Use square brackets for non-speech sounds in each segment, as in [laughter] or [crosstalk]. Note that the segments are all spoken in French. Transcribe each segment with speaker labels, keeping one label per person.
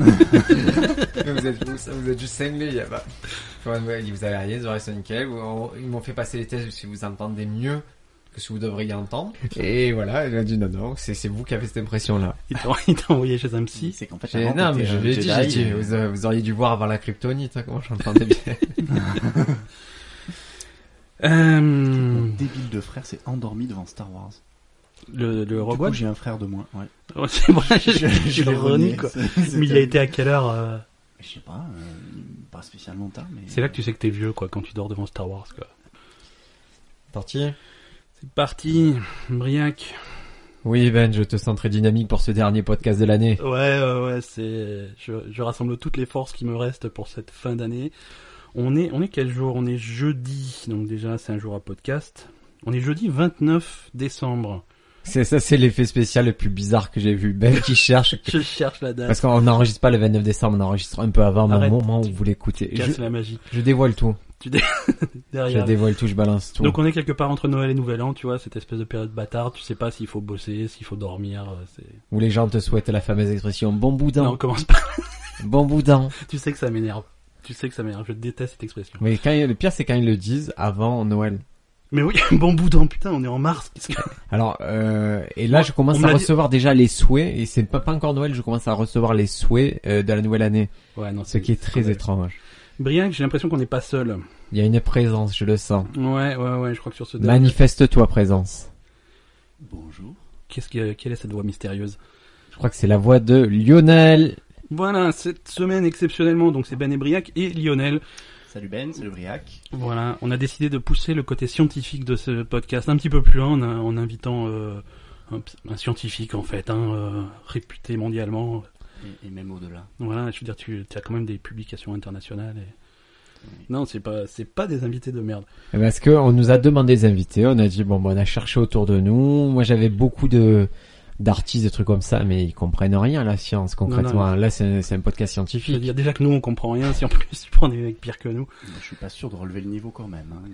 Speaker 1: Mais vous, êtes, vous, vous êtes juste cinglés. il y a pas- Enfin, ouais, Vous avez rien, vous aurez Sonic Cave, vous- Ils m'ont fait passer les tests si vous entendez mieux que ce que vous devriez entendre. Et voilà, elle a dit non, non, c'est c'est vous qui avez cette impression-là.
Speaker 2: Il t'a [laughs] il t'a envoyé chez un psy.
Speaker 3: C'est qu'en fait,
Speaker 1: J'ai dit,
Speaker 3: avant,
Speaker 1: Non, mais
Speaker 3: t'étais
Speaker 1: je
Speaker 3: un
Speaker 1: l'ai dit, j'ai
Speaker 3: Jedi,
Speaker 1: dit,
Speaker 3: euh,
Speaker 1: vous, euh, vous auriez dû voir avant la kryptonite, hein, comment j'entendais bien.
Speaker 2: Euh,
Speaker 3: Mon
Speaker 1: Hmm.
Speaker 3: débile de frère s'est endormi devant Star Wars.
Speaker 2: le, le
Speaker 3: Du
Speaker 2: robot.
Speaker 3: coup, j'ai un frère de moins.
Speaker 1: [laughs]
Speaker 3: Ouais.
Speaker 2: Ouais, c'est bon, je, [laughs] je l'ai renié, quoi. Mais il a
Speaker 3: été.
Speaker 2: été à quelle heure euh,
Speaker 3: Je sais pas, euh, pas spécialement tard, mais.
Speaker 2: C'est là que tu sais que t'es vieux, quoi, quand tu dors devant Star Wars, quoi.
Speaker 1: Parti
Speaker 2: C'est parti, Briac.
Speaker 1: Oui, Ben, je te sens très dynamique pour ce dernier podcast de l'année.
Speaker 2: Ouais, ouais, ouais, c'est. Je, je rassemble toutes les forces qui me restent pour cette fin d'année. On est, on est quel jour On est jeudi, donc déjà c'est un jour à podcast. On est jeudi 29 décembre.
Speaker 1: C'est ça, c'est l'effet spécial le plus bizarre que j'ai vu. Ben qui cherche.
Speaker 2: Je cherche la date.
Speaker 1: Parce qu'on n'enregistre pas le 29 décembre, on enregistre un peu avant, mais
Speaker 2: Arrête.
Speaker 1: au moment où vous l'écoutez. Je,
Speaker 2: Casse la magie
Speaker 1: je dévoile tout. Je
Speaker 2: derrière.
Speaker 1: dévoile tout, je balance tout.
Speaker 2: Donc on est quelque part entre Noël et Nouvel An, tu vois, cette espèce de période bâtarde. Tu sais pas s'il faut bosser, s'il faut dormir. euh, C'est...
Speaker 1: Où les gens te souhaitent la fameuse expression bon boudin,
Speaker 2: Non, on commence pas.
Speaker 1: bon boudin.
Speaker 2: Tu sais que ça m'énerve. Tu sais que ça m'énerve. Je déteste cette expression.
Speaker 1: Mais quand il- le pire, c'est quand ils le disent avant Noël.
Speaker 2: Mais oui, [laughs] bon boudin, putain, on est en mars. Qu'est-ce que...
Speaker 1: Alors, euh, et là,
Speaker 2: On-
Speaker 1: je commence
Speaker 2: on me
Speaker 1: à
Speaker 2: l'a dit-
Speaker 1: recevoir déjà les souhaits, et c'est pas, pas encore Noël, je commence à recevoir les souhaits euh, de la nouvelle année,
Speaker 2: [laughs] Ouais, non,
Speaker 1: ce qui est très étrange.
Speaker 2: Briac, j'ai l'impression qu'on n'est pas seul.
Speaker 1: Il y a une présence, je le sens.
Speaker 2: Ouais, ouais, ouais, je crois que sur ce dernier...
Speaker 1: Manifeste-toi présence.
Speaker 3: Bonjour.
Speaker 2: Qu'est-ce que, quelle est cette voix mystérieuse
Speaker 1: Je crois que c'est la voix de Lionel.
Speaker 2: Voilà, cette semaine exceptionnellement, donc c'est Ben et Briac et Lionel.
Speaker 3: Salut Ben, salut Briac.
Speaker 2: Voilà, on a décidé de pousser le côté scientifique de ce podcast un petit peu plus loin en, en invitant euh, un, ps- un scientifique en fait, hein, euh, réputé mondialement.
Speaker 3: Et, et même au-delà.
Speaker 2: Voilà, je veux dire, tu as quand même des publications internationales. Et... Non, c'est pas, c'est pas des invités de merde.
Speaker 1: Eh ben, Parce que on nous a demandé des invités, on a dit bon, bon on a cherché autour de nous. Moi j'avais beaucoup de d'artistes, de trucs comme ça, mais ils comprennent rien à la science concrètement.
Speaker 2: Non,
Speaker 1: Là c'est c'est un podcast
Speaker 2: Je veux
Speaker 1: scientifique.
Speaker 2: dire, déjà que nous on comprend rien, si en plus tu prends des mecs pires que nous.
Speaker 3: Je suis pas sûr de relever le niveau quand même. Hein,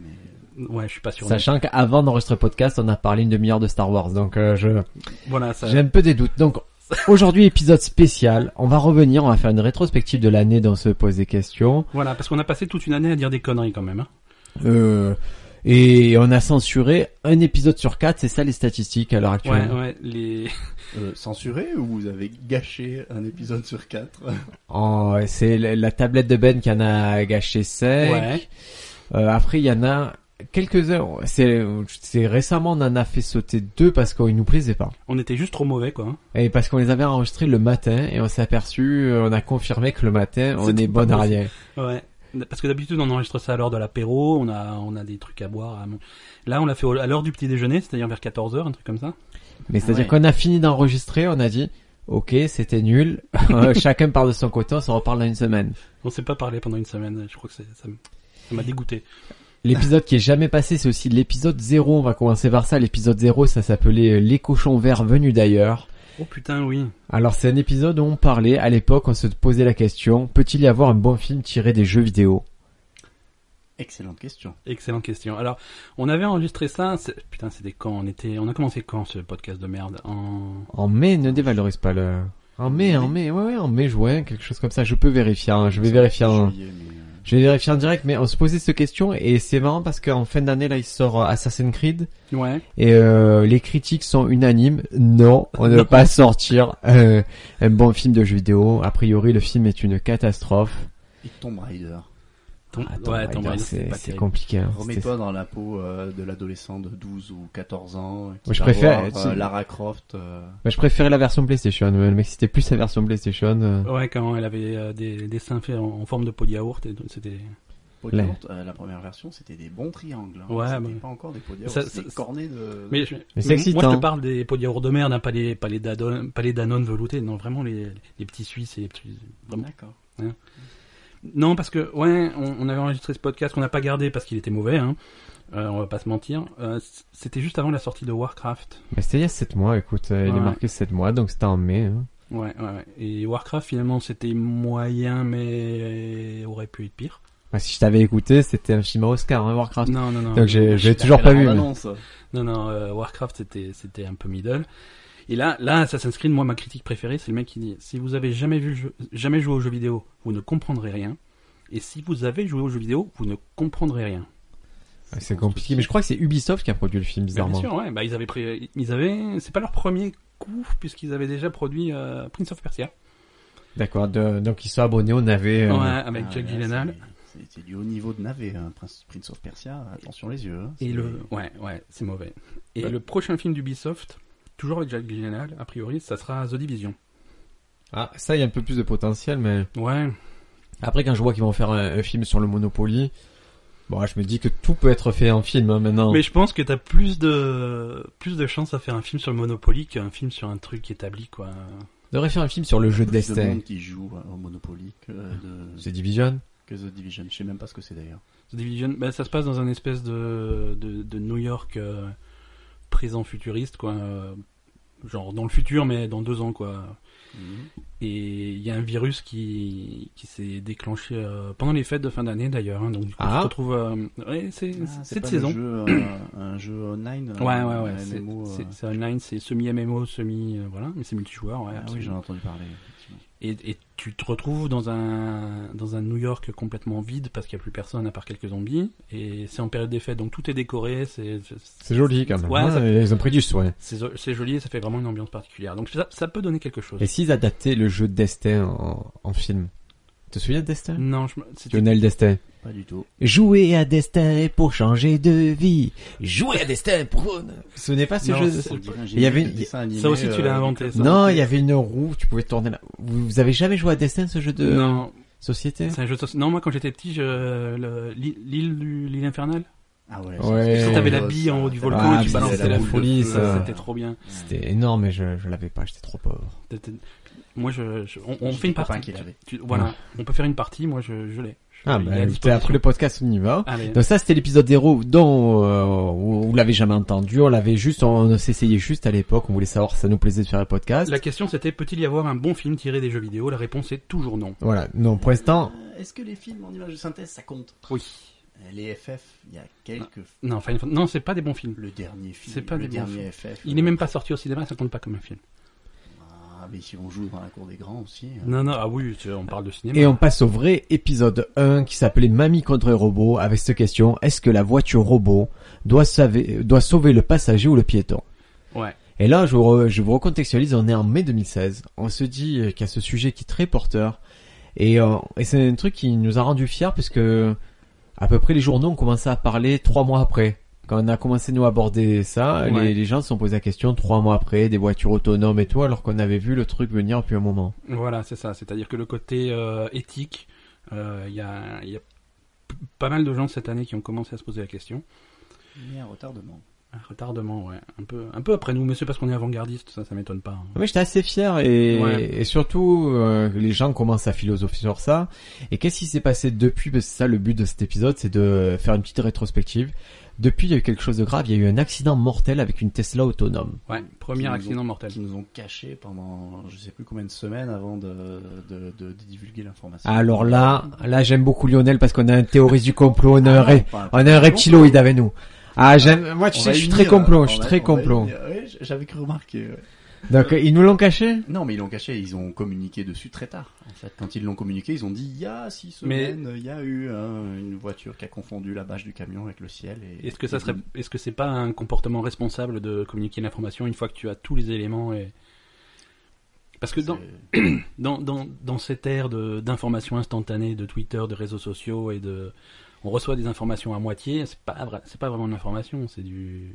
Speaker 3: mais...
Speaker 2: Ouais, je suis pas sûr.
Speaker 1: Sachant qu'avant d'enregistrer le podcast, on a parlé une demi-heure de Star Wars, donc euh, je
Speaker 2: Voilà, ça.
Speaker 1: j'ai un peu des doutes. Donc aujourd'hui épisode spécial, on va revenir, on va faire une rétrospective de l'année dont se posent des questions.
Speaker 2: Voilà, parce qu'on a passé toute une année à dire des conneries quand même. hein.
Speaker 1: Euh, et on a censuré un épisode sur quatre, c'est ça les statistiques à l'heure
Speaker 2: Ouais,
Speaker 1: actuelle.
Speaker 2: ouais, les...
Speaker 3: Euh, censuré ou vous avez gâché un épisode
Speaker 1: [laughs]
Speaker 3: sur quatre
Speaker 1: Oh, c'est la, la tablette de Ben qui en a gâché 5.
Speaker 2: Ouais.
Speaker 1: Euh, après, il y en a quelques-uns. C'est, c'est récemment, on en a fait sauter deux parce qu'ils nous plaisaient pas.
Speaker 2: On était juste trop mauvais, quoi. hein.
Speaker 1: Et parce qu'on les avait enregistrés le matin et on s'est aperçu, euh, on a confirmé que le matin, on
Speaker 2: C'était
Speaker 1: est
Speaker 2: pas
Speaker 1: bon à
Speaker 2: possible.
Speaker 1: rien.
Speaker 2: Ouais. Parce que d'habitude, on enregistre ça à l'heure de l'apéro, on a, on a des trucs à boire. à man- Là, on l'a fait au- à l'heure du petit déjeuner, c'est-à-dire vers 14h, un truc comme ça.
Speaker 1: Mais c'est-à-dire
Speaker 3: ouais.
Speaker 1: qu'on a fini d'enregistrer, on a dit, ok, c'était nul. Euh, Chacun part de son côté, on se reparle dans une semaine.
Speaker 2: On s'est pas parlé pendant une semaine, je crois que c'est- ça m- ça m'a dégoûté.
Speaker 1: L'épisode qui est jamais passé, c'est aussi l'épisode 0. On va commencer par ça. L'épisode 0, ça s'appelait euh, Les cochons verts venus d'ailleurs.
Speaker 2: Oh putain, oui.
Speaker 1: Alors c'est un épisode où on parlait, à l'époque on se posait la question, peut-il y avoir un bon film tiré des jeux vidéo
Speaker 3: Excellente question.
Speaker 2: Excellente question. Alors, on avait enregistré ça, c'est- putain, c'était quand on était, on a commencé quand ce podcast de merde? En,
Speaker 1: En mai, ne dévalorise pas le... En mai, en mai, ouais ouais, en mai, juin, quelque chose comme ça, je peux vérifier, hein, je vais vérifier en...
Speaker 3: Juillet, mais, euh,
Speaker 1: Je vais vérifier en direct, mais on se posait cette question et c'est marrant parce qu'en fin d'année là il sort euh, Assassin's Creed
Speaker 2: ouais.
Speaker 1: et euh, les critiques sont unanimes, non, on ne va pas sortir euh, un bon film de jeux vidéo, a priori le film est une catastrophe.
Speaker 3: Et Tomb Raider.
Speaker 2: Tom-
Speaker 1: Ah, Tomb
Speaker 2: ouais,
Speaker 1: Raider,
Speaker 2: Tomb Raider,
Speaker 1: c'est
Speaker 2: c'était pas
Speaker 1: c'est
Speaker 2: terrible.
Speaker 1: compliqué. hein, c'était-
Speaker 3: Remets-toi dans la peau euh, de l'adolescent de 12 ou 14 ans. euh, Qui
Speaker 1: Moi, je
Speaker 3: va
Speaker 1: préfère-
Speaker 3: voir, euh,
Speaker 1: tu-
Speaker 3: Lara Croft. euh,
Speaker 1: Bah, je préférais la version PlayStation, euh, elle m'excitait plus la version PlayStation. euh.
Speaker 2: Ouais, quand elle avait euh, des dessins faits en, en forme de pot de yaourt, et donc c'était.
Speaker 3: Pot
Speaker 1: Là.
Speaker 3: yaourt, euh, la première version, c'était des bons triangles. Hein.
Speaker 2: Ouais,
Speaker 3: c'était
Speaker 2: mais-
Speaker 3: pas encore des podiums.
Speaker 2: Ça-
Speaker 3: C'était
Speaker 2: ça-
Speaker 3: corné de.
Speaker 2: Mais, je-
Speaker 1: c'est
Speaker 2: mais
Speaker 1: excitant.
Speaker 2: moi je te parle des pots de yaourt de merde, hein, pas les pas les Danone, pas les Danone veloutés, non vraiment les, les petits Suisses et les petits. Vraiment.
Speaker 3: D'accord.
Speaker 2: Non parce que ouais, on, on avait enregistré ce podcast qu'on n'a pas gardé parce qu'il était mauvais, hein. Euh, on va pas se mentir. Euh, c'était juste avant la sortie de Warcraft.
Speaker 1: Bah, c'était il y a 7 mois, écoute, euh, il est
Speaker 2: Ouais.
Speaker 1: marqué 7 mois, donc c'était en mai. hein.
Speaker 2: Ouais, ouais, ouais. Et Warcraft finalement c'était moyen mais aurait pu être pire.
Speaker 1: Bah, si je t'avais écouté, c'était un film à Oscar, hein, Warcraft.
Speaker 2: Non non non.
Speaker 1: donc j'ai j'ai
Speaker 3: J'ai
Speaker 1: toujours pas vu. mais-
Speaker 3: Annonce.
Speaker 2: Non non euh, Warcraft c'était c'était un peu middle. Et là, là, Assassin's Creed, moi, ma critique préférée, c'est le mec qui dit si vous avez jamais vu, le jeu- jamais joué aux jeux vidéo, vous ne comprendrez rien. Et si vous avez joué aux jeux vidéo, vous ne comprendrez rien.
Speaker 1: Ouais, C'est compliqué, mais je crois que c'est Ubisoft qui a produit le film,
Speaker 2: Bah, bien
Speaker 1: bizarrement.
Speaker 2: sûr, ouais. Bah, ils avaient pris, ils avaient, c'est pas leur premier coup puisqu'ils avaient déjà produit euh, Prince of Persia.
Speaker 1: D'accord, de- donc ils sont abonnés au navet. euh,
Speaker 2: ouais, avec
Speaker 3: Ah,
Speaker 2: Jack
Speaker 3: là,
Speaker 2: Gyllenhaal.
Speaker 3: c'est- c'est- C'est du haut niveau de navet, hein, Prince, Prince of Persia. Attention les yeux. hein.
Speaker 2: Et
Speaker 3: C'est-
Speaker 2: le... Ouais, ouais, c'est mauvais. Et
Speaker 3: Ouais.
Speaker 2: le prochain film d'Ubisoft, toujours avec Jack Gyllenhaal, a priori, ça sera The Division.
Speaker 1: Ah, ça, il y a un peu plus de potentiel, mais
Speaker 2: Ouais,
Speaker 1: après, quand je vois qu'ils vont faire un, un film sur le Monopoly, bon, je me dis que tout peut être fait en film hein, maintenant.
Speaker 2: mais je pense que t'as plus de plus de chances à faire un film sur le Monopoly qu'un film sur un truc établi, quoi.
Speaker 1: On devrait faire un film sur le jeu de
Speaker 3: Plus de
Speaker 1: destin.
Speaker 3: monde qui joue euh, au Monopoly que, euh, de-
Speaker 1: C'est Division.
Speaker 3: que The Division. Je sais même pas ce que c'est d'ailleurs.
Speaker 2: The Division, bah, ça se passe dans un espèce de, de, de New York euh, présent futuriste, quoi. Euh, Genre dans le futur, mais dans deux ans, quoi.
Speaker 3: Mhm.
Speaker 2: Et il y a un virus qui, qui s'est déclenché euh, pendant les fêtes de fin d'année, d'ailleurs. hein. donc, du coup,
Speaker 1: Ah.
Speaker 2: tu te retrouves... euh, ouais, c'est c'est
Speaker 3: Ah, c'est
Speaker 2: cette
Speaker 3: pas
Speaker 2: saison.
Speaker 3: Le jeu, euh, un jeu online. euh,
Speaker 2: Ouais, ouais, ouais.
Speaker 3: un
Speaker 2: c'est-
Speaker 3: MMO, euh,
Speaker 2: C'est c'est online, c'est semi-MMO, semi. euh, Voilà, mais c'est multijoueur, ouais.
Speaker 3: ah oui,
Speaker 2: absolument.
Speaker 3: j'en ai entendu parler. effectivement.
Speaker 2: et, et tu te retrouves dans un, dans un New York complètement vide parce qu'il n'y a plus personne à part quelques zombies. Et c'est en période des fêtes, donc tout est décoré, c'est.
Speaker 1: C'est joli quand même.
Speaker 2: Ouais,
Speaker 1: hein,
Speaker 2: ça-
Speaker 1: Ils ont pris du soin.
Speaker 2: c'est zo- c'est joli et ça fait vraiment une ambiance particulière. Donc ça, ça peut donner quelque chose.
Speaker 1: Et s'ils adaptaient le jeu de destin en, en film Te souviens de destin
Speaker 2: Non, je me- c'était-
Speaker 1: Lionel Destin.
Speaker 3: Pas du tout.
Speaker 1: Jouer à destin pour changer de vie. Jouer à destin pour... Ce n'est pas ce
Speaker 2: Non,
Speaker 1: jeu
Speaker 2: c'est-
Speaker 1: de...
Speaker 3: On dirait un
Speaker 1: Il y avait-
Speaker 3: générique de dessin animé,
Speaker 2: ça aussi, tu
Speaker 3: euh,
Speaker 2: l'as inventé. Ça.
Speaker 1: Non, il y avait une roue, tu pouvais tourner là. Vous, vous avez jamais joué à destin, ce jeu de
Speaker 2: Non,
Speaker 1: société
Speaker 2: c'est un jeu de soci- Non, moi quand j'étais petit, je- le- l'île l'île du- l'île infernale,
Speaker 3: Ah ouais.
Speaker 1: Eh Ouais.
Speaker 3: ça,
Speaker 2: tu
Speaker 3: c'est-
Speaker 2: t'avais
Speaker 1: t'avais
Speaker 2: la
Speaker 3: ça,
Speaker 2: bille en haut du
Speaker 3: ça,
Speaker 2: volcan
Speaker 1: Ah,
Speaker 2: et tu
Speaker 1: puis
Speaker 2: balançais
Speaker 1: c'était la
Speaker 2: boule de
Speaker 1: folie,
Speaker 2: feu,
Speaker 1: ça.
Speaker 2: C'était trop bien.
Speaker 1: C'était énorme, mais je, je l'avais pas, j'étais trop pauvre.
Speaker 2: T'étais- Moi, je, je- on, on
Speaker 3: J'ai
Speaker 2: fait
Speaker 3: des
Speaker 2: une
Speaker 3: copains
Speaker 2: partie.
Speaker 3: qui l'avaient.
Speaker 2: Tu- voilà, on peut faire une partie. Moi, je, je l'ai. Je-
Speaker 1: Ah,
Speaker 2: il est
Speaker 1: bah, écoutez,
Speaker 2: à
Speaker 1: après le
Speaker 2: disposition.
Speaker 1: podcast, on y va.
Speaker 2: Allez.
Speaker 1: Donc ça, c'était l'épisode 0 dont euh, vous, vous l'avez jamais entendu, on l'avait juste, on s'essayait juste à l'époque, on voulait savoir si ça nous plaisait de faire les podcasts.
Speaker 2: La question, c'était peut-il y avoir un bon film tiré des jeux vidéo La réponse est toujours non.
Speaker 1: Voilà, non, pour l'instant,
Speaker 3: Euh, Est-ce que les films en images de synthèse ça compte
Speaker 2: Oui.
Speaker 3: Les FF, il y a quelques.
Speaker 2: Non, Final Fantasy- non, c'est pas des bons films.
Speaker 3: Le dernier film.
Speaker 2: C'est pas
Speaker 3: le
Speaker 2: des bons
Speaker 3: dernier FF.
Speaker 2: Il
Speaker 3: euh,
Speaker 2: est même pas sorti au cinéma, ça compte pas comme un film.
Speaker 3: Ah, mais si on joue dans la cour des grands aussi. euh,
Speaker 2: Non, non, ah oui, c'est- on parle de cinéma.
Speaker 1: et on passe au vrai épisode 1 qui s'appelait Mamie contre robot avec cette question, est-ce que la voiture robot doit, sauver- doit sauver le passager ou le piéton
Speaker 2: Ouais.
Speaker 1: Et là, je vous, re- je vous recontextualise, on est en mai 2016. On se dit euh, qu'il y a ce sujet qui est très porteur. Et, euh, et c'est un truc qui nous a rendu fiers puisque à peu près les journaux ont commencé à parler trois mois après. Quand on a commencé nous à aborder ça,
Speaker 2: Ouais.
Speaker 1: les, les gens se sont posés la question trois mois après, des voitures autonomes et tout, alors qu'on avait vu le truc venir depuis un moment.
Speaker 2: Voilà, c'est ça. C'est-à-dire que le côté euh, éthique, euh, il y, a, il y a p- pas mal de gens cette année qui ont commencé à se poser la question.
Speaker 3: Mais un retardement.
Speaker 2: Un retardement, ouais. Un peu, un peu après nous, mais c'est parce qu'on est avant-gardiste, ça, ça m'étonne pas. hein.
Speaker 1: Mais Ah j'étais assez fier et,
Speaker 2: Ouais.
Speaker 1: et surtout euh, les gens commencent à philosopher sur ça. Et qu'est-ce qui s'est passé depuis Parce que c'est ça le but de cet épisode, c'est de faire une petite rétrospective. Depuis, il y a eu quelque chose de grave. Il y a eu un accident mortel avec une Tesla autonome.
Speaker 2: Ouais, premier
Speaker 3: nous
Speaker 2: accident
Speaker 3: ont-
Speaker 2: mortel.
Speaker 3: Qui nous ont caché pendant je sais plus combien de semaines avant de, de, de, de divulguer l'information.
Speaker 1: Alors là, là j'aime beaucoup Lionel parce qu'on a un théoriste du complot, on a un,
Speaker 3: Ah,
Speaker 1: ré-
Speaker 3: parle pas
Speaker 1: on
Speaker 3: de
Speaker 1: a un
Speaker 3: complot.
Speaker 1: reptiloïde avec nous. Ah j'aime, moi tu
Speaker 3: On
Speaker 1: sais,
Speaker 3: va
Speaker 1: je suis
Speaker 3: y
Speaker 1: très
Speaker 3: venir,
Speaker 1: complot,
Speaker 3: euh,
Speaker 1: je suis
Speaker 3: on va-
Speaker 1: très
Speaker 3: on va y
Speaker 1: complot.
Speaker 3: venir. Ouais, j- J'avais cru remarquer. ouais.
Speaker 1: Donc euh, ils nous l'ont caché
Speaker 3: Non, mais ils l'ont caché, ils ont communiqué dessus très tard. En fait, quand ils l'ont communiqué, ils ont dit il y a six
Speaker 2: Mais-
Speaker 3: semaines, il y a eu hein, une voiture qui a confondu la bâche du camion avec le ciel. Et...
Speaker 2: Est-ce que ça serait, est-ce que c'est pas un comportement responsable de communiquer l'information une fois que tu as tous les éléments et parce que dans,
Speaker 3: C'est-
Speaker 2: dans, dans, dans cette ère de, d'information instantanée, de Twitter, de réseaux sociaux et de, on reçoit des informations à moitié, c'est pas vrai, c'est pas vraiment de l'information, c'est du,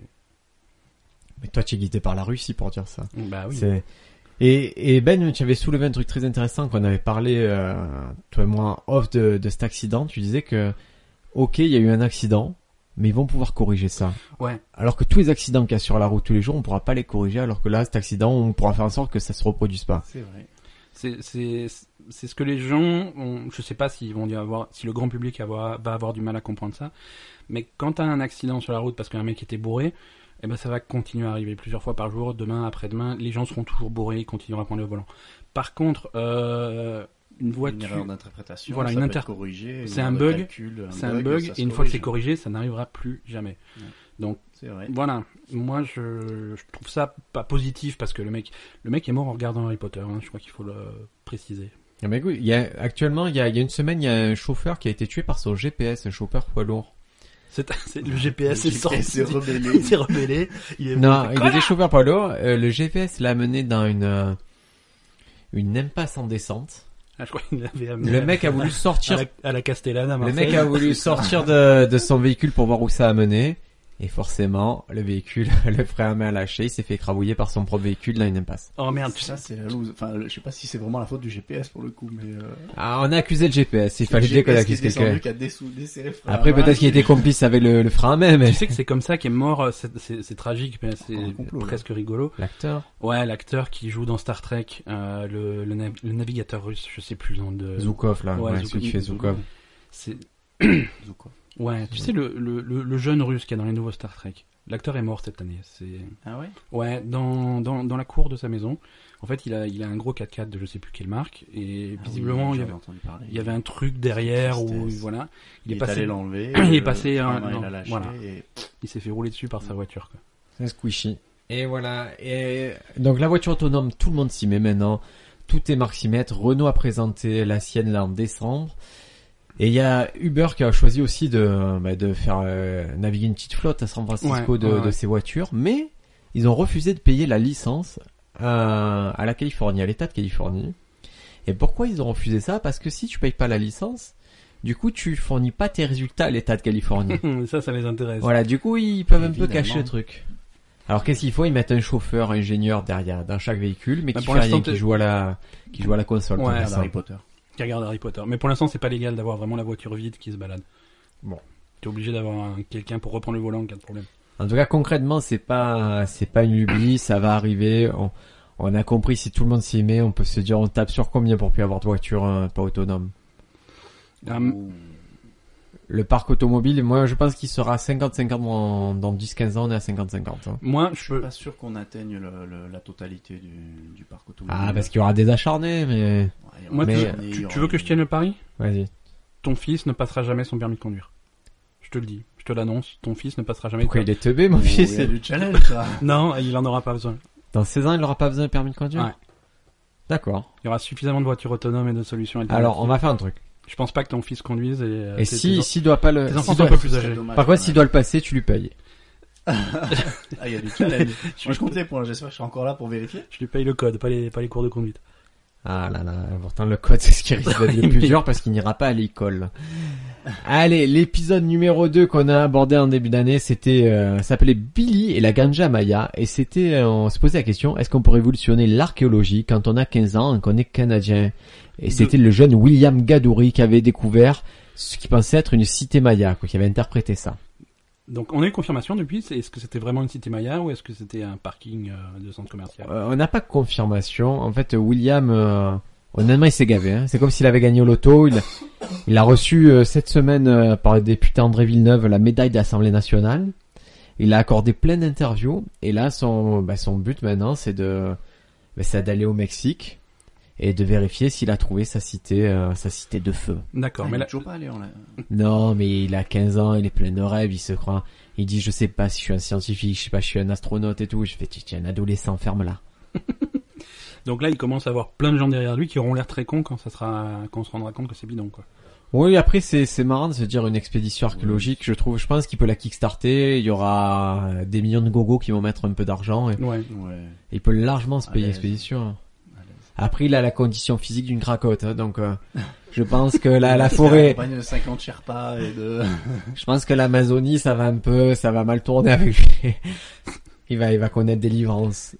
Speaker 1: Mais toi tu es guidé par la Russie pour dire ça.
Speaker 2: bah oui.
Speaker 1: C'est- Et, et Ben, tu avais soulevé un truc très intéressant qu'on avait parlé, euh, toi et moi, en off de, de cet accident. Tu disais que, ok, il y a eu un accident, mais ils vont pouvoir corriger ça.
Speaker 2: Ouais.
Speaker 1: Alors que tous les accidents qu'il y a sur la route tous les jours, on pourra pas les corriger, alors que là, cet accident, on pourra faire en sorte que ça se reproduise pas.
Speaker 3: C'est vrai.
Speaker 2: C'est, c'est, c'est ce que les gens, ont- je sais pas s'ils vont y avoir, si le grand public avoir- va avoir du mal à comprendre ça, mais quand t'as un accident sur la route parce qu'un mec était bourré, eh ben ça va continuer à arriver plusieurs fois par jour, demain, après-demain, les gens seront toujours bourrés, ils continueront à prendre le volant. Par contre, euh, une
Speaker 3: Une
Speaker 2: voiture,
Speaker 3: erreur d'interprétation.
Speaker 2: Voilà,
Speaker 3: ça
Speaker 2: une
Speaker 3: peut
Speaker 2: inter-
Speaker 3: être corrigé, une
Speaker 2: c'est un
Speaker 3: erreur de
Speaker 2: bug,
Speaker 3: calcul,
Speaker 2: c'est un bug,
Speaker 3: ça se
Speaker 2: et une fois que c'est
Speaker 3: corrige.
Speaker 2: corrigé, ça n'arrivera plus jamais.
Speaker 3: Ouais.
Speaker 2: Donc
Speaker 3: C'est vrai.
Speaker 2: voilà, moi je, je trouve ça pas positif parce que le mec, le mec est mort en regardant Harry Potter. hein, je crois qu'il faut le préciser.
Speaker 1: Non, Ah, mais écoute, il y a, actuellement, il y a, il y a une semaine, il y a un chauffeur qui a été tué par son GPS, un chauffeur poids lourd.
Speaker 2: C'est [laughs] c'est- le GPS est sorti.
Speaker 3: Il s'est rebellé.
Speaker 2: [laughs] Il s'est rebellé. Il est
Speaker 1: Non, il était chauffeur poids lourd. euh, le GPS l'a amené dans une, euh, une impasse en descente.
Speaker 2: Ah, je crois qu'il l'avait amené.
Speaker 1: Le
Speaker 2: à-
Speaker 1: mec a voulu
Speaker 2: à
Speaker 1: sortir
Speaker 2: la, à la Castellana. à
Speaker 1: Le
Speaker 2: Marseille.
Speaker 1: mec a [laughs] voulu sortir de, de son véhicule pour voir où ça a mené. Et forcément, le véhicule, [laughs] le frein à main lâché, il s'est fait écrabouiller par son propre véhicule dans une impasse.
Speaker 2: Oh merde, tu sais.
Speaker 3: Ça, c'est la loose. Enfin, je sais pas si c'est vraiment la faute du GPS pour le coup, mais. euh,
Speaker 1: Ah, on a accusé le GPS, il
Speaker 3: c'est le
Speaker 1: fallait bien qu'on
Speaker 3: GPS qui est
Speaker 1: accuse quelqu'un.
Speaker 3: descendu, qui a dessous- desserré hein, le frein à
Speaker 1: Après,
Speaker 3: main,
Speaker 1: peut-être qu'il était complice avec le, le frein à main, mais...
Speaker 2: Tu sais que c'est comme ça qu'est mort. euh, C'est c'est- c'est tragique, mais c'est
Speaker 3: Encore un complot, là.
Speaker 2: presque rigolo.
Speaker 1: L'acteur
Speaker 2: Ouais, l'acteur qui joue dans Star Trek, euh, le, le, nav- le navigateur russe, je sais plus le nom de.
Speaker 1: Zoukov, là,
Speaker 2: Ouais,
Speaker 1: ouais,
Speaker 2: Zouk-
Speaker 1: celui qui fait Zoukov.
Speaker 2: C'est
Speaker 3: Zou, quoi.
Speaker 2: ouais, tu sais le, le, le, le jeune russe qui est dans les nouveaux Star Trek. L'acteur est mort cette année. C'est
Speaker 3: Ah ouais
Speaker 2: ouais dans, dans dans la cour de sa maison. En fait, il a il a un gros 4x4 de je sais plus quelle marque et
Speaker 3: Ah oui,
Speaker 2: visiblement il y
Speaker 3: j'en
Speaker 2: avait
Speaker 3: ai entendu parler.
Speaker 2: il y avait un truc derrière où
Speaker 3: Tristesse.
Speaker 2: voilà
Speaker 3: Il est allé l'enlever.
Speaker 2: [clears throat] il est
Speaker 3: euh,
Speaker 2: passé
Speaker 3: le
Speaker 2: un-
Speaker 3: frein à main,
Speaker 2: non,
Speaker 3: Il a lâché.
Speaker 2: voilà. Ah,
Speaker 3: et-
Speaker 2: il s'est fait rouler dessus par sa voiture. Quoi.
Speaker 1: C'est squishy. Et voilà. Et donc la voiture autonome, tout le monde s'y met maintenant. Tout est marximètre. Renault a présenté la sienne là en décembre. Et il y a Uber qui a choisi aussi de, bah, de faire euh, naviguer une petite flotte à San Francisco
Speaker 2: Ouais,
Speaker 1: de,
Speaker 2: ouais,
Speaker 1: de
Speaker 2: ouais.
Speaker 1: ces voitures, mais ils ont refusé de payer la licence euh, à la Californie, à l'État de Californie. Et pourquoi ils ont refusé ça Parce que si tu payes pas la licence, du coup tu fournis pas tes résultats à l'État de Californie.
Speaker 2: ça, ça les intéresse.
Speaker 1: Voilà, du coup, ils peuvent un peu
Speaker 3: Évidemment.
Speaker 1: cacher le truc. Alors qu'est-ce qu'il faut Ils mettent un chauffeur, un ingénieur derrière, dans chaque véhicule, mais
Speaker 2: Bah,
Speaker 1: qui
Speaker 2: pour
Speaker 1: fait
Speaker 2: l'instant,
Speaker 1: rien, qui
Speaker 2: t'es-
Speaker 1: joue à la, qui joue à la console.
Speaker 2: Ouais,
Speaker 1: pour
Speaker 2: Ah,
Speaker 3: Regarde
Speaker 1: l'instant.
Speaker 3: Harry Potter.
Speaker 2: qui regarde Harry Potter. Mais pour l'instant, c'est pas légal d'avoir vraiment la voiture vide qui se balade.
Speaker 1: Bon.
Speaker 2: T'es obligé d'avoir un- quelqu'un pour reprendre le volant en cas de problème.
Speaker 1: En tout cas, concrètement, c'est pas, c'est pas une lubie, ça va arriver. On, on a compris si tout le monde s'y met, on peut se dire on tape sur combien pour plus avoir de voiture euh, pas autonome.
Speaker 2: Hum.
Speaker 3: Ou-
Speaker 1: Le parc automobile, moi, je pense qu'il sera 50-50 dans, dans 10-15 ans, on est à 50-50. hein.
Speaker 2: Moi, je peux.
Speaker 3: Pas sûr qu'on atteigne le- le- la totalité du, du parc
Speaker 2: Mmh.
Speaker 3: automobile.
Speaker 1: Ah, parce qu'il y aura des acharnés, mais
Speaker 3: Ouais,
Speaker 2: Moi,
Speaker 1: Mais-
Speaker 2: tu- tu, tu veux que je tienne le pari
Speaker 1: vas-y.
Speaker 2: Ton fils ne passera jamais son permis de conduire. Je te le dis, je te l'annonce. Ton fils ne passera jamais.
Speaker 1: Pourquoi il est teubé, mon
Speaker 3: Oh,
Speaker 1: fils
Speaker 3: il y a du
Speaker 2: [laughs]
Speaker 3: challenge, ça.
Speaker 2: Non, il en aura pas besoin.
Speaker 1: Dans 16 ans, il aura pas besoin de permis de conduire.
Speaker 2: Ouais.
Speaker 1: D'accord.
Speaker 2: Il y aura suffisamment de voitures autonomes et de solutions. alternatives.
Speaker 1: Alors, on va faire un truc.
Speaker 2: je pense pas que ton fils conduise. Et, euh,
Speaker 1: Et
Speaker 2: tes-
Speaker 1: si,
Speaker 2: tes-
Speaker 1: si doit pas le,
Speaker 2: tes
Speaker 1: s'il
Speaker 2: enfants sont
Speaker 1: doit-
Speaker 2: un peu plus
Speaker 3: Ce serait
Speaker 2: âgés.
Speaker 3: dommage,
Speaker 1: par contre, s'il
Speaker 3: quand
Speaker 1: doit le passer, tu lui payes.
Speaker 3: même. Ah, il y a du
Speaker 2: [laughs]
Speaker 3: challenge. Moi, je comptais pour, j'espère que je serai encore là pour vérifier.
Speaker 2: Je lui paye le code, pas les, pas les cours de conduite.
Speaker 1: Ah là là, pourtant le code [laughs] c'est ce qui risque d'être le
Speaker 2: [laughs]
Speaker 1: plus dur parce qu'il n'ira pas à l'école. Allez, l'épisode numéro 2 qu'on a abordé en début d'année, c'était euh, ça s'appelait Billy et la ganja maya et c'était euh, on se posait la question est-ce qu'on peut révolutionner l'archéologie quand on a 15 ans et qu'on est canadien Et c'était le jeune William Gadouri qui avait découvert ce qui pensait être une cité maya, quoi, qui avait interprété ça.
Speaker 2: Donc, on a eu confirmation depuis. c'est- Est-ce que c'était vraiment une cité Maya ou est-ce que c'était un parking euh, de centre commercial
Speaker 1: Euh, on n'a pas de confirmation. En fait, euh, William, euh, honnêtement, il s'est gavé. hein. C'est comme s'il avait gagné au loto. Il, il a reçu euh, cette semaine euh, par le député André Villeneuve la médaille de l'Assemblée nationale. Il a accordé plein d'interviews. Et là, son, bah, son but maintenant, c'est de, bah, c'est d'aller au Mexique et de vérifier s'il a trouvé sa cité, euh, sa cité de feu.
Speaker 2: D'accord,
Speaker 3: Ah, il
Speaker 2: mais
Speaker 3: est
Speaker 2: là,
Speaker 3: toujours pas allé en la-
Speaker 1: Non, mais il a 15 ans, il est plein de rêves, il se croit. Il dit, je sais pas si je suis un scientifique, je sais pas si je suis un astronaute et tout. Je fais, tu tu es un adolescent, ferme-la.
Speaker 2: Donc là, il commence à avoir plein de gens derrière lui qui auront l'air très cons quand ça sera, quand on se rendra compte que c'est bidon, quoi.
Speaker 1: Oui, après c'est c'est marrant de se dire une expédition archéologique. Je trouve, je pense qu'il peut la kickstarter. Il y aura euh, des millions de gogos qui vont mettre un peu d'argent et
Speaker 2: Ouais.
Speaker 3: Ouais.
Speaker 1: il peut largement se
Speaker 3: À
Speaker 1: payer
Speaker 3: l'aise.
Speaker 1: l'expédition.
Speaker 3: à l'aise.
Speaker 1: Après, il a la condition physique d'une cracotte, hein, donc euh, je pense que la la
Speaker 3: [laughs] C'est
Speaker 1: forêt,
Speaker 3: accompagné de 50 Sherpas
Speaker 2: [laughs]
Speaker 3: et de.
Speaker 1: je pense que l'Amazonie, ça va un peu, ça va mal tourner avec lui. [laughs] Il va, il va connaître des livrances.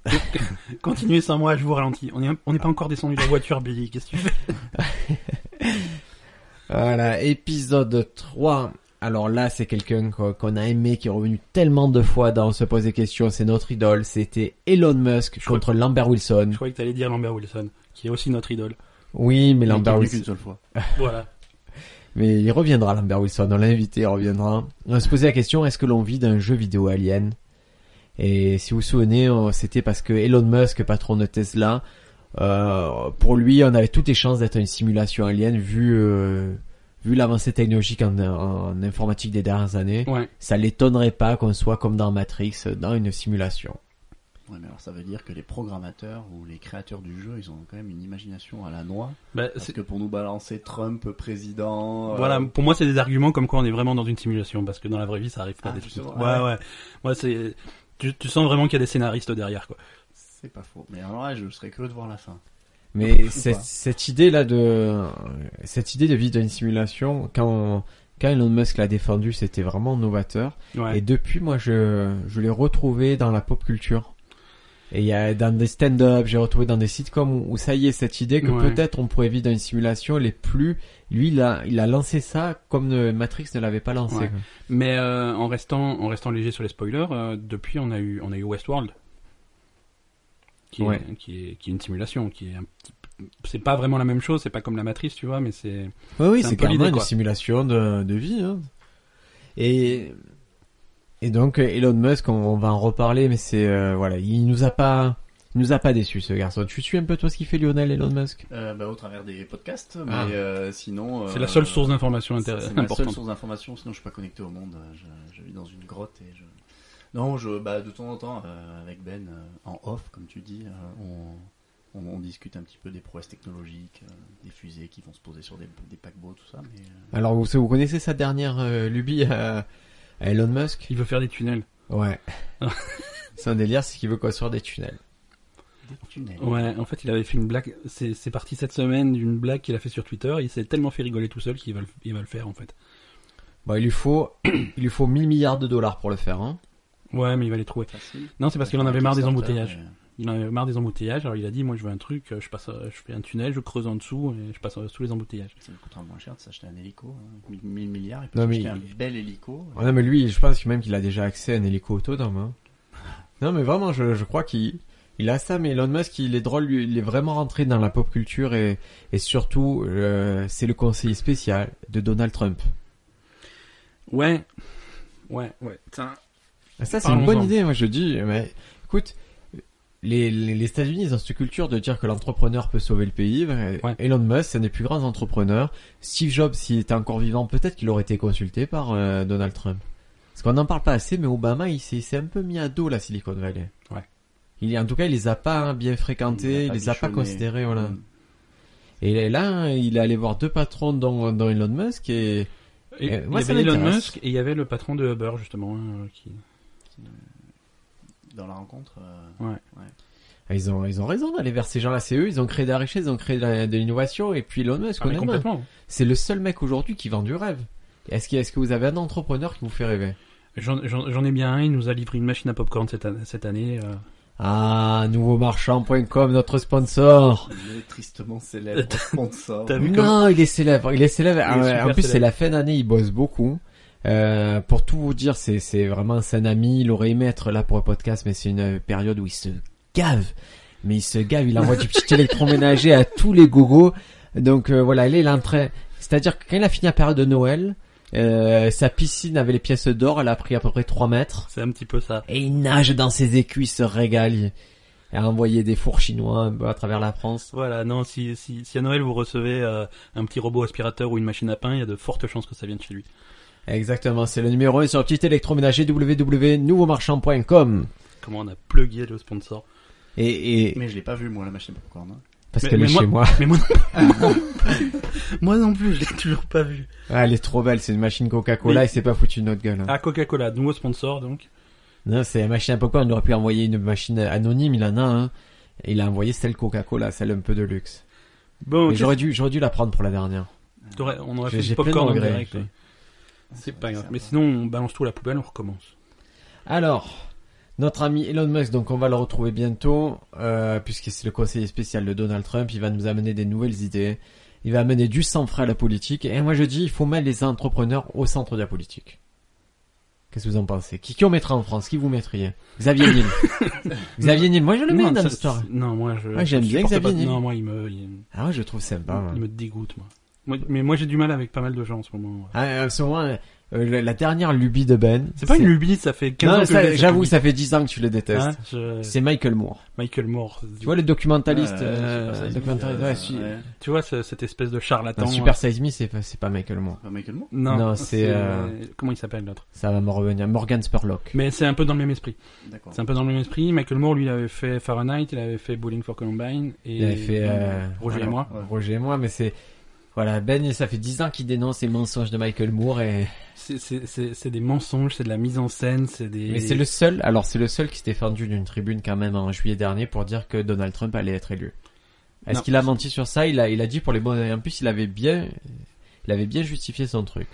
Speaker 2: Continuez sans moi, je vous ralentis. On est, on n'est pas encore descendu de la voiture, Billy. Qu'est-ce que tu fais?
Speaker 1: Voilà, épisode 3. Alors là, c'est quelqu'un qu'on qu'on a aimé, qui est revenu tellement de fois dans Se poser questions. C'est notre idole. C'était Elon Musk
Speaker 2: Je
Speaker 1: contre Lambert Wilson.
Speaker 2: Je croyais que t'allais dire Lambert Wilson, qui est aussi notre idole.
Speaker 1: Oui, mais
Speaker 3: Il est
Speaker 1: Lambert
Speaker 3: venu
Speaker 1: Wilson.
Speaker 3: qu'une seule fois.
Speaker 2: Voilà.
Speaker 1: Mais il reviendra, Lambert Wilson. On l'a invité, il reviendra. On se posait la question, est-ce que l'on vit d'un jeu vidéo Alien Et si vous vous souvenez, on- c'était parce que Elon Musk, patron de Tesla, euh, pour lui, on avait toutes les chances d'être une simulation Alien vu, euh, vu l'avancée technologique en, en informatique des dernières années,
Speaker 2: Ouais.
Speaker 1: ça l'étonnerait pas qu'on soit comme dans Matrix, dans une simulation.
Speaker 3: Ouais, mais alors ça veut dire que les programmateurs ou les créateurs du jeu, ils ont quand même une imagination à la noix.
Speaker 2: Bah,
Speaker 3: Parce
Speaker 2: c'est-
Speaker 3: que pour nous balancer Trump président. euh,
Speaker 2: Voilà, pour moi, c'est des arguments comme quoi on est vraiment dans une simulation, parce que dans la vraie vie, ça arrive pas.
Speaker 3: Ah,
Speaker 2: des
Speaker 3: justement,
Speaker 2: trucs. ouais,
Speaker 3: ouais.
Speaker 2: ouais. Moi, c'est, tu, tu sens vraiment qu'il y a des scénaristes derrière, quoi.
Speaker 3: C'est pas faux. Mais alors là, je serais curieux de voir la fin.
Speaker 1: Mais
Speaker 3: Ou
Speaker 1: cette,
Speaker 3: pas.
Speaker 1: cette idée là de cette idée de vivre dans une simulation, quand quand Elon Musk l'a défendu, c'était vraiment novateur.
Speaker 2: Ouais.
Speaker 1: Et depuis, moi, je je l'ai retrouvé dans la pop culture. Et il y a dans des stand-up, j'ai retrouvé dans des sitcoms où, où ça y est cette idée que
Speaker 2: Ouais.
Speaker 1: peut-être on pourrait vivre dans une simulation les plus. Lui, il a il a lancé ça comme euh, Matrix ne l'avait pas lancé.
Speaker 2: Ouais. Mais euh, en restant, en restant léger sur les spoilers, euh, depuis, on a eu, on a eu Westworld, qui est,
Speaker 1: Ouais.
Speaker 2: qui est, qui est une simulation, qui est un petit, peu- c'est pas vraiment la même chose, c'est pas comme la Matrice, tu vois, mais c'est.
Speaker 1: Oui, oui,
Speaker 2: C'est un
Speaker 1: c'est
Speaker 2: peu
Speaker 1: carrément
Speaker 2: l'idée,
Speaker 1: une
Speaker 2: quoi.
Speaker 1: simulation de, de vie. hein. Et, et donc euh, Elon Musk, on, on va en reparler, mais c'est euh, voilà, il nous a pas, il nous a pas déçu ce garçon. Tu suis un peu toi ce qu'il fait Lionel Elon Musk
Speaker 3: Euh, bah, au travers des podcasts, mais
Speaker 1: Ah.
Speaker 3: euh, sinon.
Speaker 2: C'est
Speaker 3: euh,
Speaker 2: la seule source d'information
Speaker 3: C'est
Speaker 2: intéressante.
Speaker 3: c'est ma seule source d'information, sinon je suis pas connecté au monde. euh, Je, je vis dans une grotte et je. Non, je, bah, de temps en temps, euh, avec Ben, euh, en off, comme tu dis, euh, on, on, on discute un petit peu des prouesses technologiques, euh, des fusées qui vont se poser sur des, des paquebots, tout ça. Mais, euh,
Speaker 1: Alors vous, vous connaissez sa dernière euh, lubie à, à Elon Musk
Speaker 2: Il veut faire des tunnels.
Speaker 1: Ouais.
Speaker 2: [laughs]
Speaker 1: c'est un délire, c'est qu'il veut construire des tunnels.
Speaker 3: des tunnels.
Speaker 2: Ouais, en fait, il avait fait une blague. C'est c'est parti cette semaine d'une blague qu'il a fait sur Twitter. Il s'est tellement fait rigoler tout seul qu'il va, le- il va le faire en fait.
Speaker 1: Bon, il lui faut, [clears throat] il lui faut 1000 milliards de dollars pour le faire. Hein.
Speaker 2: Ouais, mais il va les trouver.
Speaker 3: Facile.
Speaker 2: Non, c'est parce qu'il en avait
Speaker 3: Un
Speaker 2: marre des
Speaker 3: Kickstarter,
Speaker 2: embouteillages.
Speaker 3: mais-
Speaker 2: Il en avait marre des embouteillages. Alors il a dit, moi, je veux un truc. euh, Je passe, euh, je fais un tunnel, je creuse en dessous et je passe euh, sous les embouteillages.
Speaker 3: Ça lui coûtera moins cher de s'acheter un hélico. Hein. 1000 1000 milliards, il peut
Speaker 1: Non, mais
Speaker 3: s'acheter un
Speaker 1: il-
Speaker 3: bel hélico. euh,
Speaker 1: Ouais, non, mais lui, je pense que même qu'il a déjà accès à un hélico autonome. hein. Non, mais vraiment, je, je crois qu'il il a ça, mais Elon Musk, il est drôle, lui, il est vraiment rentré dans la pop culture et, et surtout, euh, c'est le conseiller spécial de Donald Trump.
Speaker 2: Ouais, ouais, ouais. Tiens.
Speaker 1: Ah, Ça, c'est une
Speaker 2: Parlons-en.
Speaker 1: bonne idée, moi, je dis. Mais écoute, les, les, les États-Unis, ils ont cette culture de dire que l'entrepreneur peut sauver le pays. Et
Speaker 2: Ouais.
Speaker 1: Elon Musk, c'est un des plus grands entrepreneurs. Steve Jobs, s'il était encore vivant, peut-être qu'il aurait été consulté par euh, Donald Trump. Parce qu'on n'en parle pas assez, mais Obama, il s'est il s'est un peu mis à dos la Silicon Valley.
Speaker 2: Ouais.
Speaker 1: Il, en tout cas, il les a pas hein, bien fréquentés, il, les a pas
Speaker 3: bichonnés.
Speaker 1: considérés, voilà.
Speaker 3: Mm.
Speaker 1: Et là, il est allé voir deux patrons dont, dont Elon Musk et...
Speaker 2: Et,
Speaker 1: Euh, moi,
Speaker 2: il y
Speaker 1: ça
Speaker 2: avait Elon
Speaker 1: m'intéresse.
Speaker 2: Musk et il y avait le patron de Uber justement. hein, qui...
Speaker 3: Dans la rencontre, euh,
Speaker 1: Ah, Ils ont, ils ont raison d'aller vers ces gens-là, c'est eux, ils ont créé de la richesse, ils ont créé de, la- de l'innovation, et puis Elon Musk,
Speaker 2: Ah, mais
Speaker 1: honnêtement,
Speaker 2: complètement.
Speaker 1: C'est le seul mec aujourd'hui qui vend du rêve. Est-ce que, est-ce que vous avez un entrepreneur qui vous fait rêver
Speaker 2: J'en j'en- j'en ai bien un. Il nous a livré une machine à popcorn cette, an- cette année. euh,
Speaker 1: Ah, nouveaumarchand.com, notre sponsor
Speaker 3: le tristement célèbre sponsor.
Speaker 2: T'as vu comme-
Speaker 1: Non, il est célèbre, il est célèbre.
Speaker 2: Il est
Speaker 1: Ah ouais,
Speaker 2: super
Speaker 1: en plus, c'est
Speaker 2: célèbre.
Speaker 1: la fin d'année, il bosse beaucoup. Euh, pour tout vous dire, c'est, c'est vraiment un ami, il aurait aimé être là pour le podcast, mais c'est une période où il se gave. Mais il se gave, il envoie du
Speaker 2: [laughs]
Speaker 1: petit électroménager à tous les gogos. Donc euh, voilà, il est là en train- C'est-à-dire que quand il a fini la période de Noël, euh, sa piscine avait les pièces d'or, elle a pris à peu près 3 mètres.
Speaker 2: C'est un petit peu ça.
Speaker 1: Et il nage dans ses écuis, se régale. Et a envoyé des fours chinois un peu à travers la France.
Speaker 2: Voilà, non, si, si, si à Noël vous recevez euh, un petit robot aspirateur ou une machine à pain, il y a de fortes chances que ça vienne chez lui.
Speaker 1: Exactement, c'est le numéro 1 sur le petit électroménager www.nouveaumarchand.com.
Speaker 2: Comment on a plugué le sponsor
Speaker 1: Et, et
Speaker 3: Mais je l'ai pas vu moi la machine à popcorn. hein.
Speaker 1: parce
Speaker 2: mais-
Speaker 1: qu'elle
Speaker 2: mais
Speaker 1: est
Speaker 2: moi-
Speaker 1: chez moi.
Speaker 2: Mais moi non
Speaker 1: [laughs]
Speaker 2: plus Moi non plus, je l'ai toujours pas vu.
Speaker 1: Ah, elle est trop belle, c'est une machine Coca-Cola
Speaker 2: Mais-
Speaker 1: et c'est pas foutu une autre gueule. hein.
Speaker 2: Ah, Coca-Cola, nouveau sponsor donc.
Speaker 1: Non, c'est la machine à popcorn, il aurait pu envoyer une machine anonyme, il en a un. hein. Et il a envoyé celle Coca-Cola, celle un peu de luxe.
Speaker 2: Bon,
Speaker 1: Mais
Speaker 2: qu'est-ce-
Speaker 1: j'aurais dû, j'aurais dû la prendre pour la dernière.
Speaker 2: t'aurais- on aurait
Speaker 1: J'ai-
Speaker 2: fait du
Speaker 1: j'ai plein de
Speaker 2: popcorn en
Speaker 1: regrets,
Speaker 2: direct.
Speaker 1: j'ai-
Speaker 2: ouais. C'est
Speaker 3: Ouais,
Speaker 2: pas grave.
Speaker 3: sympa.
Speaker 2: Mais sinon, on balance tout à la poubelle, on recommence.
Speaker 1: Alors, notre ami Elon Musk, donc on va le retrouver bientôt, euh, puisque c'est le conseiller spécial de Donald Trump, il va nous amener des nouvelles idées, il va amener du sang frais à la politique, et moi je dis, il faut mettre les entrepreneurs au centre de la politique. Qu'est-ce que vous en pensez qui, qui on mettrait en France Qui vous mettriez Xavier Niel.
Speaker 2: [laughs]
Speaker 1: Xavier Niel, moi je le mets
Speaker 2: non,
Speaker 1: dans
Speaker 2: ça-
Speaker 1: l'histoire.
Speaker 2: non, moi je.
Speaker 1: Ah, j'aime
Speaker 2: je
Speaker 1: bien
Speaker 2: supporte
Speaker 1: Xavier
Speaker 2: pas-
Speaker 1: Niel.
Speaker 2: Non, moi il me, il,
Speaker 1: Ah ouais, je trouve sympa.
Speaker 2: il
Speaker 1: ouais.
Speaker 2: me dégoûte, moi. Moi- Mais moi j'ai du mal avec pas mal de gens en ce moment. ouais.
Speaker 1: Ah, en ce moment, euh, la, la dernière lubie de Ben.
Speaker 2: C'est pas une lubie, ça fait 15
Speaker 1: Non,
Speaker 2: ans que
Speaker 1: ça,
Speaker 2: je l'ai, cette
Speaker 1: j'avoue,
Speaker 2: lubie.
Speaker 1: ça fait 10 ans que tu le détestes.
Speaker 2: Hein, je-
Speaker 1: C'est Michael Moore.
Speaker 2: Michael Moore.
Speaker 1: Tu vois le documentaliste,
Speaker 3: Ouais,
Speaker 1: euh,
Speaker 3: Super Size Me,
Speaker 1: documentariste,
Speaker 3: euh,
Speaker 1: ouais, si-
Speaker 3: ouais.
Speaker 2: tu vois ce- cette espèce de charlatan. euh,
Speaker 1: Non, Super Size Me, c'est pas, c'est pas Michael Moore.
Speaker 3: Pas Bah, Michael Moore
Speaker 2: Non,
Speaker 1: Non, c'est, euh,
Speaker 2: Comment il s'appelle l'autre
Speaker 1: Ça va me revenir. Morgan Spurlock.
Speaker 2: Mais c'est un peu dans le même esprit.
Speaker 3: D'accord.
Speaker 2: C'est un peu dans le même esprit. Michael Moore, lui, il avait fait Fahrenheit, il avait fait Bowling for Columbine. Et
Speaker 1: Il avait fait, euh,
Speaker 2: Roger
Speaker 1: voilà,
Speaker 2: et moi.
Speaker 3: Ouais.
Speaker 1: Roger et moi, mais c'est, voilà, Ben, ça fait 10 ans qu'il dénonce les mensonges de Michael Moore et,
Speaker 2: C'est- C'est c'est- c'est des mensonges, c'est de la mise en scène, c'est des...
Speaker 1: mais c'est le seul, alors c'est le seul qui s'est défendu d'une tribune quand même en juillet dernier pour dire que Donald Trump allait être élu. Est-ce
Speaker 2: Non.
Speaker 1: qu'il a menti sur ça? Il a, il a dit pour les bonnes, et en plus il avait bien, il avait bien justifié son truc.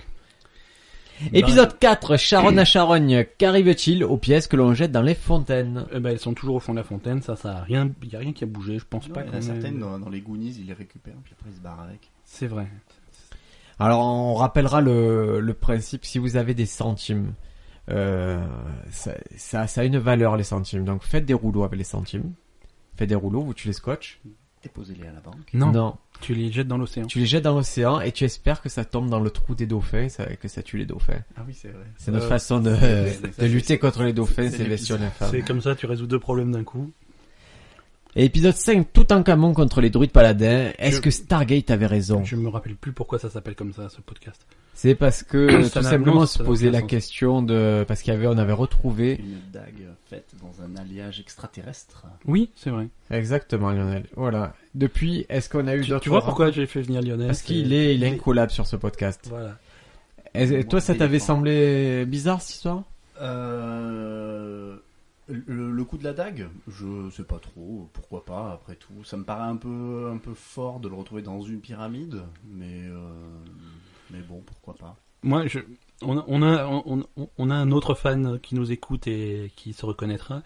Speaker 1: Épisode 4, Charonne à Charogne, qu'arrive-t-il aux pièces que l'on jette dans les fontaines?
Speaker 2: Eh ben, elles sont toujours au fond de la fontaine, ça, ça a rien, il y a rien qui a bougé, je pense
Speaker 3: Non,
Speaker 2: pas euh,
Speaker 3: il y en
Speaker 2: qu'on
Speaker 3: a
Speaker 2: ait-
Speaker 3: certaines dans, dans les Goonies, il les récupère, puis après il se barre avec.
Speaker 2: C'est vrai.
Speaker 1: Alors on rappellera le, le principe, si vous avez des centimes, euh, ça, ça, ça a une valeur les centimes. Donc faites des rouleaux avec les centimes. Faites des rouleaux, vous tu les scotches.
Speaker 3: Déposez-les à la banque.
Speaker 2: Non, tu les jettes dans l'océan.
Speaker 1: Tu les jettes dans l'océan et tu espères que ça tombe dans le trou des dauphins, ça, que ça tue les dauphins.
Speaker 3: Ah oui, c'est vrai.
Speaker 1: C'est notre
Speaker 3: Euh,
Speaker 1: façon de,
Speaker 3: c'est-
Speaker 1: de lutter contre les dauphins,
Speaker 3: c'est-
Speaker 1: c'est
Speaker 3: c'est
Speaker 1: bestiaux infâmes.
Speaker 2: C'est comme ça, tu résous deux problèmes d'un coup.
Speaker 1: Et épisode 5, tout en camon contre les druides paladins. Est-ce
Speaker 2: Je-
Speaker 1: que Stargate avait raison
Speaker 2: Je me rappelle plus pourquoi ça s'appelle comme ça, ce podcast.
Speaker 1: C'est parce que
Speaker 2: Ça
Speaker 1: tout
Speaker 2: n'a-
Speaker 1: simplement
Speaker 2: non,
Speaker 1: se
Speaker 2: ça n'a
Speaker 1: poser
Speaker 2: aucun
Speaker 1: la
Speaker 2: sens.
Speaker 1: question de... Parce qu'il y avait, on avait retrouvé
Speaker 3: Une dague faite dans un alliage extraterrestre.
Speaker 2: Oui, c'est vrai.
Speaker 1: Exactement, Lionel. Voilà. Depuis, est-ce qu'on a eu
Speaker 2: Tu,
Speaker 1: d'autres
Speaker 2: tu vois
Speaker 1: rencontres
Speaker 2: pourquoi j'ai fait venir Lionel
Speaker 1: Parce
Speaker 2: c'est-
Speaker 1: qu'il est, il est
Speaker 2: il est-
Speaker 1: incollable sur ce podcast.
Speaker 2: Voilà.
Speaker 1: Est-ce-
Speaker 3: Moi,
Speaker 1: toi, ça
Speaker 3: je
Speaker 1: t'avait
Speaker 3: défends.
Speaker 1: semblé bizarre cette histoire
Speaker 3: Euh, le, le coup de la dague, je sais pas trop, pourquoi pas, après tout. Ça me paraît un peu, un peu fort de le retrouver dans une pyramide, mais, euh, mais bon, pourquoi pas.
Speaker 2: Moi, je, on, a- on a, on, on- on a un autre fan qui nous écoute et qui se reconnaîtra,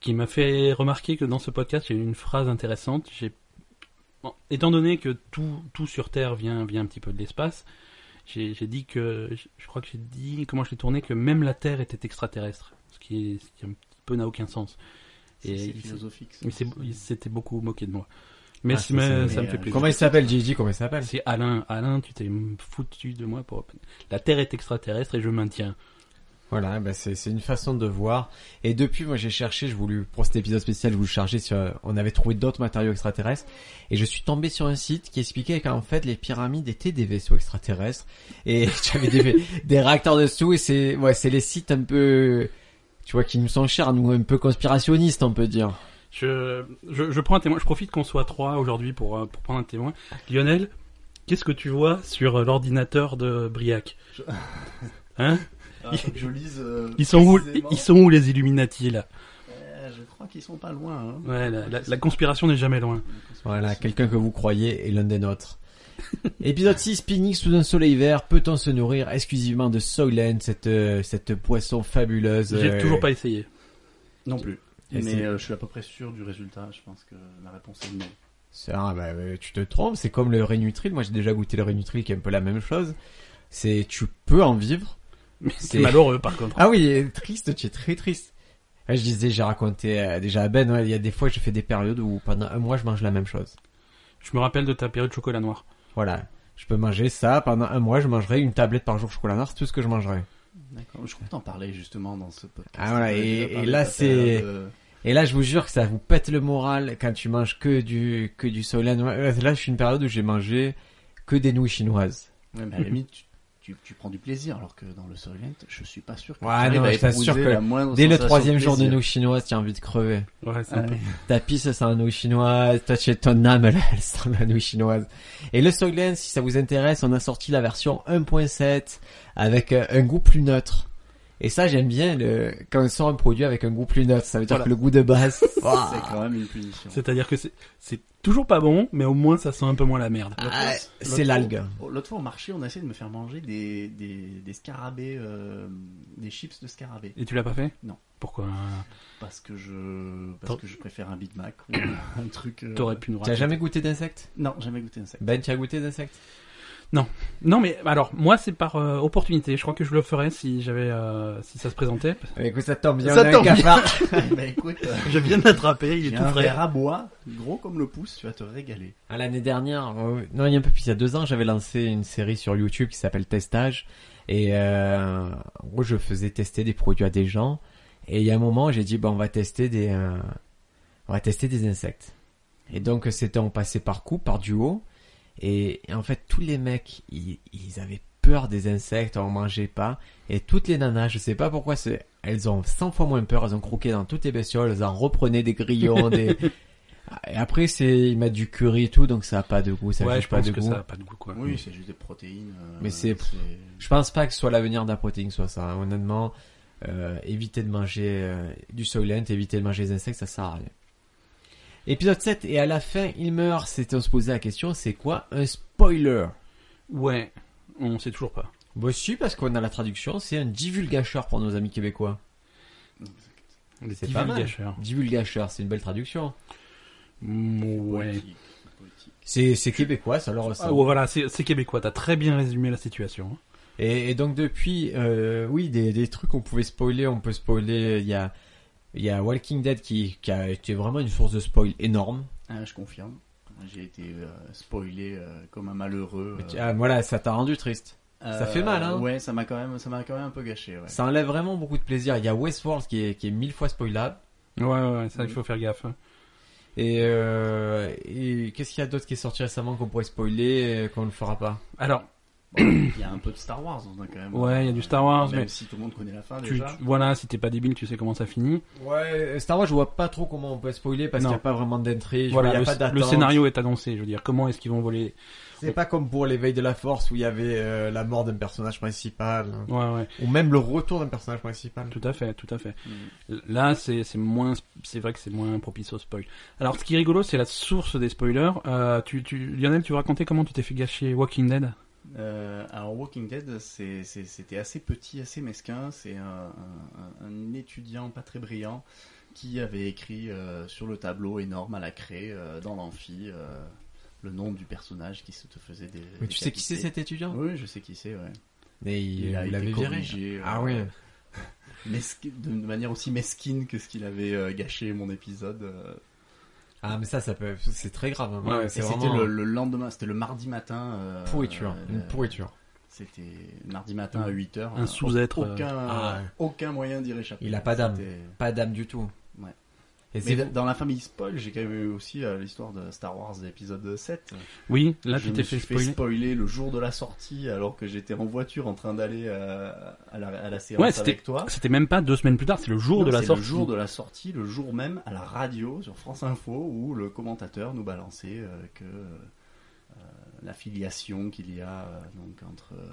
Speaker 2: qui m'a fait remarquer que dans ce podcast, j'ai eu une phrase intéressante. J'ai, bon, étant donné que tout, tout sur Terre vient, vient un petit peu de l'espace, j'ai, j'ai dit que, je je crois que j'ai dit, comment je l'ai tourné, que même la Terre était extraterrestre, ce qui, est- ce qui un petit peu n'a aucun sens.
Speaker 3: C'est
Speaker 2: Et
Speaker 3: c'est
Speaker 2: il-
Speaker 3: philosophique. ça.
Speaker 2: Il s'est- il s'était beaucoup moqué de moi. Mais
Speaker 1: Ah,
Speaker 2: ça,
Speaker 1: ça,
Speaker 2: me,
Speaker 1: c'est-
Speaker 2: ça me
Speaker 3: mais,
Speaker 2: fait
Speaker 3: euh,
Speaker 2: plaisir.
Speaker 1: Comment il s'appelle J'ai dit comment il s'appelle
Speaker 2: C'est Alain, Alain, tu t'es foutu de moi pour la Terre est extraterrestre et je maintiens.
Speaker 1: Voilà, ben c'est c'est une façon de voir. Et depuis, moi, j'ai cherché, je voulais, pour cet épisode spécial, je voulais charger sur, on avait trouvé d'autres matériaux extraterrestres. Et je suis tombé sur un site qui expliquait qu'en fait, les pyramides étaient des vaisseaux extraterrestres. Et [laughs] j'avais des, des réacteurs dessous et c'est, ouais, c'est les sites un peu, tu vois, qui nous sont chers, nous, un peu conspirationnistes, on peut dire.
Speaker 2: Je, je, je prends un témoin. Je profite qu'on soit trois aujourd'hui pour euh, pour prendre un témoin. Lionel, qu'est-ce que tu vois sur euh, l'ordinateur de Briac
Speaker 3: Je-
Speaker 2: [laughs] Hein
Speaker 3: Ah, faut que je lise. euh,
Speaker 2: Ils sont où
Speaker 3: précisément.
Speaker 2: Ils sont où les Illuminati là
Speaker 3: Eh, Je crois qu'ils sont pas loin. hein.
Speaker 2: Ouais, la, la- la conspiration n'est jamais loin.
Speaker 1: Voilà, quelqu'un que vous croyez est l'un des nôtres. [laughs] Épisode 6, pique-nique sous un soleil vert, peut-on se nourrir exclusivement de Soylent, cette, euh, cette poisson fabuleuse
Speaker 2: J'ai
Speaker 1: euh,
Speaker 2: toujours pas essayé.
Speaker 3: Non plus.
Speaker 1: Et
Speaker 3: Mais
Speaker 1: c'est-
Speaker 3: euh, je suis à peu près sûr du résultat. Je pense que la réponse est non.
Speaker 1: c'est- ah, bah, euh, tu te trompes, c'est comme le Rénutril, moi j'ai déjà goûté le Rénutril qui est un peu la même chose. C'est, tu peux en vivre.
Speaker 2: Mais
Speaker 1: C'est-
Speaker 2: c'est malheureux par contre.
Speaker 1: Ah oui, et triste, tu es très triste. Ah, Je disais, j'ai raconté euh, déjà à Ben, ouais, il y a des fois je fais des périodes où pendant un mois je mange la même chose.
Speaker 2: Je me rappelle de ta période chocolat noir.
Speaker 1: Voilà. Je peux manger ça, pendant un mois je mangerai une tablette par jour chocolat noir, c'est tout ce que je mangerai.
Speaker 3: D'accord. Je crois que t'en parlais justement dans ce podcast.
Speaker 1: Ah, voilà,
Speaker 3: Euh,
Speaker 1: et-
Speaker 3: déjà
Speaker 1: et
Speaker 3: parlé
Speaker 1: là,
Speaker 3: de ta période,
Speaker 1: c'est-
Speaker 3: euh,
Speaker 1: Et là, je vous jure que ça vous pète le moral quand tu manges que du que du soleil. Là, je suis une période où j'ai mangé que des nouilles chinoises.
Speaker 3: Ouais, mais à la limite, tu, tu- tu prends du plaisir, alors que dans le Soylent, je suis pas sûr que
Speaker 1: Ouais, bah,
Speaker 3: tu arrives
Speaker 1: Ah non,
Speaker 3: à
Speaker 1: je t'assure
Speaker 3: éprouver
Speaker 1: que
Speaker 3: la moindre
Speaker 1: Dès le
Speaker 3: sensation
Speaker 1: troisième jour de
Speaker 3: plaisir.
Speaker 1: nouilles chinoises, tu as envie de crever.
Speaker 2: Ouais, c'est
Speaker 3: Ah,
Speaker 2: un peu-
Speaker 3: ouais.
Speaker 1: Ta pisse sent la nouille chinoise, toi chez ton âme, elle, elle sent la nouille chinoise. Et le Soylent, si ça vous intéresse, on a sorti la version 1.7 avec euh, un goût plus neutre. Et ça, j'aime bien le... quand on sort un produit avec un goût plus neutre. Ça veut dire
Speaker 3: Voilà.
Speaker 1: que le goût de [laughs] base... Ouah.
Speaker 3: C'est quand même une punition.
Speaker 2: C'est-à-dire que c'est c'est toujours pas bon, mais au moins ça sent un peu moins la merde.
Speaker 1: Ah,
Speaker 3: L'autre fois-
Speaker 1: c'est
Speaker 3: l'autre fois-
Speaker 1: l'algue.
Speaker 3: L'autre fois au marché, on a essayé de me faire manger des, des, des scarabées, euh, des chips de scarabées.
Speaker 2: Et tu l'as pas fait
Speaker 3: Non.
Speaker 2: Pourquoi
Speaker 3: Parce que je, parce
Speaker 2: T'aurais-
Speaker 3: que je préfère un Big Mac
Speaker 1: [coughs]
Speaker 3: ou un truc. euh,
Speaker 2: T'aurais pu nous
Speaker 1: Tu as
Speaker 2: raconter.
Speaker 1: jamais goûté d'insectes [laughs]
Speaker 3: Non, jamais goûté un sac.
Speaker 1: Ben, tu as goûté d'insectes
Speaker 2: Non, mais alors, moi, c'est par euh, opportunité. Je crois que je le ferais si j'avais, euh, si ça se présentait.
Speaker 1: Mais écoute, ça tombe bien,
Speaker 4: Ça
Speaker 1: on a
Speaker 4: tombe
Speaker 1: un cafard.
Speaker 3: bah écoute, euh,
Speaker 2: Je viens de l'attraper, il
Speaker 3: j'ai un verre à bois, gros comme le pouce, tu vas te régaler.
Speaker 1: À L'année dernière, euh, non, il y a un peu plus, il y a deux ans, j'avais lancé une série sur YouTube qui s'appelle Testage. Et euh, en gros, je faisais tester des produits à des gens. Et il y a un moment, j'ai dit, bon, on va tester des, euh, on va tester des insectes. Et donc, c'était, on passait par coup, par duo. Et, et en fait, tous les mecs, ils, ils avaient peur des insectes, on mangeait pas. Et toutes les nanas, je sais pas pourquoi, c'est, elles ont 100 fois moins peur, elles ont croqué dans toutes les bestioles, elles en reprenaient des
Speaker 2: [laughs]
Speaker 1: grillons, des... Et après, c'est, il m'a du curry et tout, donc ça a pas de goût, ça
Speaker 2: ouais,
Speaker 1: change
Speaker 2: je
Speaker 1: pas
Speaker 2: pense
Speaker 1: de
Speaker 2: que
Speaker 1: goût.
Speaker 2: ça a pas de goût, quoi.
Speaker 3: Oui, c'est juste des protéines. euh,
Speaker 1: Mais c'est- Je pense pas que ce soit l'avenir de la protéine, soit ça. hein. Honnêtement, euh, éviter de manger euh, du Soylent, éviter de manger des insectes, ça sert à rien. Épisode 7, et à la fin, il meurt. C'était, on se posait la question, c'est quoi un spoiler
Speaker 2: Ouais, on sait toujours pas.
Speaker 1: Bah si, parce qu'on a la traduction, c'est un divulgacheur pour nos amis québécois. C'est pas mal.
Speaker 2: Divulgacheur.
Speaker 1: Divulgacheur, c'est une belle traduction.
Speaker 2: Mm, Ouais.
Speaker 3: Politique, politique.
Speaker 1: C'est, c'est québécois, ça leur ressemble.
Speaker 2: Ah, ouais, voilà, c'est c'est québécois. T'as très bien résumé la situation.
Speaker 1: Et, et donc depuis, euh, oui, des, des trucs qu'on pouvait spoiler, on peut spoiler. Il y a, il y a Walking Dead qui, qui a été vraiment une source de spoil énorme.
Speaker 3: Ah, je confirme. J'ai été euh, spoilé euh, comme un malheureux.
Speaker 1: Mais tu-
Speaker 3: euh,
Speaker 1: ah, voilà, ça t'a rendu triste. ça fait mal, hein.
Speaker 3: Ouais, ça m'a quand même, ça m'a quand même un peu gâché. Ouais.
Speaker 1: Ça enlève vraiment beaucoup de plaisir. Il y a Westworld qui est, qui est mille fois spoilable.
Speaker 2: Ouais, ouais, ouais, ça, il faut faire gaffe.
Speaker 1: Et, euh, et qu'est-ce qu'il y a d'autre qui est sorti récemment qu'on pourrait spoiler et qu'on ne fera pas
Speaker 2: Alors,
Speaker 3: Bon, il y a un peu de Star Wars dans quand même.
Speaker 2: ouais, il y a du Star Wars,
Speaker 3: Même
Speaker 2: mais
Speaker 3: si tout le monde connaît la fin
Speaker 2: tu,
Speaker 3: déjà.
Speaker 2: tu- voilà, si t'es pas débile, tu sais comment ça finit.
Speaker 1: Ouais, Star Wars, je vois pas trop comment on peut spoiler parce
Speaker 2: Non.
Speaker 1: qu'il n'y a pas vraiment d'intrigue.
Speaker 2: Voilà,
Speaker 1: il y a
Speaker 2: le,
Speaker 1: pas d'attente.
Speaker 2: le scénario est annoncé. Je veux dire, comment est-ce qu'ils vont voler
Speaker 1: C'est pas comme pour l'éveil de la force où il y avait euh, la mort d'un personnage principal. hein.
Speaker 2: Ouais, ouais,
Speaker 1: Ou même le retour d'un personnage principal.
Speaker 2: tout à fait, tout à fait.
Speaker 3: Mm.
Speaker 2: Là, c'est c'est moins, c'est vrai que c'est moins propice au spoil. Alors, ce qui est rigolo, c'est la source des spoilers. Euh, tu, tu, Lionel, tu veux raconter comment tu t'es fait gâcher Walking Dead
Speaker 3: Euh, alors Walking Dead, c'est- c'est- c'était assez petit, assez mesquin. C'est un, un- un étudiant pas très brillant qui avait écrit euh, sur le tableau énorme à la craie euh, dans l'amphi euh, le nom du personnage qui se te faisait des.
Speaker 1: Mais tu sais qui c'est
Speaker 3: décapiter.
Speaker 1: cet étudiant
Speaker 3: Oui, je sais qui c'est. Ouais.
Speaker 1: Mais il,
Speaker 3: Il a
Speaker 1: vous
Speaker 3: été
Speaker 1: l'avez viré.
Speaker 3: corrigé, euh,
Speaker 1: Ah oui.
Speaker 3: mesqui- de de manière aussi mesquine que ce qu'il avait euh, gâché mon épisode. euh.
Speaker 1: Ah mais ça, ça peut. C'est très grave. hein.
Speaker 2: Ouais, ouais,
Speaker 1: c'est
Speaker 3: Et
Speaker 1: vraiment
Speaker 3: C'était le, le lendemain, c'était le mardi matin. euh,
Speaker 1: pourriture,
Speaker 3: euh,
Speaker 1: une pourriture.
Speaker 3: C'était mardi matin à 8h.
Speaker 2: Un sous-être, euh,
Speaker 3: Aucun,
Speaker 1: ah ouais.
Speaker 3: aucun moyen d'y réchapper.
Speaker 1: Il a pas d'âme.
Speaker 3: C'était-
Speaker 1: Pas d'âme du tout.
Speaker 3: Ouais.
Speaker 1: Et
Speaker 3: Mais
Speaker 1: c'est
Speaker 3: d- dans la famille spoil, j'ai quand même eu aussi euh, l'histoire de Star Wars épisode 7.
Speaker 2: Oui, là,
Speaker 3: je
Speaker 2: tu
Speaker 3: me
Speaker 2: t'es fait
Speaker 3: suis
Speaker 2: spoiler.
Speaker 3: spoiler le jour de la sortie alors que j'étais en voiture en train d'aller euh, à, la, à la séance
Speaker 2: Ouais, c'était
Speaker 3: avec toi.
Speaker 2: c'était même pas deux semaines plus tard, c'est le jour
Speaker 3: Non,
Speaker 2: de la
Speaker 3: c'est
Speaker 2: sortie.
Speaker 3: Le jour de la sortie, le jour même à la radio sur France Info où le commentateur nous balançait euh, que euh, la filiation qu'il y a euh, donc entre euh,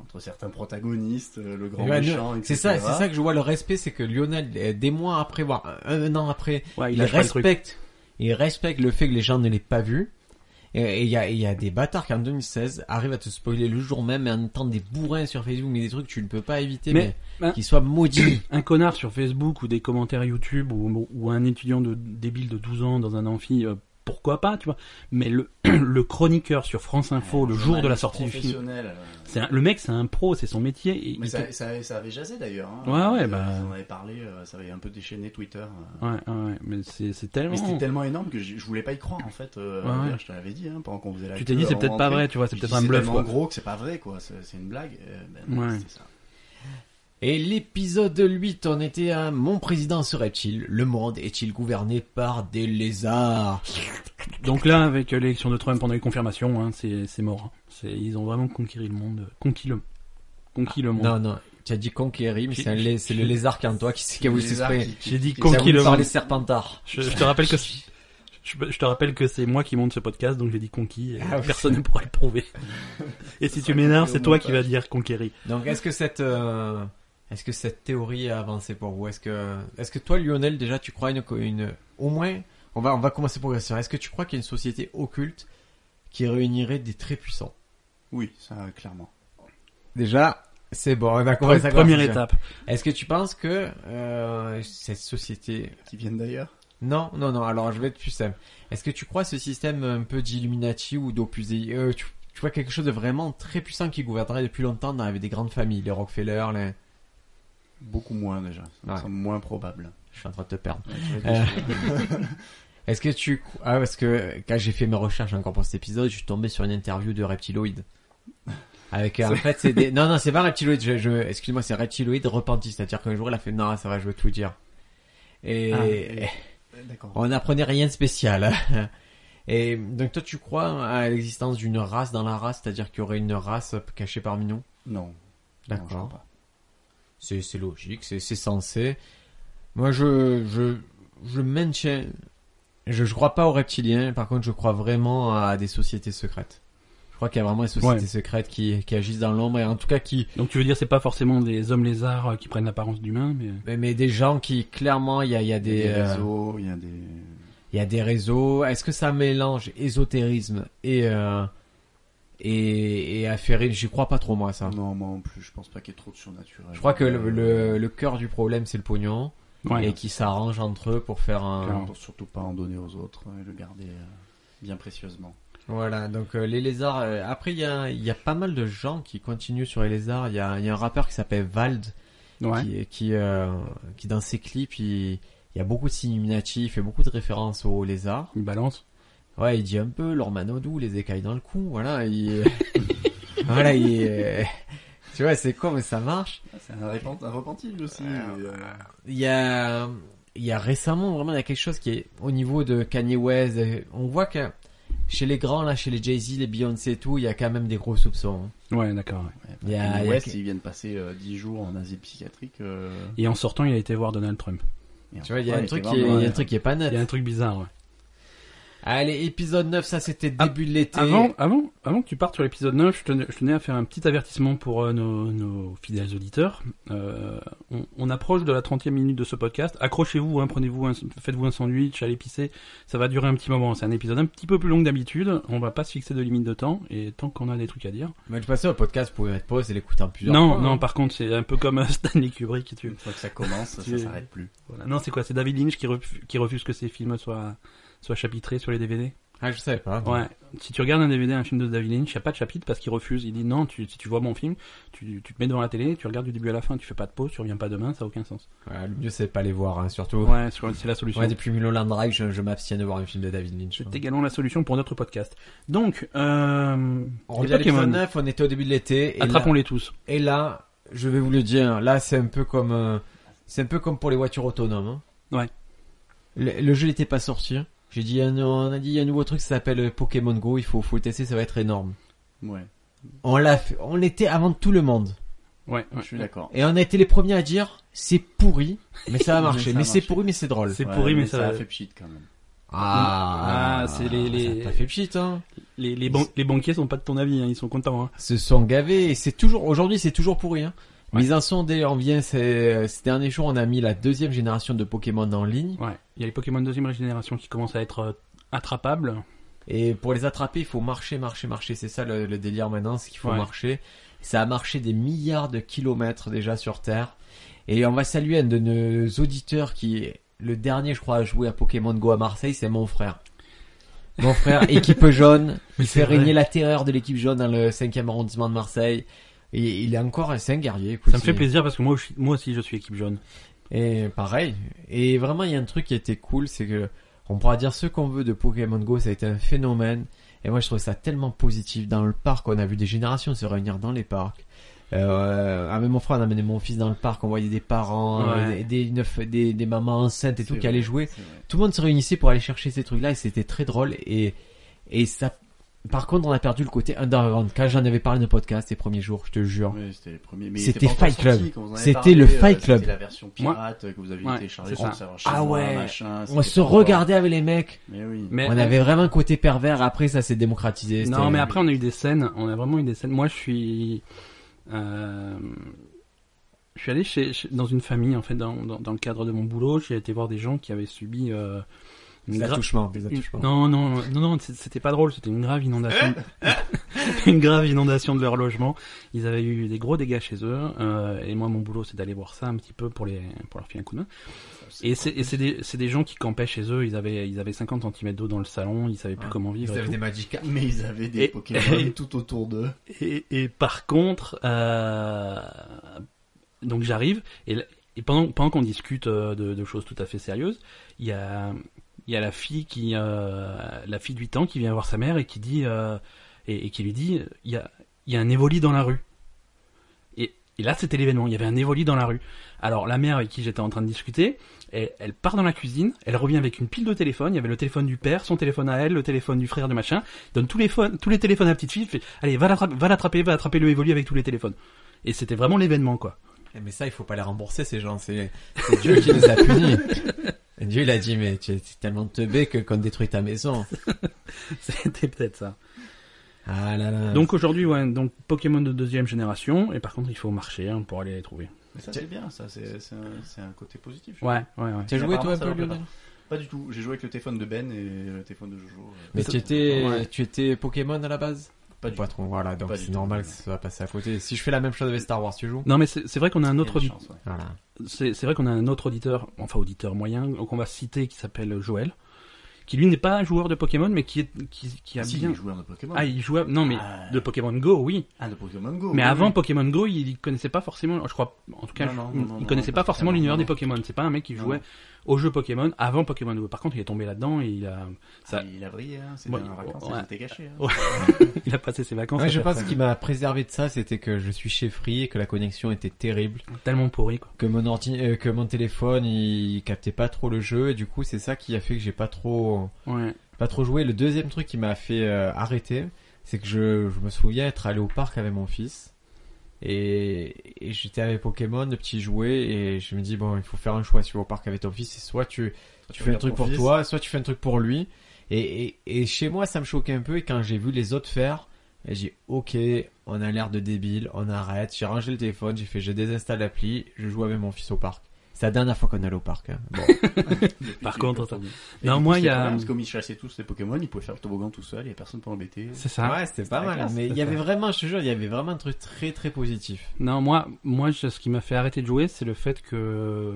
Speaker 3: entre certains protagonistes, euh, le grand
Speaker 1: Ouais,
Speaker 3: méchant,
Speaker 1: C'est ça,
Speaker 3: etc..
Speaker 1: c'est ça que je vois le respect, c'est que Lionel, euh, des mois après, voire un, un an après,
Speaker 2: Ouais,
Speaker 1: il,
Speaker 2: lâche pas le truc.
Speaker 1: respecte, il respecte le fait que les gens ne l'aient pas vu. Et- Et il y a, et il y a des bâtards qui en 2016 arrivent à te spoiler le jour même et en étant des bourrins sur Facebook, mais des trucs que tu ne peux pas éviter,
Speaker 2: Mais,
Speaker 1: mais,
Speaker 2: ben-
Speaker 1: qu'ils soient maudits. [coughs]
Speaker 2: un connard sur Facebook ou des commentaires YouTube ou, ou un étudiant de débile de 12 ans dans un amphi, euh, pourquoi pas, tu vois. Mais le, [clears throat] le chroniqueur sur France Info le jour de la sortie du film,
Speaker 3: Professionnel, euh,
Speaker 2: c'est un- le mec, c'est un pro, c'est son métier. et
Speaker 3: Mais
Speaker 2: il
Speaker 3: ça,
Speaker 2: te-
Speaker 3: ça, ça avait jasé d'ailleurs. hein.
Speaker 2: Ouais, ouais,
Speaker 3: Ils-
Speaker 2: bah.
Speaker 3: Ils en avaient parlé, euh, ça avait un peu déchaîné Twitter. euh.
Speaker 2: Ouais, ouais, ouais, mais c'est c'est tellement.
Speaker 3: Mais c'était tellement énorme que je je voulais pas y croire en fait. euh,
Speaker 2: Ouais, ouais.
Speaker 3: Je te l'avais dit hein, pendant qu'on faisait la
Speaker 2: Tu t'es
Speaker 3: queue
Speaker 2: dit, c'est
Speaker 3: avant
Speaker 2: peut-être pas
Speaker 3: d'entrer.
Speaker 2: vrai, tu vois, c'est
Speaker 3: Je
Speaker 2: peut-être
Speaker 3: dis,
Speaker 2: un bluff.
Speaker 3: tellement
Speaker 2: quoi.
Speaker 3: gros que c'est pas vrai quoi, c'est c'est une blague. euh, ben, non,
Speaker 2: Ouais.
Speaker 3: c'était ça.
Speaker 1: Et l'épisode 8, on était à Mon président serait-il Le monde est-il gouverné par des lézards
Speaker 2: Donc là, avec euh, l'élection de Trump, on a eu confirmation, hein, c'est c'est mort. C'est- Ils ont vraiment conquis le monde. Conquis le, conquis le monde.
Speaker 1: Non, non, tu as dit conquérir, mais
Speaker 2: J'ai-
Speaker 1: c'est un lé- c'est le lézard qui est en toi qui, qui a voulu
Speaker 3: Les arcs
Speaker 1: s'exprimer.
Speaker 3: qui-
Speaker 2: J'ai dit
Speaker 1: Qui
Speaker 3: qui-
Speaker 1: a
Speaker 2: conquis
Speaker 1: voulu
Speaker 2: le
Speaker 1: parler
Speaker 2: monde.
Speaker 1: serpentard.
Speaker 2: Je, je te rappelle que je, je te rappelle que c'est moi qui monte ce podcast, donc j'ai dit conquis. Et
Speaker 1: Ah oui.
Speaker 2: Personne ne pourra le prouver. Et si tu m'énerves, c'est toi qui vas dire conquéri.
Speaker 1: Donc est-ce que cette euh, est-ce que cette théorie a avancé pour vous Est-ce que est-ce que toi Lionel déjà tu crois une une au moins on va on va commencer progressivement. Est-ce que tu crois qu'il y a une société occulte qui réunirait des très puissants
Speaker 3: Oui, ça clairement.
Speaker 1: Déjà, c'est bon, on a commencé à
Speaker 2: Première
Speaker 1: commencer.
Speaker 2: étape.
Speaker 1: Est-ce que tu penses que euh, cette société
Speaker 3: Qui viennent d'ailleurs.
Speaker 1: Non, non non, alors je vais être plus simple. Est-ce que tu crois ce système un peu d'illuminati ou d'opus Dei euh, tu, je vois quelque chose de vraiment très puissant qui gouvernerait depuis longtemps dans avec des grandes familles, les Rockefeller, les...
Speaker 3: Beaucoup moins déjà. Ça me
Speaker 1: Ouais.
Speaker 3: semble moins probable.
Speaker 1: Je suis en train de te perdre.
Speaker 3: Euh,
Speaker 1: [laughs] Est-ce que tu... Ah, parce que quand j'ai fait mes recherches encore pour cet épisode, je suis tombé sur une interview de Reptiloid. Avec, euh, en fait, c'est des... Non, non, c'est pas Reptiloid, je... je... excuse-moi, c'est Reptiloid repenti, c'est-à-dire qu'un jour, il a fait, non, ça va, je veux tout dire. Et...
Speaker 3: Ah, et- D'accord.
Speaker 1: On n'apprenait rien de spécial. [laughs] Et donc toi, tu crois à l'existence d'une race dans la race, c'est-à-dire qu'il y aurait une race cachée parmi nous
Speaker 3: Non. Non, je crois
Speaker 1: D'accord.
Speaker 3: pas.
Speaker 1: C'est c'est logique, c'est c'est censé. Moi, je je je maintiens. Je je crois pas aux reptiliens. Par contre, je crois vraiment à des sociétés secrètes. Je crois qu'il y a vraiment des sociétés
Speaker 2: Ouais.
Speaker 1: secrètes qui qui agissent dans l'ombre et en tout cas qui
Speaker 2: Donc tu veux dire c'est pas forcément des hommes lézards euh, qui prennent l'apparence d'humains, mais
Speaker 1: mais, mais des gens qui clairement il y a il y a
Speaker 3: Il y
Speaker 1: des
Speaker 3: a des
Speaker 1: euh,
Speaker 3: réseaux, il y a des.
Speaker 1: Il y a des réseaux. Est-ce que ça mélange ésotérisme et euh, et, et affairisme J'y crois pas trop moi ça.
Speaker 3: Non, moi en plus, je pense pas qu'il y ait trop de surnaturel. Euh,
Speaker 1: Je crois que le, le, le cœur du problème c'est le pognon
Speaker 2: ouais.
Speaker 1: et qui s'arrange entre eux pour faire un.
Speaker 2: Clairement.
Speaker 3: On doit surtout pas en donner aux autres et le garder euh, bien précieusement.
Speaker 1: Voilà. Donc euh, les lézards. euh, après il y a il y a pas mal de gens qui continuent sur les lézards. Il y a il y a un rappeur qui s'appelle Vald
Speaker 2: ouais.
Speaker 1: qui qui, euh, qui dans ses clips il, il y a beaucoup de significatifs il fait beaucoup de références aux lézards.
Speaker 2: Une balance.
Speaker 1: Ouais, il dit un peu l'ormanodou, les écailles dans le cou, voilà, il... [laughs] voilà, il... euh, Tu vois, c'est con, mais ça marche.
Speaker 3: Ah, c'est un, repent- un repenti lui aussi. mais, euh,
Speaker 1: Il y a... Il y a récemment, vraiment, il y a quelque chose qui est au niveau de Kanye West. euh, On voit que chez les grands, là, chez les Jay-Z, les Beyoncé et tout, il y a quand même des gros soupçons. hein.
Speaker 2: Ouais, d'accord. ouais.
Speaker 3: ouais,
Speaker 1: Il y a-
Speaker 3: Kanye
Speaker 1: il y a
Speaker 3: West,
Speaker 1: que-
Speaker 3: ils viennent passer euh, 10 jours en asile psychiatrique. euh,
Speaker 2: Et en sortant, il a été voir Donald Trump.
Speaker 3: et
Speaker 1: Tu vois, il y a
Speaker 3: enfin,
Speaker 1: un truc
Speaker 3: était
Speaker 1: qui est,
Speaker 3: vraiment-
Speaker 1: il y a un truc qui est pas net.
Speaker 2: Il y a un truc bizarre. ouais.
Speaker 1: Allez, épisode 9, ça c'était
Speaker 2: Ah,
Speaker 1: début de l'été.
Speaker 2: Avant, avant, avant que tu partes sur l'épisode 9, je tenais, je tenais à faire un petit avertissement pour euh, nos, nos fidèles auditeurs. Euh, on, on approche de la 30e minute de ce podcast. Accrochez-vous, hein, prenez-vous, un- faites-vous un sandwich, allez pisser. Ça va durer un petit moment. C'est un épisode un petit peu plus long que d'habitude. On va pas se fixer de limite de temps. Et tant qu'on a des trucs à dire.
Speaker 1: Mais de toute façon, le podcast, vous pouvez mettre pause et l'écouter en plusieurs
Speaker 2: Non,
Speaker 1: fois,
Speaker 2: non,
Speaker 1: hein.
Speaker 2: par contre, c'est un peu comme euh, [laughs] Stanley Kubrick. Tu...
Speaker 3: Une fois que ça commence,
Speaker 2: Tu-
Speaker 3: ça s'arrête plus.
Speaker 2: Voilà. Non, c'est quoi C'est David Lynch qui, refu- qui refuse que ses films soient, soient chapitrés sur les DVD
Speaker 1: Ah, je savais pas.
Speaker 2: Ouais, si tu regardes un DVD, un film de David Lynch, il n'y a pas de chapitre parce qu'il refuse. Il dit non, tu, si tu vois mon film, tu, tu te mets devant la télé, tu regardes du début à la fin, tu fais pas de pause, tu reviens pas demain, ça a aucun sens.
Speaker 1: Ouais, le mieux, c'est de pas les voir, hein, surtout.
Speaker 2: Ouais, sur- c'est la solution.
Speaker 1: Ouais, depuis Mulholland Drive, je, je m'abstiens de voir un film de David Lynch. hein.
Speaker 2: C'est également la solution pour notre podcast. Donc, euh,
Speaker 1: On revient
Speaker 2: les
Speaker 1: à l'épisode
Speaker 2: Pokémon,
Speaker 1: 9, on était au début de l'été. et là-
Speaker 2: attrapons-les tous.
Speaker 1: Et là, je vais vous le dire, là c'est un peu comme, euh, c'est un peu comme pour les voitures autonomes. hein.
Speaker 2: Ouais.
Speaker 1: Le, le jeu n'était pas sorti. J'ai dit, ah non, on a dit, il y a un nouveau truc, ça s'appelle euh, Pokémon Go, il faut, faut le tester, ça va être énorme.
Speaker 3: Ouais,
Speaker 1: On l'a fait, on l'était avant tout le monde.
Speaker 2: Ouais,
Speaker 3: je
Speaker 2: ouais.
Speaker 3: suis d'accord.
Speaker 1: Et on a été les premiers à dire, c'est pourri, mais ça va
Speaker 2: [laughs]
Speaker 3: Mais
Speaker 1: marcher,
Speaker 3: ça a
Speaker 1: mais c'est
Speaker 3: marché.
Speaker 1: pourri, mais c'est drôle.
Speaker 2: C'est
Speaker 3: Ouais,
Speaker 2: pourri, mais, ça.
Speaker 3: a fait pchit quand même.
Speaker 1: Ah,
Speaker 2: Ah, c'est les- les-
Speaker 1: ça t'a fait pchit, hein.
Speaker 2: Les, les, ban- les banquiers sont pas de ton avis, hein, ils sont contents. Hein.
Speaker 1: se sont gavés et c'est toujours aujourd'hui c'est toujours pourri hein.
Speaker 2: Ouais.
Speaker 1: Mais en sont dès on vient ces, ces derniers jours on a mis la deuxième génération de Pokémon en ligne
Speaker 2: Ouais, il y a les Pokémon deuxième génération qui commencent à être euh, attrapables.
Speaker 1: et pour les attraper il faut marcher marcher marcher c'est ça le, le délire maintenant c'est qu'il faut
Speaker 2: Ouais.
Speaker 1: marcher ça a marché des milliards de kilomètres déjà sur Terre et on va saluer un de nos auditeurs qui est le dernier je crois à jouer à Pokémon Go à Marseille c'est mon frère mon
Speaker 2: [laughs]
Speaker 1: frère équipe jaune
Speaker 2: Mais
Speaker 1: Il fait
Speaker 2: c'est vrai.
Speaker 1: régner la terreur de l'équipe jaune dans le 5e arrondissement de Marseille. Et il est encore un, c'est un guerrier. écoute,
Speaker 2: Ça me fait
Speaker 1: il-
Speaker 2: plaisir parce que moi, aussi- moi aussi je suis équipe jaune.
Speaker 1: Et pareil. Et vraiment, il y a un truc qui était cool, c'est que on pourra dire ce qu'on veut de Pokémon Go, ça a été un phénomène. Et moi, je trouve ça tellement positif. Dans le parc, on a vu des générations se réunir dans les parcs. Euh, ah, mais mon frère, on a amené mon fils dans le parc, on voyait des parents,
Speaker 2: Ouais.
Speaker 1: euh, des, des, une f- des, des mamans enceintes et tout
Speaker 3: C'est
Speaker 1: qui allaient
Speaker 3: vrai,
Speaker 1: jouer
Speaker 3: c'est vrai.
Speaker 1: tout le monde se réunissait pour aller chercher ces trucs-là et c'était très drôle et et ça. Par contre, on a perdu le côté underground. Quand j'en avais parlé dans le podcast les premiers jours, je te jure.
Speaker 3: Ouais, c'était les premiers. Mais
Speaker 1: C'était
Speaker 3: il était pas encore
Speaker 1: Fight Club.
Speaker 3: sorti quand vous en avez
Speaker 1: C'était
Speaker 3: parlé,
Speaker 1: le
Speaker 3: euh,
Speaker 1: Fight Club.
Speaker 3: C'était la version pirate euh, que vous aviez
Speaker 2: Ouais,
Speaker 3: téléchargée
Speaker 2: c'est
Speaker 3: sur
Speaker 2: ça.
Speaker 3: le serveur chez
Speaker 1: Ah
Speaker 3: moi,
Speaker 1: ouais.
Speaker 3: machin,
Speaker 1: on
Speaker 3: c'était
Speaker 1: se
Speaker 3: pas encore-
Speaker 1: regardait avec les mecs.
Speaker 3: Mais oui.
Speaker 2: Mais
Speaker 1: on avait vraiment un côté pervers. Après, ça s'est démocratisé.
Speaker 2: Non,
Speaker 1: C'était-
Speaker 2: mais après on a eu des scènes, on a vraiment eu des scènes. Moi, je suis, euh, je suis allé chez, chez- dans une famille en fait, dans, dans, dans le cadre de mon boulot, j'ai été voir des gens qui avaient subi euh, une
Speaker 1: des
Speaker 2: gra-
Speaker 1: attouchements, des
Speaker 2: une-
Speaker 1: attouchements.
Speaker 2: Non, non, non, non, c'est- c'était pas drôle, c'était une grave inondation. [laughs] une grave inondation de leur logement. Ils avaient eu des gros dégâts chez eux. euh, et moi, mon boulot, c'est d'aller voir ça un petit peu pour, les, pour leur filer un coup de main. Et c'est et c'est des, c'est des gens qui campaient chez eux. Ils avaient, ils avaient 50 cm d'eau dans le salon. Ils savaient plus
Speaker 1: Ouais.
Speaker 2: comment
Speaker 1: Ils
Speaker 2: vivre. et
Speaker 1: avaient
Speaker 2: tout.
Speaker 1: des Magikarp.
Speaker 3: Mais ils avaient des
Speaker 2: Et-
Speaker 3: Pokémon tout autour d'eux.
Speaker 2: Et, et par contre, euh, donc j'arrive et, là- et pendant, pendant qu'on discute euh, de, de choses tout à fait sérieuses, il y a, il y a la fille qui, euh, la fille de 8 ans qui vient voir sa mère et qui dit euh, et, et qui lui dit il y a, il y a un évoli dans la rue. Et, et là c'était l'événement, il y avait un évoli dans la rue. Alors la mère avec qui j'étais en train de discuter, elle, elle part dans la cuisine, elle revient avec une pile de téléphones. Il y avait le téléphone du père, son téléphone à elle, le téléphone du frère de machin. Il donne tous les, phones- tous les téléphones à la petite fille. Fait, Allez, va l'attraper, va l'attraper, va attraper le évolu avec tous les téléphones. Et c'était vraiment l'événement, quoi. [laughs]
Speaker 1: Eh, Mais ça, il faut pas les rembourser, ces gens. C'est [laughs] c'est Dieu qui les a punis. Et Dieu, il a dit, mais tu es t'es tellement teubé que qu'on détruit ta maison.
Speaker 2: C'était peut-être ça.
Speaker 1: Ah là
Speaker 3: Euh.
Speaker 1: là.
Speaker 2: Donc aujourd'hui, ouais, donc Pokémon de deuxième génération. Et par contre, il faut marcher hein, pour aller les trouver.
Speaker 3: Mais ça c'est bien, ça c'est c'est un, c'est un côté positif. je
Speaker 2: Ouais, ouais, ouais.
Speaker 1: tu as joué toi un peu,
Speaker 3: Apparemment, ça leur
Speaker 1: Lionel
Speaker 3: Pas du tout. J'ai joué avec le téléphone de Ben et le téléphone de Jojo. euh,
Speaker 1: Mais
Speaker 2: Ça-
Speaker 1: tu étais,
Speaker 2: Ouais.
Speaker 1: tu étais Pokémon à la base
Speaker 3: Pas du tout.
Speaker 1: trop, voilà, donc
Speaker 3: Pas du
Speaker 1: c'est
Speaker 3: tout.
Speaker 1: normal que ça soit passé à côté. Si je fais la même chose avec Star Wars, tu joues
Speaker 2: Non, mais c'est c'est vrai qu'on a un autre,
Speaker 3: Il y a des chances, ouais.
Speaker 1: Voilà.
Speaker 2: c'est c'est vrai qu'on a un autre auditeur, enfin auditeur moyen, qu'on va citer, qui s'appelle Joël, qui lui n'est pas un joueur de Pokémon, mais qui est, qui, qui a
Speaker 3: Si,
Speaker 2: bien.
Speaker 3: il jouait à un autre Pokémon.
Speaker 2: Ah, il jouait. Non, mais
Speaker 3: Ah.
Speaker 2: de Pokémon Go, oui.
Speaker 3: Ah, de Pokémon Go.
Speaker 2: Mais
Speaker 3: oui,
Speaker 2: avant
Speaker 3: oui.
Speaker 2: Pokémon Go, il connaissait pas forcément, je crois, en tout cas,
Speaker 3: Non, non,
Speaker 2: je-
Speaker 3: non, non,
Speaker 2: il
Speaker 3: non,
Speaker 2: connaissait
Speaker 3: non,
Speaker 2: pas forcément
Speaker 3: pas forcément,
Speaker 2: l'univers
Speaker 3: non.
Speaker 2: des Pokémon. C'est pas un mec qui
Speaker 3: Non,
Speaker 2: jouait
Speaker 3: non.
Speaker 2: au jeu Pokémon avant Pokémon Go. Par contre, il est tombé là-dedans et il a, [laughs] ça-
Speaker 3: Ah, Il a brillé, hein. C'était
Speaker 2: Bon,
Speaker 3: un vacances,
Speaker 2: ouais.
Speaker 3: il s'était caché. hein.
Speaker 2: Ouais. il a passé ses vacances. à
Speaker 1: je
Speaker 2: faire
Speaker 1: pense
Speaker 2: ça.
Speaker 1: qu'il m'a préservé de ça, c'était que je suis chez Free et que la connexion était terrible,
Speaker 2: tellement pourri. Quoi.
Speaker 1: que mon ordi, euh, que mon téléphone il captait pas trop le jeu et du coup c'est ça qui a fait que j'ai pas trop,
Speaker 2: Ouais.
Speaker 1: pas trop joué. Le deuxième truc qui m'a fait euh, arrêter, c'est que je, je me souviens être allé au parc avec mon fils et, et j'étais avec Pokémon, le petit jouet et je me dis bon il faut faire un choix si tu vas au parc avec ton fils, c'est soit tu tu fais un
Speaker 3: regardes
Speaker 1: truc
Speaker 3: ton
Speaker 1: pour
Speaker 3: fils.
Speaker 1: toi, soit tu fais un truc pour lui. Et, et, et chez moi, ça me choquait un peu. Et quand j'ai vu les autres faire, j'ai dit, ok, on a l'air de débile, on arrête. J'ai rangé le téléphone, j'ai fait, je désinstalle l'appli, je joue avec mon fils au parc. C'est la dernière fois qu'on allait au parc. hein. Bon.
Speaker 2: Par
Speaker 3: Depuis
Speaker 2: contre,
Speaker 3: le
Speaker 2: ça-
Speaker 3: toboggan. Et
Speaker 2: Non,
Speaker 3: du coup,
Speaker 2: moi,
Speaker 3: c'était
Speaker 2: il y
Speaker 3: trop
Speaker 2: a-
Speaker 3: bien, Parce comme ils chassaient tous les Pokémon, ils pouvaient faire le toboggan tout seul, il y a personne pour embêter.
Speaker 2: C'est ça.
Speaker 1: ouais, c'était pas
Speaker 3: la
Speaker 1: mal.
Speaker 3: classe,
Speaker 1: mais il y
Speaker 2: ça.
Speaker 1: avait vraiment, je te jure, il y avait vraiment un truc très très positif.
Speaker 2: Non, moi, moi, je- ce qui m'a fait arrêter de jouer, c'est le fait que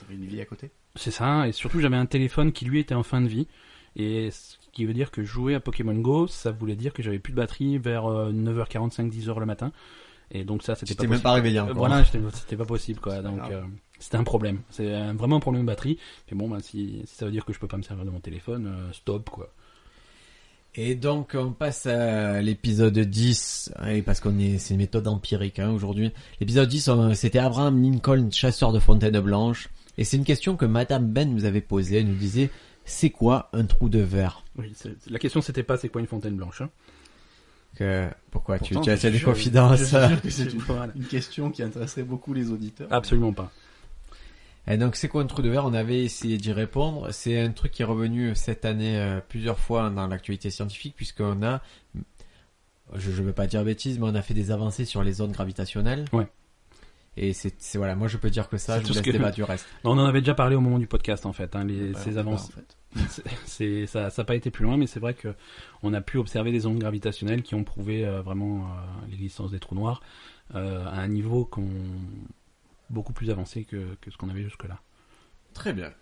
Speaker 3: T'avais une ville à côté.
Speaker 2: c'est ça. Et surtout, j'avais un téléphone qui lui était en fin de vie. Et ce qui veut dire que jouer à Pokémon Go, ça voulait dire que j'avais plus de batterie vers euh, 9h45, 10h le matin. Et donc ça,
Speaker 1: Tu
Speaker 2: c'était pas
Speaker 1: t'es même
Speaker 2: possible.
Speaker 1: pas réveillé
Speaker 2: Euh,
Speaker 1: encore.
Speaker 2: Voilà, j'étais- c'était pas possible quoi.
Speaker 3: C'est pas
Speaker 2: Donc
Speaker 3: grave.
Speaker 2: euh, c'était un problème. C'est euh, vraiment un problème de batterie. Mais bon, ben, si, si ça veut dire que je peux pas me servir de mon téléphone, euh, stop quoi.
Speaker 1: Et donc on passe à l'épisode 10, et parce qu'on est, c'est une méthode empirique hein, aujourd'hui. L'épisode 10, on- c'était Abraham Lincoln, chasseur de fontaine blanche. Et c'est une question que Madame Ben nous avait posée, elle nous disait, c'est quoi un trou de verre
Speaker 2: Oui, c'est- la question c'était pas c'est quoi une fontaine blanche. hein.
Speaker 1: que, Pourquoi tu,
Speaker 3: Pourtant,
Speaker 1: tu as
Speaker 3: je
Speaker 1: tu as des
Speaker 3: suis sûr,
Speaker 2: Ah,
Speaker 3: je
Speaker 1: confidences
Speaker 3: suis sûr que
Speaker 2: [laughs]
Speaker 3: c'est une,
Speaker 2: Voilà.
Speaker 3: une question qui intéresserait beaucoup les auditeurs.
Speaker 2: Absolument pas.
Speaker 1: Et donc c'est quoi un trou de verre On avait essayé d'y répondre. C'est un truc qui est revenu cette année euh, plusieurs fois dans l'actualité scientifique puisqu'on a, je ne veux pas dire bêtise, mais on a fait des avancées sur les zones gravitationnelles.
Speaker 2: Ouais.
Speaker 1: Et c'est c'est- voilà, moi je peux dire que ça,
Speaker 2: C'est
Speaker 1: je
Speaker 2: tout
Speaker 1: vous
Speaker 2: ce
Speaker 1: laisse
Speaker 2: que-
Speaker 1: débattre du reste.
Speaker 2: On en avait déjà parlé au moment du podcast en fait. hein, les,
Speaker 3: Bah, on
Speaker 2: ces
Speaker 3: peut
Speaker 2: avances,
Speaker 3: pas, en fait.
Speaker 2: c'est- c'est ça, ça a pas été plus loin, mais c'est vrai que on a pu observer des ondes gravitationnelles qui ont prouvé euh, vraiment euh, l'existence des trous noirs euh, à un niveau qu'on beaucoup plus avancé que, que ce qu'on avait jusque là.
Speaker 1: Très bien.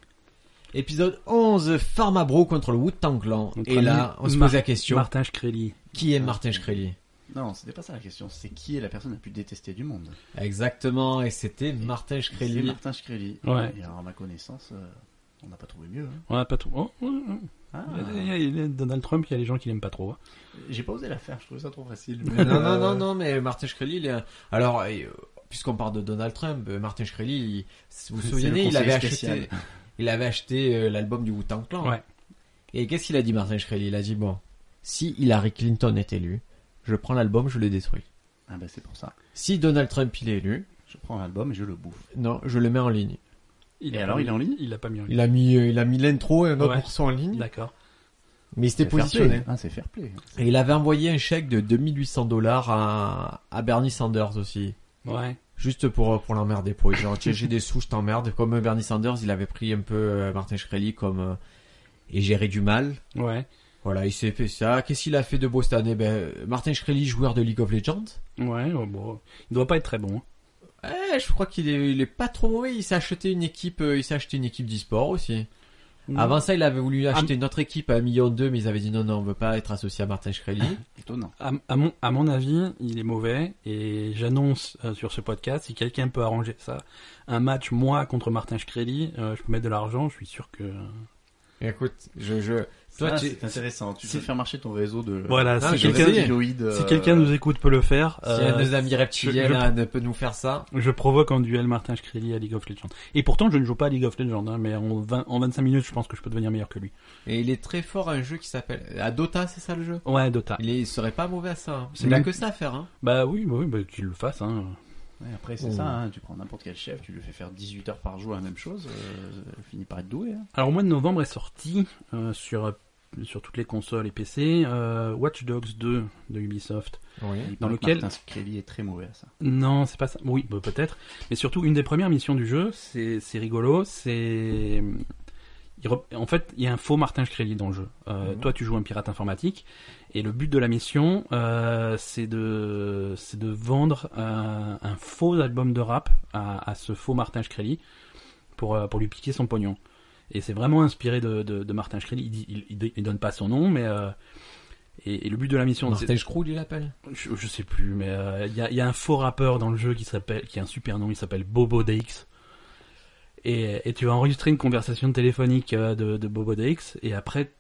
Speaker 1: Épisode 11, Pharmabro contre le Wu-Tang Clan.
Speaker 2: Notre
Speaker 1: Et
Speaker 2: ami
Speaker 1: là, on se
Speaker 2: Mar-
Speaker 1: pose la question,
Speaker 2: Martin Shkreli.
Speaker 1: qui est Martin Shkreli
Speaker 3: Non, c'était pas ça la question. C'est qui est la personne la plus détestée du monde
Speaker 1: Exactement, et c'était Martin
Speaker 3: C'est
Speaker 1: Shkreli.
Speaker 3: Martin Shkreli.
Speaker 2: Ouais.
Speaker 3: Et alors, à ma connaissance, euh, on n'a pas trouvé mieux. hein.
Speaker 2: On a pas tout. oh, ouais, ouais.
Speaker 3: Ah.
Speaker 2: Il y a- il y a Donald Trump, il y a les gens qui l'aiment pas trop. hein.
Speaker 3: J'ai pas osé la faire, je trouvais ça trop
Speaker 2: [laughs]
Speaker 3: facile.
Speaker 1: non, non, non, non, mais Martin Shkreli, il est un- Alors, et, euh, puisqu'on parle de Donald Trump, euh, Martin Shkreli, il- vous vous
Speaker 3: C'est
Speaker 1: souvenez,
Speaker 3: le
Speaker 1: il avait,
Speaker 3: conseiller spécial.
Speaker 1: acheté, il avait acheté euh, l'album du Wu-Tang Clan.
Speaker 2: Ouais.
Speaker 1: Et qu'est-ce qu'il a dit, Martin Shkreli Il a dit, bon, si Hillary Clinton est élue, je prends l'album, je le détruis.
Speaker 3: Ah ben c'est pour ça.
Speaker 1: Si Donald Trump il est élu,
Speaker 3: Je prends l'album et je le bouffe.
Speaker 1: non, je le mets en ligne.
Speaker 2: Il
Speaker 3: Et
Speaker 2: a
Speaker 3: alors,
Speaker 2: pas
Speaker 3: il est en ligne
Speaker 2: Il l'a pas mis en ligne.
Speaker 1: Il a mis, euh, il a mis l'intro et un autre
Speaker 2: Ouais.
Speaker 1: morceau en ligne,
Speaker 2: D'accord.
Speaker 1: mais il s'était
Speaker 3: fair
Speaker 1: positionné.
Speaker 3: play. Ah, c'est fair play.
Speaker 1: Et il avait envoyé un chèque de 2800 dollars à, à Bernie Sanders aussi.
Speaker 2: Ouais.
Speaker 1: Juste pour, euh, pour l'emmerder, pour lui dire, tiens, j'ai des sous, je t'emmerde. Comme Bernie Sanders, il avait pris un peu euh, Martin Shkreli comme, euh, et gérer du mal.
Speaker 2: Ouais.
Speaker 1: Voilà, il s'est fait ça. Qu'est-ce qu'il a fait de beau cette année ben, Martin Shkreli, joueur de League of Legends.
Speaker 2: Ouais, oh, bon. Il doit pas être très bon. hein.
Speaker 1: Eh, je crois qu'il est, il est pas trop mauvais. Il s'est acheté une équipe, euh, il s'est acheté une équipe d'e-sport aussi.
Speaker 2: Mm.
Speaker 1: Avant ça, il avait voulu acheter une autre équipe à 1,2 million, mais ils avaient dit non, non, on veut pas être associé à Martin
Speaker 2: [laughs]
Speaker 1: Shkreli.
Speaker 3: Étonnant.
Speaker 2: À, à mon, à mon avis, il est mauvais et j'annonce euh, sur ce podcast, si quelqu'un peut arranger ça, un match moi contre Martin Shkreli, euh, je peux mettre de l'argent, je suis sûr que...
Speaker 3: Euh,
Speaker 1: Écoute, je, je, toi,
Speaker 3: Ah,
Speaker 1: tu,
Speaker 3: c'est intéressant. Tu
Speaker 1: si-
Speaker 3: peux faire marcher ton réseau de.
Speaker 2: Voilà,
Speaker 1: Ah,
Speaker 2: si
Speaker 1: je vais
Speaker 2: quelqu'un
Speaker 1: essayer.
Speaker 3: euh,
Speaker 2: si quelqu'un nous écoute peut le faire,
Speaker 1: si
Speaker 2: euh,
Speaker 1: un de nos amis reptiliens
Speaker 2: je-
Speaker 1: là, ne peut nous faire ça,
Speaker 2: je provoque en duel Martin Shkreli à League of Legends. Et pourtant, je ne joue pas à League of Legends, hein, mais en, 20 en 25 minutes, je pense que je peux devenir meilleur que lui.
Speaker 1: et il est très fort à un jeu qui s'appelle, à Dota, c'est ça le jeu?
Speaker 2: Ouais, Dota.
Speaker 1: Il, est- il serait pas mauvais à ça. hein.
Speaker 2: C'est
Speaker 1: Il a
Speaker 2: même-
Speaker 1: que ça à faire, hein.
Speaker 2: Bah oui, bah oui, bah, qu'il le fasse. Hein.
Speaker 3: Ouais, après, c'est
Speaker 1: Oh.
Speaker 3: ça, hein, tu prends n'importe quel chef, tu lui fais faire 18 heures par jour la même chose, euh, elle finit par être douée. Hein.
Speaker 2: Alors au mois de novembre est sorti euh, sur euh, sur toutes les consoles et PC euh, Watch Dogs 2 de Ubisoft.
Speaker 1: Oui.
Speaker 3: Il
Speaker 2: Dans
Speaker 3: paraît que
Speaker 2: lequel-
Speaker 3: Martin Scully est très mauvais à ça.
Speaker 2: Non, c'est pas ça. Oui, bah, peut-être. Mais surtout, une des premières missions du jeu, c'est c'est rigolo, c'est... il rep- En fait, il y a un faux Martin Shkreli dans le jeu. Euh,
Speaker 1: Mhm.
Speaker 2: Toi, tu joues un pirate informatique, et le but de la mission, euh, c'est de, c'est de vendre euh, un faux album de rap à, à ce faux Martin Shkreli pour, euh, pour lui piquer son pognon. Et c'est vraiment inspiré de, de, de Martin Shkreli. Il, dit- il, il dit- il donne pas son nom, mais euh, et, et le but de la mission, c'est-
Speaker 1: Martin Shkreli, il l'appelle.
Speaker 2: je, je sais plus, mais euh, il y, a, y a un faux rappeur dans le jeu qui s'appelle, qui a un super nom, il s'appelle Bobo DX. Et, et tu vas enregistrer une conversation téléphonique euh, de, de Bobo DX, et après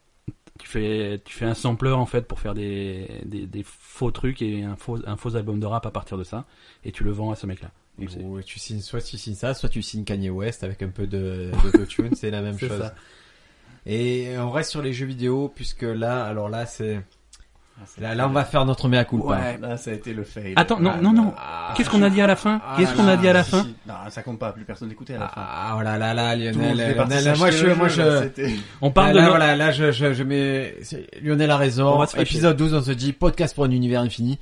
Speaker 2: tu fais, tu fais un sampleur en fait pour faire des, des, des faux trucs et un faux, un faux album de rap à partir de ça, et tu le vends à ce mec-là.
Speaker 1: Et
Speaker 2: Donc, c'est-
Speaker 1: vous- tu signes, soit tu signes ça, soit tu signes Kanye West avec un peu de, [laughs] d'autotune, c'est la même
Speaker 2: C'est
Speaker 1: chose.
Speaker 2: ça.
Speaker 1: Et on reste sur les jeux vidéo, puisque là, alors là, c'est,
Speaker 3: Ah, ça a
Speaker 1: là,
Speaker 3: été-
Speaker 1: là, on va faire notre mea culpa.
Speaker 3: Ouais, là, Ah, ça a été le fail.
Speaker 2: Attends, non,
Speaker 3: Ah,
Speaker 2: non, non.
Speaker 1: Ah,
Speaker 2: Qu'est-ce qu'on a dit à la fin
Speaker 1: Ah
Speaker 2: Qu'est-ce
Speaker 1: là
Speaker 2: qu'on
Speaker 1: là,
Speaker 2: a dit à la
Speaker 3: si,
Speaker 2: fin
Speaker 3: si. Non, ça compte pas, plus personne n'écoutait à la fin.
Speaker 1: Ah, oh là là là,
Speaker 3: Tout le monde
Speaker 1: Lionel,
Speaker 3: faisait partie
Speaker 1: Lionel,
Speaker 3: s'acheter
Speaker 1: moi je,
Speaker 3: le
Speaker 1: moi
Speaker 3: jeu,
Speaker 1: je,
Speaker 3: là, c'était-
Speaker 2: On parle
Speaker 1: Ah là,
Speaker 2: de
Speaker 1: là,
Speaker 2: no-
Speaker 1: voilà, là, je, je, je mets, c'est- Lionel a raison.
Speaker 2: On va se fâcher.
Speaker 1: Épisode 12, on se dit podcast pour un univers infini.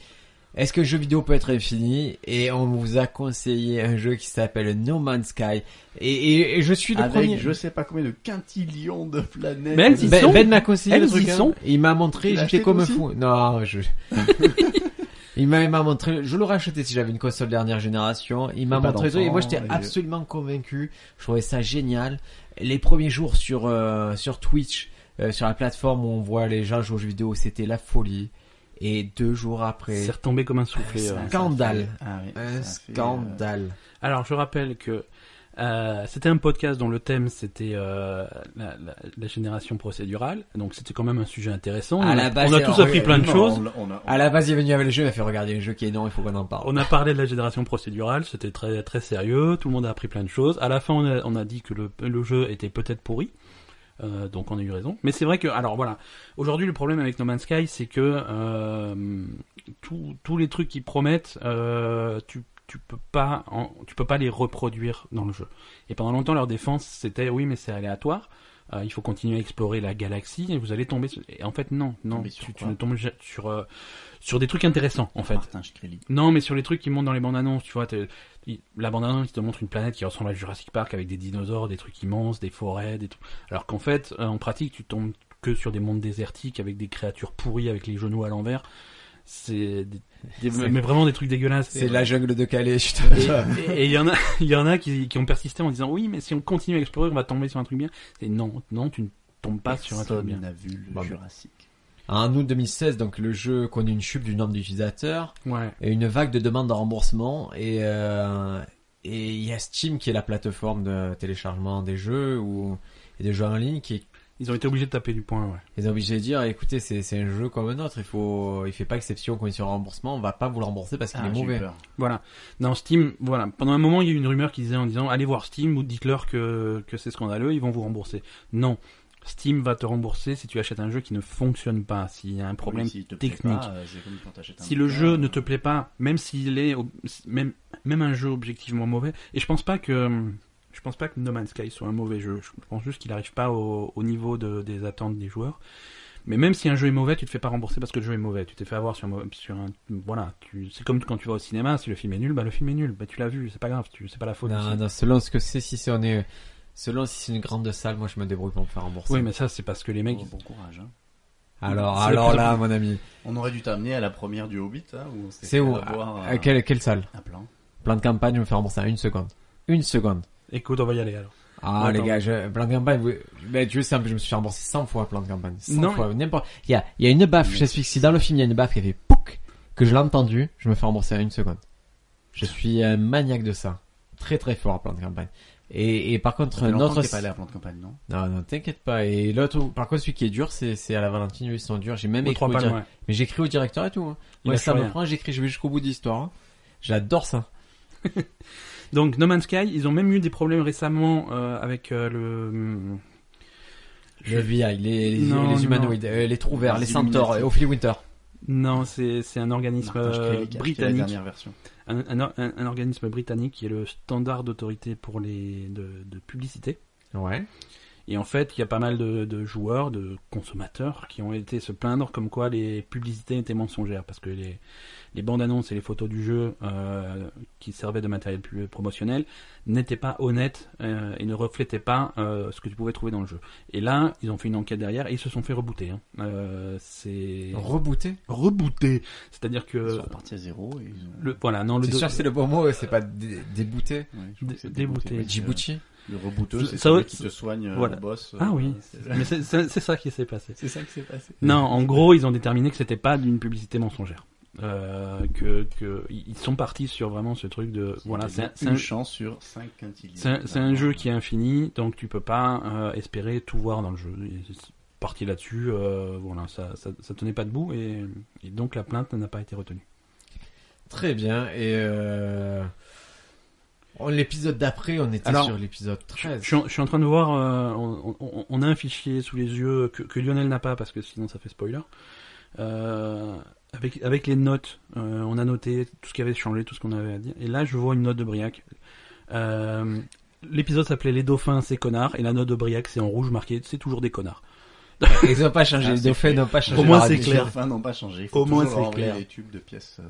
Speaker 1: Est-ce que le jeu vidéo peut être infini? Et on vous a conseillé un jeu qui s'appelle No Man's Sky. Et, et, et je suis le
Speaker 3: Avec
Speaker 1: premier.
Speaker 3: je sais pas combien de quintillions de planètes. Ah,
Speaker 2: Mais elles y
Speaker 1: Ben,
Speaker 2: sont
Speaker 1: ben m'a conseillé
Speaker 2: Elles
Speaker 1: le
Speaker 2: y
Speaker 1: truc. hein.
Speaker 2: sont
Speaker 1: Et il m'a montré,
Speaker 3: Tu l'as
Speaker 1: j'étais
Speaker 3: acheté
Speaker 1: comme
Speaker 3: toi
Speaker 1: un
Speaker 3: aussi
Speaker 1: fou. Non, je. [laughs] il m'a il m'a montré. Je l'aurais acheté si j'avais une console dernière génération. Il m'a
Speaker 3: pas
Speaker 1: montré le truc et moi
Speaker 3: d'enfant,
Speaker 1: j'étais
Speaker 3: et-
Speaker 1: absolument convaincu. Je trouvais ça génial. Les premiers jours sur euh, sur Twitch, euh, sur la plateforme où on voit les gens jouer aux jeux vidéo, c'était la folie. Et deux jours après,
Speaker 2: C'est retombé comme un soufflet.
Speaker 1: C'est
Speaker 2: euh.
Speaker 1: un scandale.
Speaker 3: Ah oui,
Speaker 1: un
Speaker 3: ça a fait, euh,
Speaker 1: scandale.
Speaker 2: Alors, je rappelle que euh, c'était un podcast dont le thème c'était euh, la, la- la génération procédurale, donc c'était quand même un sujet intéressant.
Speaker 1: À
Speaker 2: on, a-
Speaker 1: la base,
Speaker 2: on a
Speaker 1: c'est-
Speaker 2: tous appris plein de
Speaker 3: non,
Speaker 2: choses. Ah,
Speaker 3: on l'a- on a-
Speaker 1: À la base, il est venu avec le jeu, il m'a fait regarder le jeu qui est énorme, il faut qu'on en parle.
Speaker 2: On a parlé de la génération procédurale, c'était très très sérieux, tout le monde a appris plein de choses. À la fin, on a, on a dit que le, le jeu était peut-être pourri, euh, donc on a eu raison. Mais c'est vrai que, alors voilà, aujourd'hui le problème avec No Man's Sky, c'est que euh, tous- tous les trucs qu'ils promettent, euh, tu, tu peux pas, en- tu peux pas les reproduire dans le jeu. Et pendant longtemps, leur défense, c'était oui, mais c'est aléatoire. euh, il faut continuer à explorer la galaxie et vous allez tomber. Sur... Et en fait, non, non,
Speaker 3: Tomber sur
Speaker 2: tu, tu
Speaker 3: quoi
Speaker 2: ne tombes ja- sur euh, sur des trucs intéressants en fait.
Speaker 3: Martin Shkreli.
Speaker 2: Non, mais sur les trucs qui montent dans les bandes annonces, tu vois, t'es- il- la bande annonce qui te montre une planète qui ressemble à Jurassic Park avec des dinosaures, des trucs immenses, des forêts, des tout. Alors qu'en fait, euh, en pratique, tu tombes que sur des mondes désertiques avec des créatures pourries avec les genoux à l'envers. C'est des- des-
Speaker 1: C'est-
Speaker 2: mais vraiment des trucs dégueulasses.
Speaker 1: C'est la jungle de Calais, je te- [laughs]
Speaker 2: Et- Et et il y en a, [laughs] il y en a qui, qui ont persisté en disant oui, mais si on continue à explorer, on va tomber sur un truc bien. Et non, non, tu ne tombes pas sur un truc
Speaker 3: Personne
Speaker 2: bien.
Speaker 3: n'a vu le
Speaker 1: Bon, mais-
Speaker 3: Jurassic.
Speaker 1: En août 2016, donc le jeu connaît une chute du nombre d'utilisateurs
Speaker 2: Ouais.
Speaker 1: et une vague de demandes de remboursement et euh, et il y a Steam qui est la plateforme de téléchargement des jeux ou et des jeux en ligne qui
Speaker 2: Ils ont été obligés de taper du poing. Ouais.
Speaker 1: ils sont obligés de dire écoutez c'est c'est un jeu comme un autre il faut il fait pas exception aux conditions de remboursement on va pas vous le rembourser parce qu'il
Speaker 3: Ah,
Speaker 1: est
Speaker 3: j'ai eu
Speaker 1: mauvais
Speaker 3: peur.
Speaker 2: Voilà. Dans Steam, voilà. Pendant un moment, il y a eu une rumeur qui disait en disant allez voir Steam ou dites-leur que, que c'est scandaleux, ils vont vous rembourser. Non. Steam va te rembourser si tu achètes un jeu qui ne fonctionne pas, s'il y a un problème.
Speaker 3: Oui, s'il te plaît
Speaker 2: technique.
Speaker 3: pas, euh, c'est comme quand t'achètes un
Speaker 2: Si le
Speaker 3: bouquin,
Speaker 2: jeu
Speaker 3: euh,
Speaker 2: ne te plaît pas, même s'il est ob- même même un jeu objectivement mauvais, et je pense pas que je pense pas que No Man's Sky soit un mauvais jeu. Je pense juste qu'il n'arrive pas au, au niveau de- des attentes des joueurs. Mais même si un jeu est mauvais, tu te fais pas rembourser parce que le jeu est mauvais. Tu t'es fait avoir sur, un mau- sur un voilà. tu- C'est comme quand tu vas au cinéma, si le film est nul, bah le film est nul. Bah tu l'as vu, c'est pas grave. Tu c'est pas la faute. du
Speaker 1: non
Speaker 2: cinéma.
Speaker 1: non selon ce que c'est si c'est on est selon si c'est une grande salle moi je me débrouille pour me faire rembourser Oh,
Speaker 2: Oui, mais ça c'est parce que les mecs.
Speaker 3: Bon, bon courage. Hein.
Speaker 1: Alors,
Speaker 3: C'est le
Speaker 1: alors
Speaker 3: plus
Speaker 1: là,
Speaker 3: important.
Speaker 1: mon ami.
Speaker 3: On aurait dû t'amener à la première du Hobbit, hein, où on s'est
Speaker 1: C'est
Speaker 3: fait
Speaker 1: où
Speaker 3: avoir euh,
Speaker 1: à,
Speaker 2: Ah,
Speaker 3: un,
Speaker 1: à euh, quelle, quelle salle
Speaker 3: un plan.
Speaker 1: Plan de campagne, je me fais rembourser en une seconde. Une seconde.
Speaker 2: Écoute, on va y aller alors.
Speaker 1: Ah,
Speaker 2: Attends.
Speaker 1: les gars, je, plan de campagne, vous, ben, tu veux simple, je me suis remboursé 100 fois plan de campagne. 100
Speaker 2: Non.
Speaker 1: fois, n'importe. Il y a, il y a une baffe, je suis si dans le film, il y a une baffe qui a fait pouc, que je l'ai entendu, je me fais rembourser en une seconde. Je suis un maniaque de ça. Très très fort à plan de campagne. Et, et par contre,
Speaker 3: Ça fait longtemps
Speaker 1: notre...
Speaker 3: que t'es pas allé à plan de campagne, non
Speaker 1: Non, non, t'inquiète pas. Et l'autre, par contre, celui qui est dur, c'est, c'est à la Valentine, eux, ils sont durs. J'ai même
Speaker 2: Aux
Speaker 1: écrit
Speaker 2: trois
Speaker 1: au
Speaker 2: palmes,
Speaker 1: direct-
Speaker 2: ouais.
Speaker 1: Mais j'écris au directeur et tout. Hein.
Speaker 2: Il
Speaker 1: Moi,
Speaker 2: lâche
Speaker 1: ça me
Speaker 2: rien.
Speaker 1: prend, j'écris, je vais jusqu'au bout de l'histoire. hein. J'adore ça.
Speaker 2: Donc No Man's Sky, ils ont même eu des problèmes récemment euh, avec euh, le...
Speaker 1: Je vis ah, avec les, les,
Speaker 2: Non,
Speaker 1: les
Speaker 2: non.
Speaker 1: humanoïdes, euh, les trouvères, les
Speaker 3: Les
Speaker 1: centaures,
Speaker 3: Illuminati.
Speaker 1: euh, Ophélie Winter.
Speaker 2: Non, c'est c'est un organisme
Speaker 3: Martin
Speaker 2: euh,
Speaker 3: Shkreli qui a acheté la
Speaker 2: britannique.
Speaker 3: dernière version.
Speaker 2: Un, un- un- un organisme britannique qui est le standard d'autorité pour les de, de publicité.
Speaker 1: Ouais.
Speaker 2: Et en fait, il y a pas mal de, de joueurs, de consommateurs qui ont été se plaindre comme quoi les publicités étaient mensongères parce que les, les bandes annonces et les photos du jeu euh, qui servaient de matériel pu- promotionnel n'étaient pas honnêtes euh, et ne reflétaient pas euh, ce que tu pouvais trouver dans le jeu. Et là, ils ont fait une enquête derrière et ils se sont fait rebooter. hein. Euh, c'est
Speaker 1: Rebooté.
Speaker 2: rebooter, c'est-à-dire
Speaker 3: Ils
Speaker 2: que
Speaker 3: sont repartis à zéro et ils ont...
Speaker 2: le voilà, non le
Speaker 1: C'est
Speaker 2: do-
Speaker 1: sûr que c'est le bon mot, euh, c'est pas dé- débouté.
Speaker 3: Ouais, je crois que c'est
Speaker 2: Débouté.
Speaker 3: débouté. Euh,
Speaker 1: Djibouti.
Speaker 3: Le rebooteux,
Speaker 2: Ça-
Speaker 3: c'est
Speaker 2: ça-
Speaker 3: celui qui te soigne euh,
Speaker 2: voilà.
Speaker 3: le boss. euh,
Speaker 2: Ah oui,
Speaker 3: c'est-
Speaker 2: [laughs] mais c'est c'est- c'est ça qui s'est passé.
Speaker 3: C'est ça qui s'est passé.
Speaker 2: Non, en gros, ils ont déterminé que c'était pas d'une publicité mensongère. Euh, que, que ils sont partis sur vraiment ce truc de
Speaker 3: Euh,
Speaker 2: voilà, c'est un- c'est un,
Speaker 3: une chance sur 5 quintillions.
Speaker 2: c'est un- c'est un jeu qui est infini, donc tu peux pas euh, espérer tout voir dans le jeu. Et c'est Parti là-dessus, euh, voilà, ça, ça, ça tenait pas debout et, et donc la plainte n'a pas été retenue.
Speaker 1: Très bien. Et euh... oh, l'épisode d'après, on était
Speaker 2: Alors,
Speaker 1: sur l'épisode
Speaker 2: Je,
Speaker 1: 13.
Speaker 2: je suis en- je suis en train de voir, euh, on, on- on a un fichier sous les yeux que, que Lionel n'a pas parce que sinon ça fait spoiler. Euh, avec, avec les notes, euh, on a noté tout ce qui avait changé, tout ce qu'on avait à dire. Et là, je vois une note de Briac. Euh, L'épisode s'appelait Les dauphins, c'est connards. Et la note de Briac, c'est en rouge marqué, c'est toujours des connards.
Speaker 1: Ils n'ont pas changé,
Speaker 3: Ah,
Speaker 1: les
Speaker 3: c'est
Speaker 1: dauphins n'ont pas changé.
Speaker 2: Au moins,
Speaker 1: leur
Speaker 2: c'est
Speaker 1: habitude.
Speaker 3: Les
Speaker 2: clair.
Speaker 3: dauphins n'ont pas changé.
Speaker 2: Au
Speaker 3: Au
Speaker 2: moins,
Speaker 3: moins,
Speaker 2: c'est
Speaker 3: c'est
Speaker 2: clair.
Speaker 3: Les tubes de pièces. euh,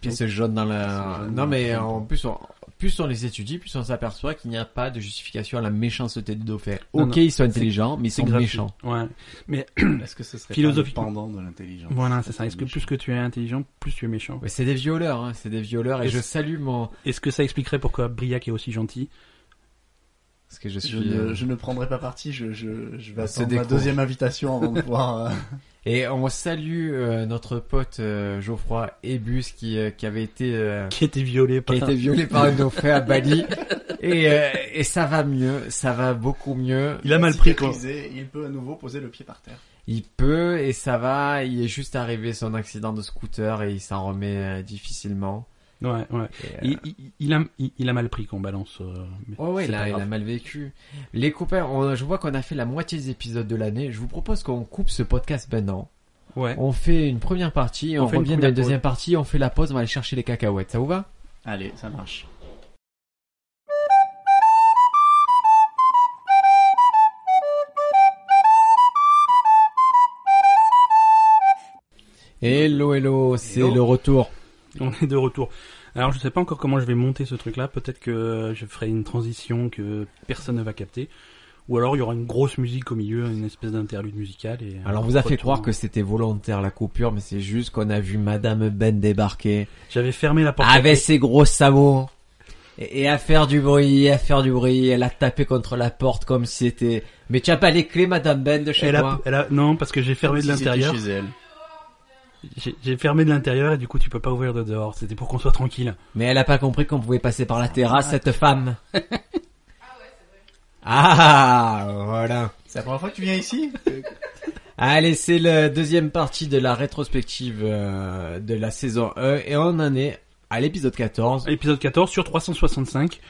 Speaker 1: Pièce jaune dans
Speaker 3: Pièce
Speaker 1: la...
Speaker 3: jaune
Speaker 1: Non
Speaker 3: dans
Speaker 1: mais
Speaker 3: la-
Speaker 1: en plus, on... plus on les étudie, plus on s'aperçoit qu'il n'y a pas de justification à la méchanceté des dauphins.
Speaker 2: Non,
Speaker 1: Ok,
Speaker 2: non.
Speaker 1: ils sont intelligents, mais ils
Speaker 2: C'est
Speaker 1: sont
Speaker 2: gratuit.
Speaker 1: méchants.
Speaker 2: Ouais.
Speaker 3: [coughs] Est-ce que ce serait
Speaker 2: Philosophique.
Speaker 3: pas le pendant de l'intelligence
Speaker 2: Voilà, c'est ça. Est-ce que plus que tu es intelligent, plus tu es méchant
Speaker 1: Mais c'est des violeurs, hein, c'est des violeurs. Et
Speaker 2: Est-ce-
Speaker 1: je salue mon...
Speaker 2: Est-ce que ça expliquerait pourquoi Briac est aussi gentil
Speaker 1: Parce que je
Speaker 3: je
Speaker 1: suis...
Speaker 3: ne,
Speaker 1: euh,
Speaker 3: je ne prendrai pas parti, je, je, je vais
Speaker 1: On se
Speaker 3: attendre ma
Speaker 1: découvre.
Speaker 3: deuxième invitation avant de pouvoir... [laughs] euh,
Speaker 1: Et on salue euh, notre pote euh, Geoffroy Ebus qui, euh, qui avait été euh,
Speaker 2: Qui a été violé
Speaker 1: qui
Speaker 2: par
Speaker 1: a été violé par
Speaker 2: [laughs]
Speaker 1: un dauphin à Bali et, euh, et ça va mieux, ça va beaucoup mieux.
Speaker 2: Il a mal pris quoi.
Speaker 3: cicatriser, Il peut à nouveau poser le pied par terre.
Speaker 1: Il peut et ça va. Il est juste arrivé son accident de scooter et il s'en remet euh, difficilement.
Speaker 2: Ouais, ouais.
Speaker 1: Et, euh,
Speaker 2: Il, il- il a, il, il a mal pris qu'on balance. euh, mais
Speaker 1: Ouais, ouais,
Speaker 2: c'est
Speaker 1: il
Speaker 2: pas
Speaker 1: a, il
Speaker 2: grave.
Speaker 1: a mal vécu. Les copains, on- je vois qu'on a fait la moitié des épisodes de l'année. Je vous propose qu'on coupe ce podcast maintenant.
Speaker 2: Ouais.
Speaker 1: On fait une première partie, et
Speaker 2: On
Speaker 1: on,
Speaker 2: fait une
Speaker 1: revient dans
Speaker 2: première
Speaker 1: une deuxième partie, on fait la pause, on va aller chercher les cacahuètes. Ça vous va
Speaker 3: Allez, ça marche.
Speaker 1: Hello, hello, c'est
Speaker 3: Hello.
Speaker 1: le retour.
Speaker 2: On est de retour. Alors je sais pas encore comment je vais monter ce truc-là. Peut-être que je ferai une transition que personne ne va capter, ou alors il y aura une grosse musique au milieu, une espèce d'interlude musical. Et
Speaker 1: Alors, on vous a fait
Speaker 2: Retour.
Speaker 1: croire que c'était volontaire la coupure, mais c'est juste qu'on a vu Madame Ben débarquer
Speaker 2: j'avais fermé la porte.
Speaker 1: avec ses gros sabots et, et à faire du bruit, à faire du bruit. Elle a tapé contre la porte comme si c'était. Mais tu as pas les clés, Madame Ben, de chez
Speaker 2: Elle a,
Speaker 1: toi
Speaker 2: elle a, non, parce que j'ai fermé de
Speaker 3: Si c'était
Speaker 2: l'intérieur.
Speaker 3: chez elle.
Speaker 2: J'ai j'ai fermé de l'intérieur et du coup tu peux pas ouvrir de dehors. C'était pour qu'on soit tranquille.
Speaker 1: Mais elle a pas compris qu'on pouvait passer par
Speaker 2: Ah,
Speaker 1: la terrasse, cette
Speaker 2: [laughs]
Speaker 1: femme. Ah voilà.
Speaker 3: C'est la première fois que tu
Speaker 2: [laughs]
Speaker 3: viens ici
Speaker 1: Allez, c'est la deuxième partie de la rétrospective euh, de la saison 1 et on en est à l'épisode 14.
Speaker 2: Épisode 14 sur 365.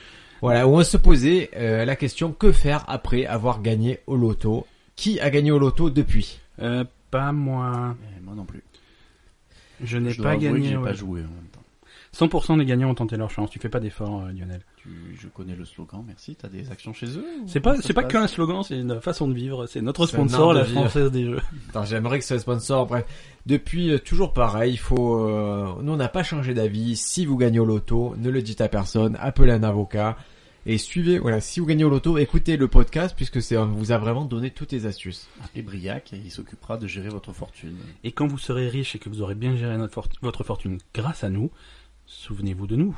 Speaker 1: Voilà, où on se posait euh, la question que faire après avoir gagné au loto Qui a gagné au loto depuis
Speaker 2: Euh, pas moi.
Speaker 3: Eh, Moi non plus.
Speaker 2: Je n'ai
Speaker 3: Je
Speaker 2: pas
Speaker 3: dois avouer que
Speaker 2: gagné.
Speaker 3: j'ai
Speaker 2: ouais.
Speaker 3: pas joué en même temps.
Speaker 2: 100% des gagnants ont tenté leur chance. Tu fais pas d'effort, euh, Lionel.
Speaker 3: Tu- je connais le slogan, merci. T'as des actions chez eux ou
Speaker 2: C'est pas,
Speaker 3: ça
Speaker 2: c'est
Speaker 3: se
Speaker 2: pas
Speaker 3: passe
Speaker 2: qu'un slogan, c'est une façon de vivre. C'est notre
Speaker 1: C'est un art
Speaker 2: sponsor,
Speaker 1: de
Speaker 2: la
Speaker 1: vivre.
Speaker 2: française des jeux.
Speaker 1: Attends, j'aimerais que ce soit sponsor. Bref, depuis euh, toujours pareil, il faut euh, nous on n'a pas changé d'avis. Si vous gagnez au loto, ne le dites à personne, appelez un avocat. Et suivez, voilà, si vous gagnez au loto, écoutez le podcast puisque c'est, on vous a vraiment donné toutes les astuces.
Speaker 3: Ah, Et Briac, il s'occupera de gérer votre fortune.
Speaker 2: Et quand vous serez riche et que vous aurez bien géré notre fort- votre fortune grâce à nous, souvenez-vous de nous.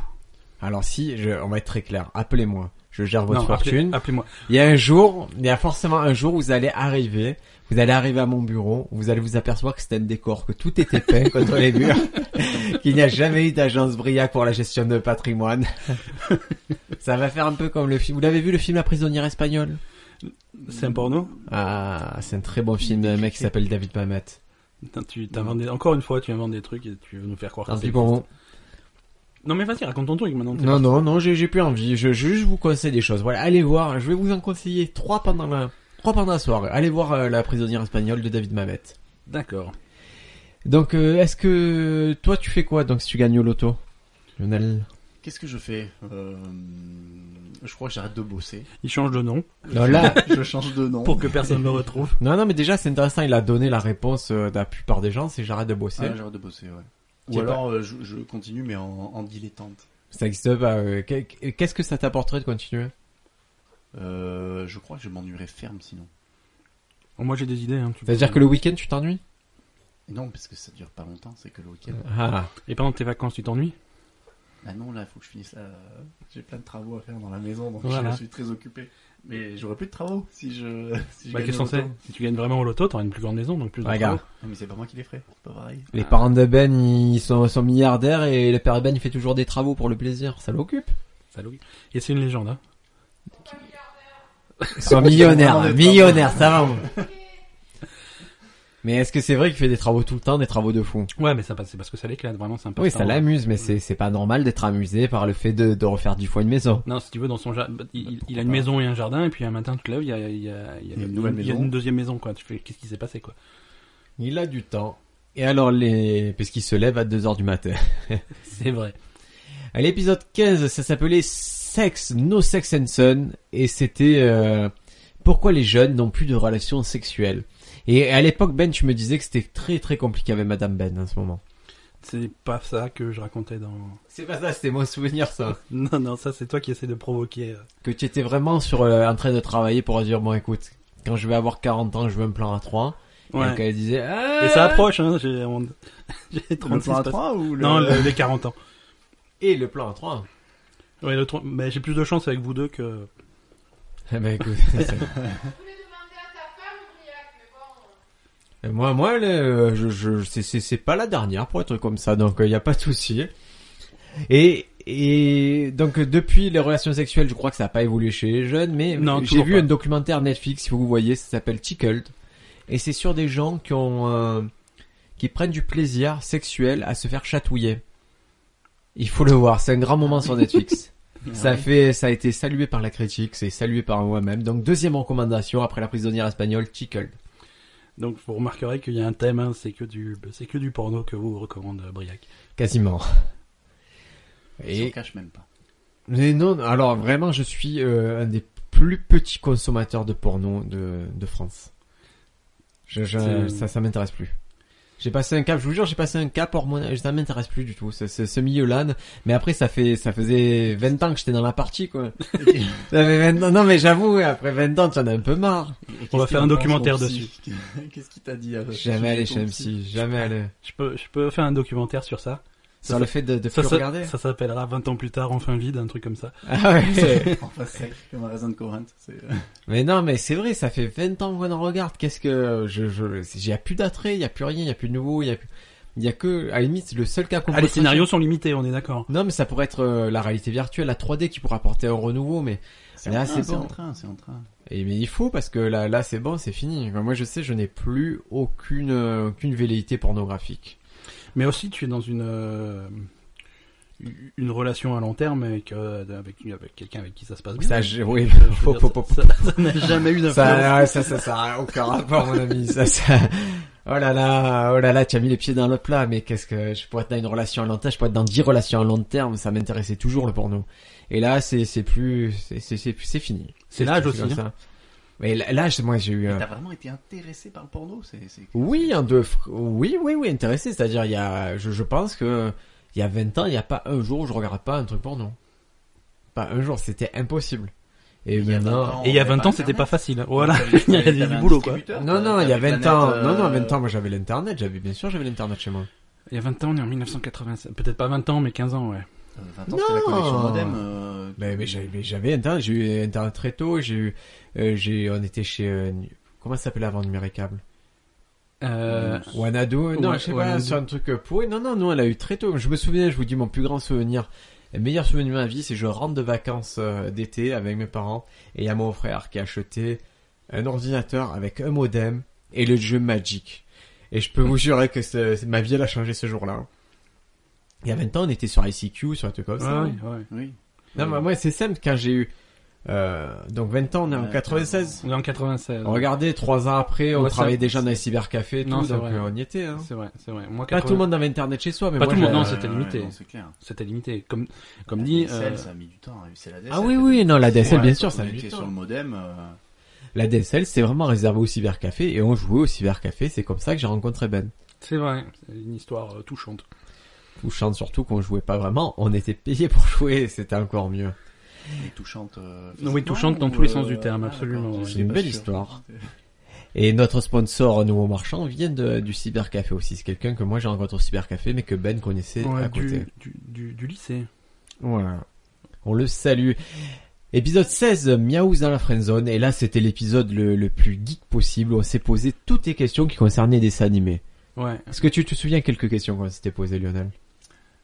Speaker 1: Alors si, je, on va être très clair, appelez-moi. Je gère votre
Speaker 2: Non, appelez-
Speaker 1: fortune.
Speaker 2: Appelez-moi.
Speaker 1: Il y a un jour, il y a forcément un jour où vous allez arriver, vous allez arriver à mon bureau, vous allez vous apercevoir que c'était un décor, que tout était peint contre les murs, [laughs] qu'il n'y a jamais eu d'agence Briac pour la gestion de patrimoine. Ça va faire un peu comme le film. Vous l'avez vu le film La prisonnière espagnole
Speaker 2: C'est un porno
Speaker 1: Ah, c'est un très bon film d'un mec qui s'appelle David Mamet.
Speaker 2: Putain, Tu t'inventes des- Encore une fois, tu inventes des trucs et tu veux nous faire croire que
Speaker 1: Tant
Speaker 2: c'est
Speaker 1: pis pour vous.
Speaker 2: Non mais vas-y, raconte ton truc maintenant. t'es
Speaker 1: Non,
Speaker 2: parti.
Speaker 1: non, non, j'ai j'ai plus envie. Je, je- je vous conseille des choses. Voilà, allez voir. Je vais vous en conseiller trois pendant la, trois pendant la soirée. Allez voir euh, La prisonnière espagnole de David Mamet.
Speaker 2: D'accord.
Speaker 1: Donc, euh, est-ce que toi, tu fais quoi donc si tu gagnes au loto, Lionel
Speaker 3: Qu'est-ce que je fais Euh, Je crois que j'arrête de bosser.
Speaker 2: Il change de nom
Speaker 1: Non, là,
Speaker 3: [laughs] je change de nom.
Speaker 2: pour que personne ne le [laughs] retrouve.
Speaker 1: non, non, mais déjà, c'est intéressant. Il a donné la réponse euh, de la plupart des gens, c'est j'arrête de bosser.
Speaker 3: Ah, j'arrête de bosser, ouais.
Speaker 1: Tu
Speaker 3: Ou
Speaker 1: es
Speaker 3: alors euh, je, je continue mais en, en dilettante.
Speaker 1: Ça existe pas. euh, qu'est- Qu'est-ce que ça t'apporterait de continuer
Speaker 3: Euh, je crois que je m'ennuierais ferme sinon.
Speaker 2: Oh, moi j'ai des idées. Hein, tu peux-
Speaker 1: C'est-à-dire que le week-end, tu t'ennuies
Speaker 3: Non, parce que ça dure pas longtemps, c'est que le week-end.
Speaker 1: Ah,
Speaker 2: Et pendant tes vacances, tu t'ennuies
Speaker 3: Ah non, là, il faut que je finisse là. J'ai plein de travaux à faire dans la maison, donc
Speaker 2: Voilà.
Speaker 3: je suis très occupé. Mais j'aurais plus de travaux si je. Si je
Speaker 2: Bah,
Speaker 3: gagne
Speaker 2: qu'est-ce
Speaker 3: au
Speaker 2: qu'on sait
Speaker 3: loto.
Speaker 2: Si tu gagnes vraiment au loto, t'auras une plus grande maison, donc plus de
Speaker 1: Regarde.
Speaker 2: travaux.
Speaker 3: Non, mais c'est pas moi qui les ferai, c'est pas pareil.
Speaker 1: les parents de Ben, ils sont, sont milliardaires et le père Ben, il fait toujours des travaux pour le plaisir. Ça l'occupe.
Speaker 2: Salaud. Et c'est une légende. Hein.
Speaker 1: Ils sont
Speaker 3: vraiment
Speaker 1: millionnaires,
Speaker 3: des
Speaker 1: millionnaires, ça va. moi. mais est-ce que c'est vrai qu'il fait des travaux tout le temps, des travaux de fou
Speaker 2: Ouais, mais ça passe, c'est parce que ça l'éclate, vraiment, c'est un peu
Speaker 1: Oui, ça l'amuse, mais c'est c'est pas normal d'être amusé par le fait de, de refaire du fois une maison.
Speaker 2: Non, si tu veux, dans son jardin, il, il- il a
Speaker 3: Pourquoi
Speaker 2: une
Speaker 3: pas.
Speaker 2: maison et un jardin, et puis un matin, tu te lèves, il y a, il y a- il y a-
Speaker 3: Il y a une nouvelle
Speaker 2: il y a
Speaker 3: maison.
Speaker 2: une deuxième maison, quoi. Tu fais, qu'est-ce qui s'est passé,
Speaker 3: [laughs]
Speaker 2: quoi
Speaker 1: Il a du temps. Et alors, les... puisqu'il se lève à 2h du matin.
Speaker 2: C'est vrai.
Speaker 1: À l'épisode 15, ça s'appelait Sex, No Sex and Son, et c'était euh, pourquoi les jeunes n'ont plus de relations sexuelles. Et à l'époque, Ben, tu me disais que c'était très très compliqué avec Madame Ben en ce moment.
Speaker 2: C'est pas ça que je racontais dans. [laughs]
Speaker 1: C'est pas ça, c'était mon souvenir ça.
Speaker 2: Non, non, ça, c'est toi qui essaies de provoquer. euh.
Speaker 1: Que tu étais vraiment sur euh, en train de travailler pour dire bon écoute, quand je vais avoir 40 ans, je veux un plan à 3. Et
Speaker 2: Ouais.
Speaker 1: qu'elle disait ah
Speaker 2: Et ça approche, hein. J'ai, on- [laughs] j'ai
Speaker 3: Le
Speaker 2: 36
Speaker 3: plan à
Speaker 2: passe-
Speaker 3: 3 ou le.
Speaker 2: Non, le- les 40 ans.
Speaker 1: Et le plan à 3.
Speaker 2: Ouais, le tro- mais j'ai plus de chance avec vous deux que.
Speaker 1: Eh ben
Speaker 2: [laughs]
Speaker 1: écoute,
Speaker 4: Je voulais demander à ta femme, Briac, mais bon.
Speaker 1: Et Moi, moi, elle, euh, je, je, c'est- c'est c'est pas la dernière pour être comme ça, donc il n'y a pas de souci. Et, et donc euh, depuis les relations sexuelles, je crois que ça n'a pas évolué chez les jeunes, mais
Speaker 2: Non,
Speaker 1: j'ai
Speaker 2: toujours
Speaker 1: vu
Speaker 2: pas.
Speaker 1: un documentaire Netflix, si vous voyez, ça s'appelle Tickled, et c'est sur des gens qui ont euh, qui prennent du plaisir sexuel à se faire chatouiller. Il faut le voir, c'est un grand moment sur
Speaker 2: [laughs]
Speaker 1: Netflix. ça fait, ça a été salué par la critique, c'est salué par moi-même. Donc deuxième recommandation après la prisonnière espagnole, Tickled.
Speaker 2: Donc, vous remarquerez qu'il y a un thème, hein, c'est que du, c'est que du porno que vous recommande euh, Briac.
Speaker 1: Quasiment.
Speaker 3: Et...
Speaker 1: Et
Speaker 2: [laughs]
Speaker 3: cache même pas.
Speaker 1: mais non, alors vraiment, je suis euh, un des plus petits consommateurs de porno de, de France. Je, je-
Speaker 2: C'est-
Speaker 1: ça, ça m'intéresse plus. J'ai passé un cap, je vous jure, j'ai passé un cap hormonal, ça m'intéresse plus du tout, ce, ce, ce milieu-là. Mais après, ça fait, ça faisait 20 ans que j'étais dans la partie, quoi. Ça fait 20 ans- non, mais j'avoue, après 20 ans, tu en as un peu marre.
Speaker 2: On va faire un documentaire
Speaker 3: [laughs] Qu'est-ce qu'il t'a dit euh,
Speaker 2: Bah,
Speaker 3: à-
Speaker 1: Jamais
Speaker 3: à
Speaker 1: aller
Speaker 3: ton
Speaker 1: chez
Speaker 3: psy
Speaker 1: MC, jamais aller.
Speaker 2: Je peux, je peux faire un documentaire sur ça.
Speaker 1: Sur le fait de, de
Speaker 2: Ça,
Speaker 1: plus
Speaker 2: ça-
Speaker 1: regarder.
Speaker 2: ça s'appellera 20 ans plus tard, enfin vide, un truc comme ça.
Speaker 1: Ah ouais. c'est-
Speaker 3: [laughs] En face sec,
Speaker 2: [laughs]
Speaker 3: comme un raisin de Corinthe. c'est- euh,
Speaker 1: Mais non, mais c'est vrai, ça fait 20 ans qu'on en regarde. Qu'est-ce que euh, je, je, il y a plus d'attrait, il y a plus rien, il y a plus de nouveau, il y a plus, il y a que, à la limite, le seul cas qu'on
Speaker 2: Ah, les
Speaker 1: pourrait-
Speaker 2: scénarios sont limités, on est d'accord.
Speaker 1: Non, mais ça pourrait être euh, la réalité virtuelle, la 3D qui pourrait apporter un renouveau, mais,
Speaker 3: C'est
Speaker 1: Là,
Speaker 3: en
Speaker 1: c'est
Speaker 3: train, c'est
Speaker 1: bon.
Speaker 3: en train, c'est en train.
Speaker 1: et, mais il faut parce que là, là, c'est bon, c'est fini. Enfin, moi, je sais, je n'ai plus aucune, euh, aucune velléité pornographique.
Speaker 2: Mais aussi, tu es dans une euh, une relation à long terme avec euh, avec, avec quelqu'un avec qui ça se passe bien.
Speaker 1: Ça, j'ai- oui,
Speaker 2: Je veux dire,
Speaker 1: pop, pop, pop.
Speaker 2: ça- ça- ça n'a jamais eu d'influence.
Speaker 1: Ça, ouais, ça, ça, ça a aucun rapport, mon ami. Ça, ça... Oh là là, oh là là, tu as mis les pieds dans le plat, mais qu'est-ce que je pourrais être dans une relation à long terme, je pourrais être dans 10 relations à long terme, ça m'intéressait toujours le porno. Et là, c'est, c'est plus, c'est, c'est, c'est, c'est fini.
Speaker 2: C'est l'âge
Speaker 1: comme
Speaker 2: aussi, hein.
Speaker 1: ça. Mais l- l'âge, moi, j'ai eu.
Speaker 3: Mais
Speaker 1: un-
Speaker 3: T'as vraiment été intéressé par le porno c'est c'est-
Speaker 1: Oui, un de, fr- oui, oui, oui, intéressé. C'est-à-dire, il y a, je, je pense que il y a 20 ans, il n'y a pas un jour où je regarde pas un truc porno. Pas un jour, c'était impossible. Et
Speaker 3: Il y a
Speaker 1: maintenant-
Speaker 3: 20 ans,
Speaker 2: Et il y a
Speaker 3: on avait
Speaker 2: 20
Speaker 3: pas
Speaker 2: ans, c'était
Speaker 3: Internet.
Speaker 2: pas facile. hein. Voilà,
Speaker 3: T'avais-
Speaker 2: [laughs] il y
Speaker 3: t'avais-
Speaker 2: avait du
Speaker 3: t'avais un
Speaker 2: boulot, quoi.
Speaker 3: distributeur,
Speaker 1: Non, non, il y a
Speaker 3: t'avais
Speaker 1: 20
Speaker 3: Planète,
Speaker 1: ans.
Speaker 3: euh,
Speaker 1: Non, non, à 20 ans, moi j'avais l'internet, j'avais, bien sûr, j'avais l'internet chez moi.
Speaker 2: Il y a 20 ans, on est en 1987. Peut-être pas 20 ans, mais 15 ans, ouais.
Speaker 3: euh, 20 ans, c'était la
Speaker 1: Non.
Speaker 3: connexion modem. euh,
Speaker 1: Ben, Mais, mais j'avais, mais j'avais internet, j'ai eu internet très tôt, j'ai eu, euh, j'ai, on était chez, euh, Nu- comment ça s'appelait avant Numéricable?
Speaker 2: Euh,
Speaker 1: Wanado, non,
Speaker 2: Ouais,
Speaker 1: je sais pas,
Speaker 2: Wanado.
Speaker 1: sur un truc euh, pourri. Non, non, non, elle a eu très tôt. Je me souviens, je vous dis mon plus grand souvenir, le meilleur souvenir de ma vie, c'est je rentre de vacances euh, d'été avec mes parents et il y a mon frère qui a acheté un ordinateur avec un modem et le jeu Magic. Et je peux vous jurer que ce- ma vie elle a changé ce jour-là. Il y a 20 ans, on était sur ICQ, sur un truc comme
Speaker 2: ouais,
Speaker 1: ça.
Speaker 2: ouais, ouais.
Speaker 3: Oui.
Speaker 1: Non, mais moi, c'est simple, quand j'ai eu... Euh, donc 20 ans, on est en
Speaker 3: Ouais,
Speaker 1: 96.
Speaker 2: On est en 96.
Speaker 1: Regardez, 3 ans après, on
Speaker 2: Ouais, ça-
Speaker 1: travaillait déjà dans les cybercafés, et tout,
Speaker 2: Non, c'est
Speaker 1: donc
Speaker 2: vrai.
Speaker 1: euh, on y était. Hein.
Speaker 2: C'est vrai, c'est vrai. Moi,
Speaker 1: Pas
Speaker 2: 80
Speaker 1: tout le monde avait internet chez soi, mais
Speaker 2: Pas
Speaker 1: moi,
Speaker 2: tout le
Speaker 1: je-
Speaker 2: monde, non,
Speaker 3: Euh,
Speaker 2: c'était limité.
Speaker 3: non, C'est clair.
Speaker 2: C'était limité. Comme, comme
Speaker 3: La
Speaker 2: dit,
Speaker 3: DSL,
Speaker 2: euh,
Speaker 3: ça a mis du temps à réussir la DSL.
Speaker 1: Ah oui, oui, non, la DSL,
Speaker 3: Ouais,
Speaker 1: bien sûr,
Speaker 3: quand
Speaker 1: ça
Speaker 3: on
Speaker 1: a mis
Speaker 3: était
Speaker 1: du
Speaker 3: sur le
Speaker 1: temps.
Speaker 3: modem. euh,
Speaker 1: La DSL, c'est vraiment réservé au cybercafé, et on jouait au cybercafé, c'est comme ça que j'ai rencontré Ben.
Speaker 2: euh, c'est vrai. C'est une histoire euh, touchante.
Speaker 1: Touchante surtout qu'on jouait pas vraiment, on était payé pour jouer, [laughs] c'était encore mieux.
Speaker 3: Et touchante.
Speaker 2: Non,
Speaker 3: euh,
Speaker 2: oui,
Speaker 3: physiquement,
Speaker 2: touchante dans
Speaker 3: ou,
Speaker 2: tous les sens
Speaker 3: euh,
Speaker 2: du terme,
Speaker 3: ah,
Speaker 2: absolument,
Speaker 3: d'accord,
Speaker 2: ouais.
Speaker 3: j'étais
Speaker 1: C'est une
Speaker 3: pas
Speaker 1: belle
Speaker 3: sûr.
Speaker 1: histoire. Et notre sponsor Nouveau Marchand vient de, du cybercafé aussi, c'est quelqu'un que moi j'ai rencontré au cybercafé, mais que Ben connaissait
Speaker 2: Ouais,
Speaker 1: à côté.
Speaker 2: du, du, du, du lycée.
Speaker 1: Voilà. On le salue. Épisode 16, Miaouz dans la friendzone. Et là, c'était l'épisode le, le plus geek possible. On s'est posé toutes les questions qui concernaient des dessins animés.
Speaker 2: Ouais.
Speaker 1: Est-ce que tu te souviens quelques questions qu'on s'était posées, Lionel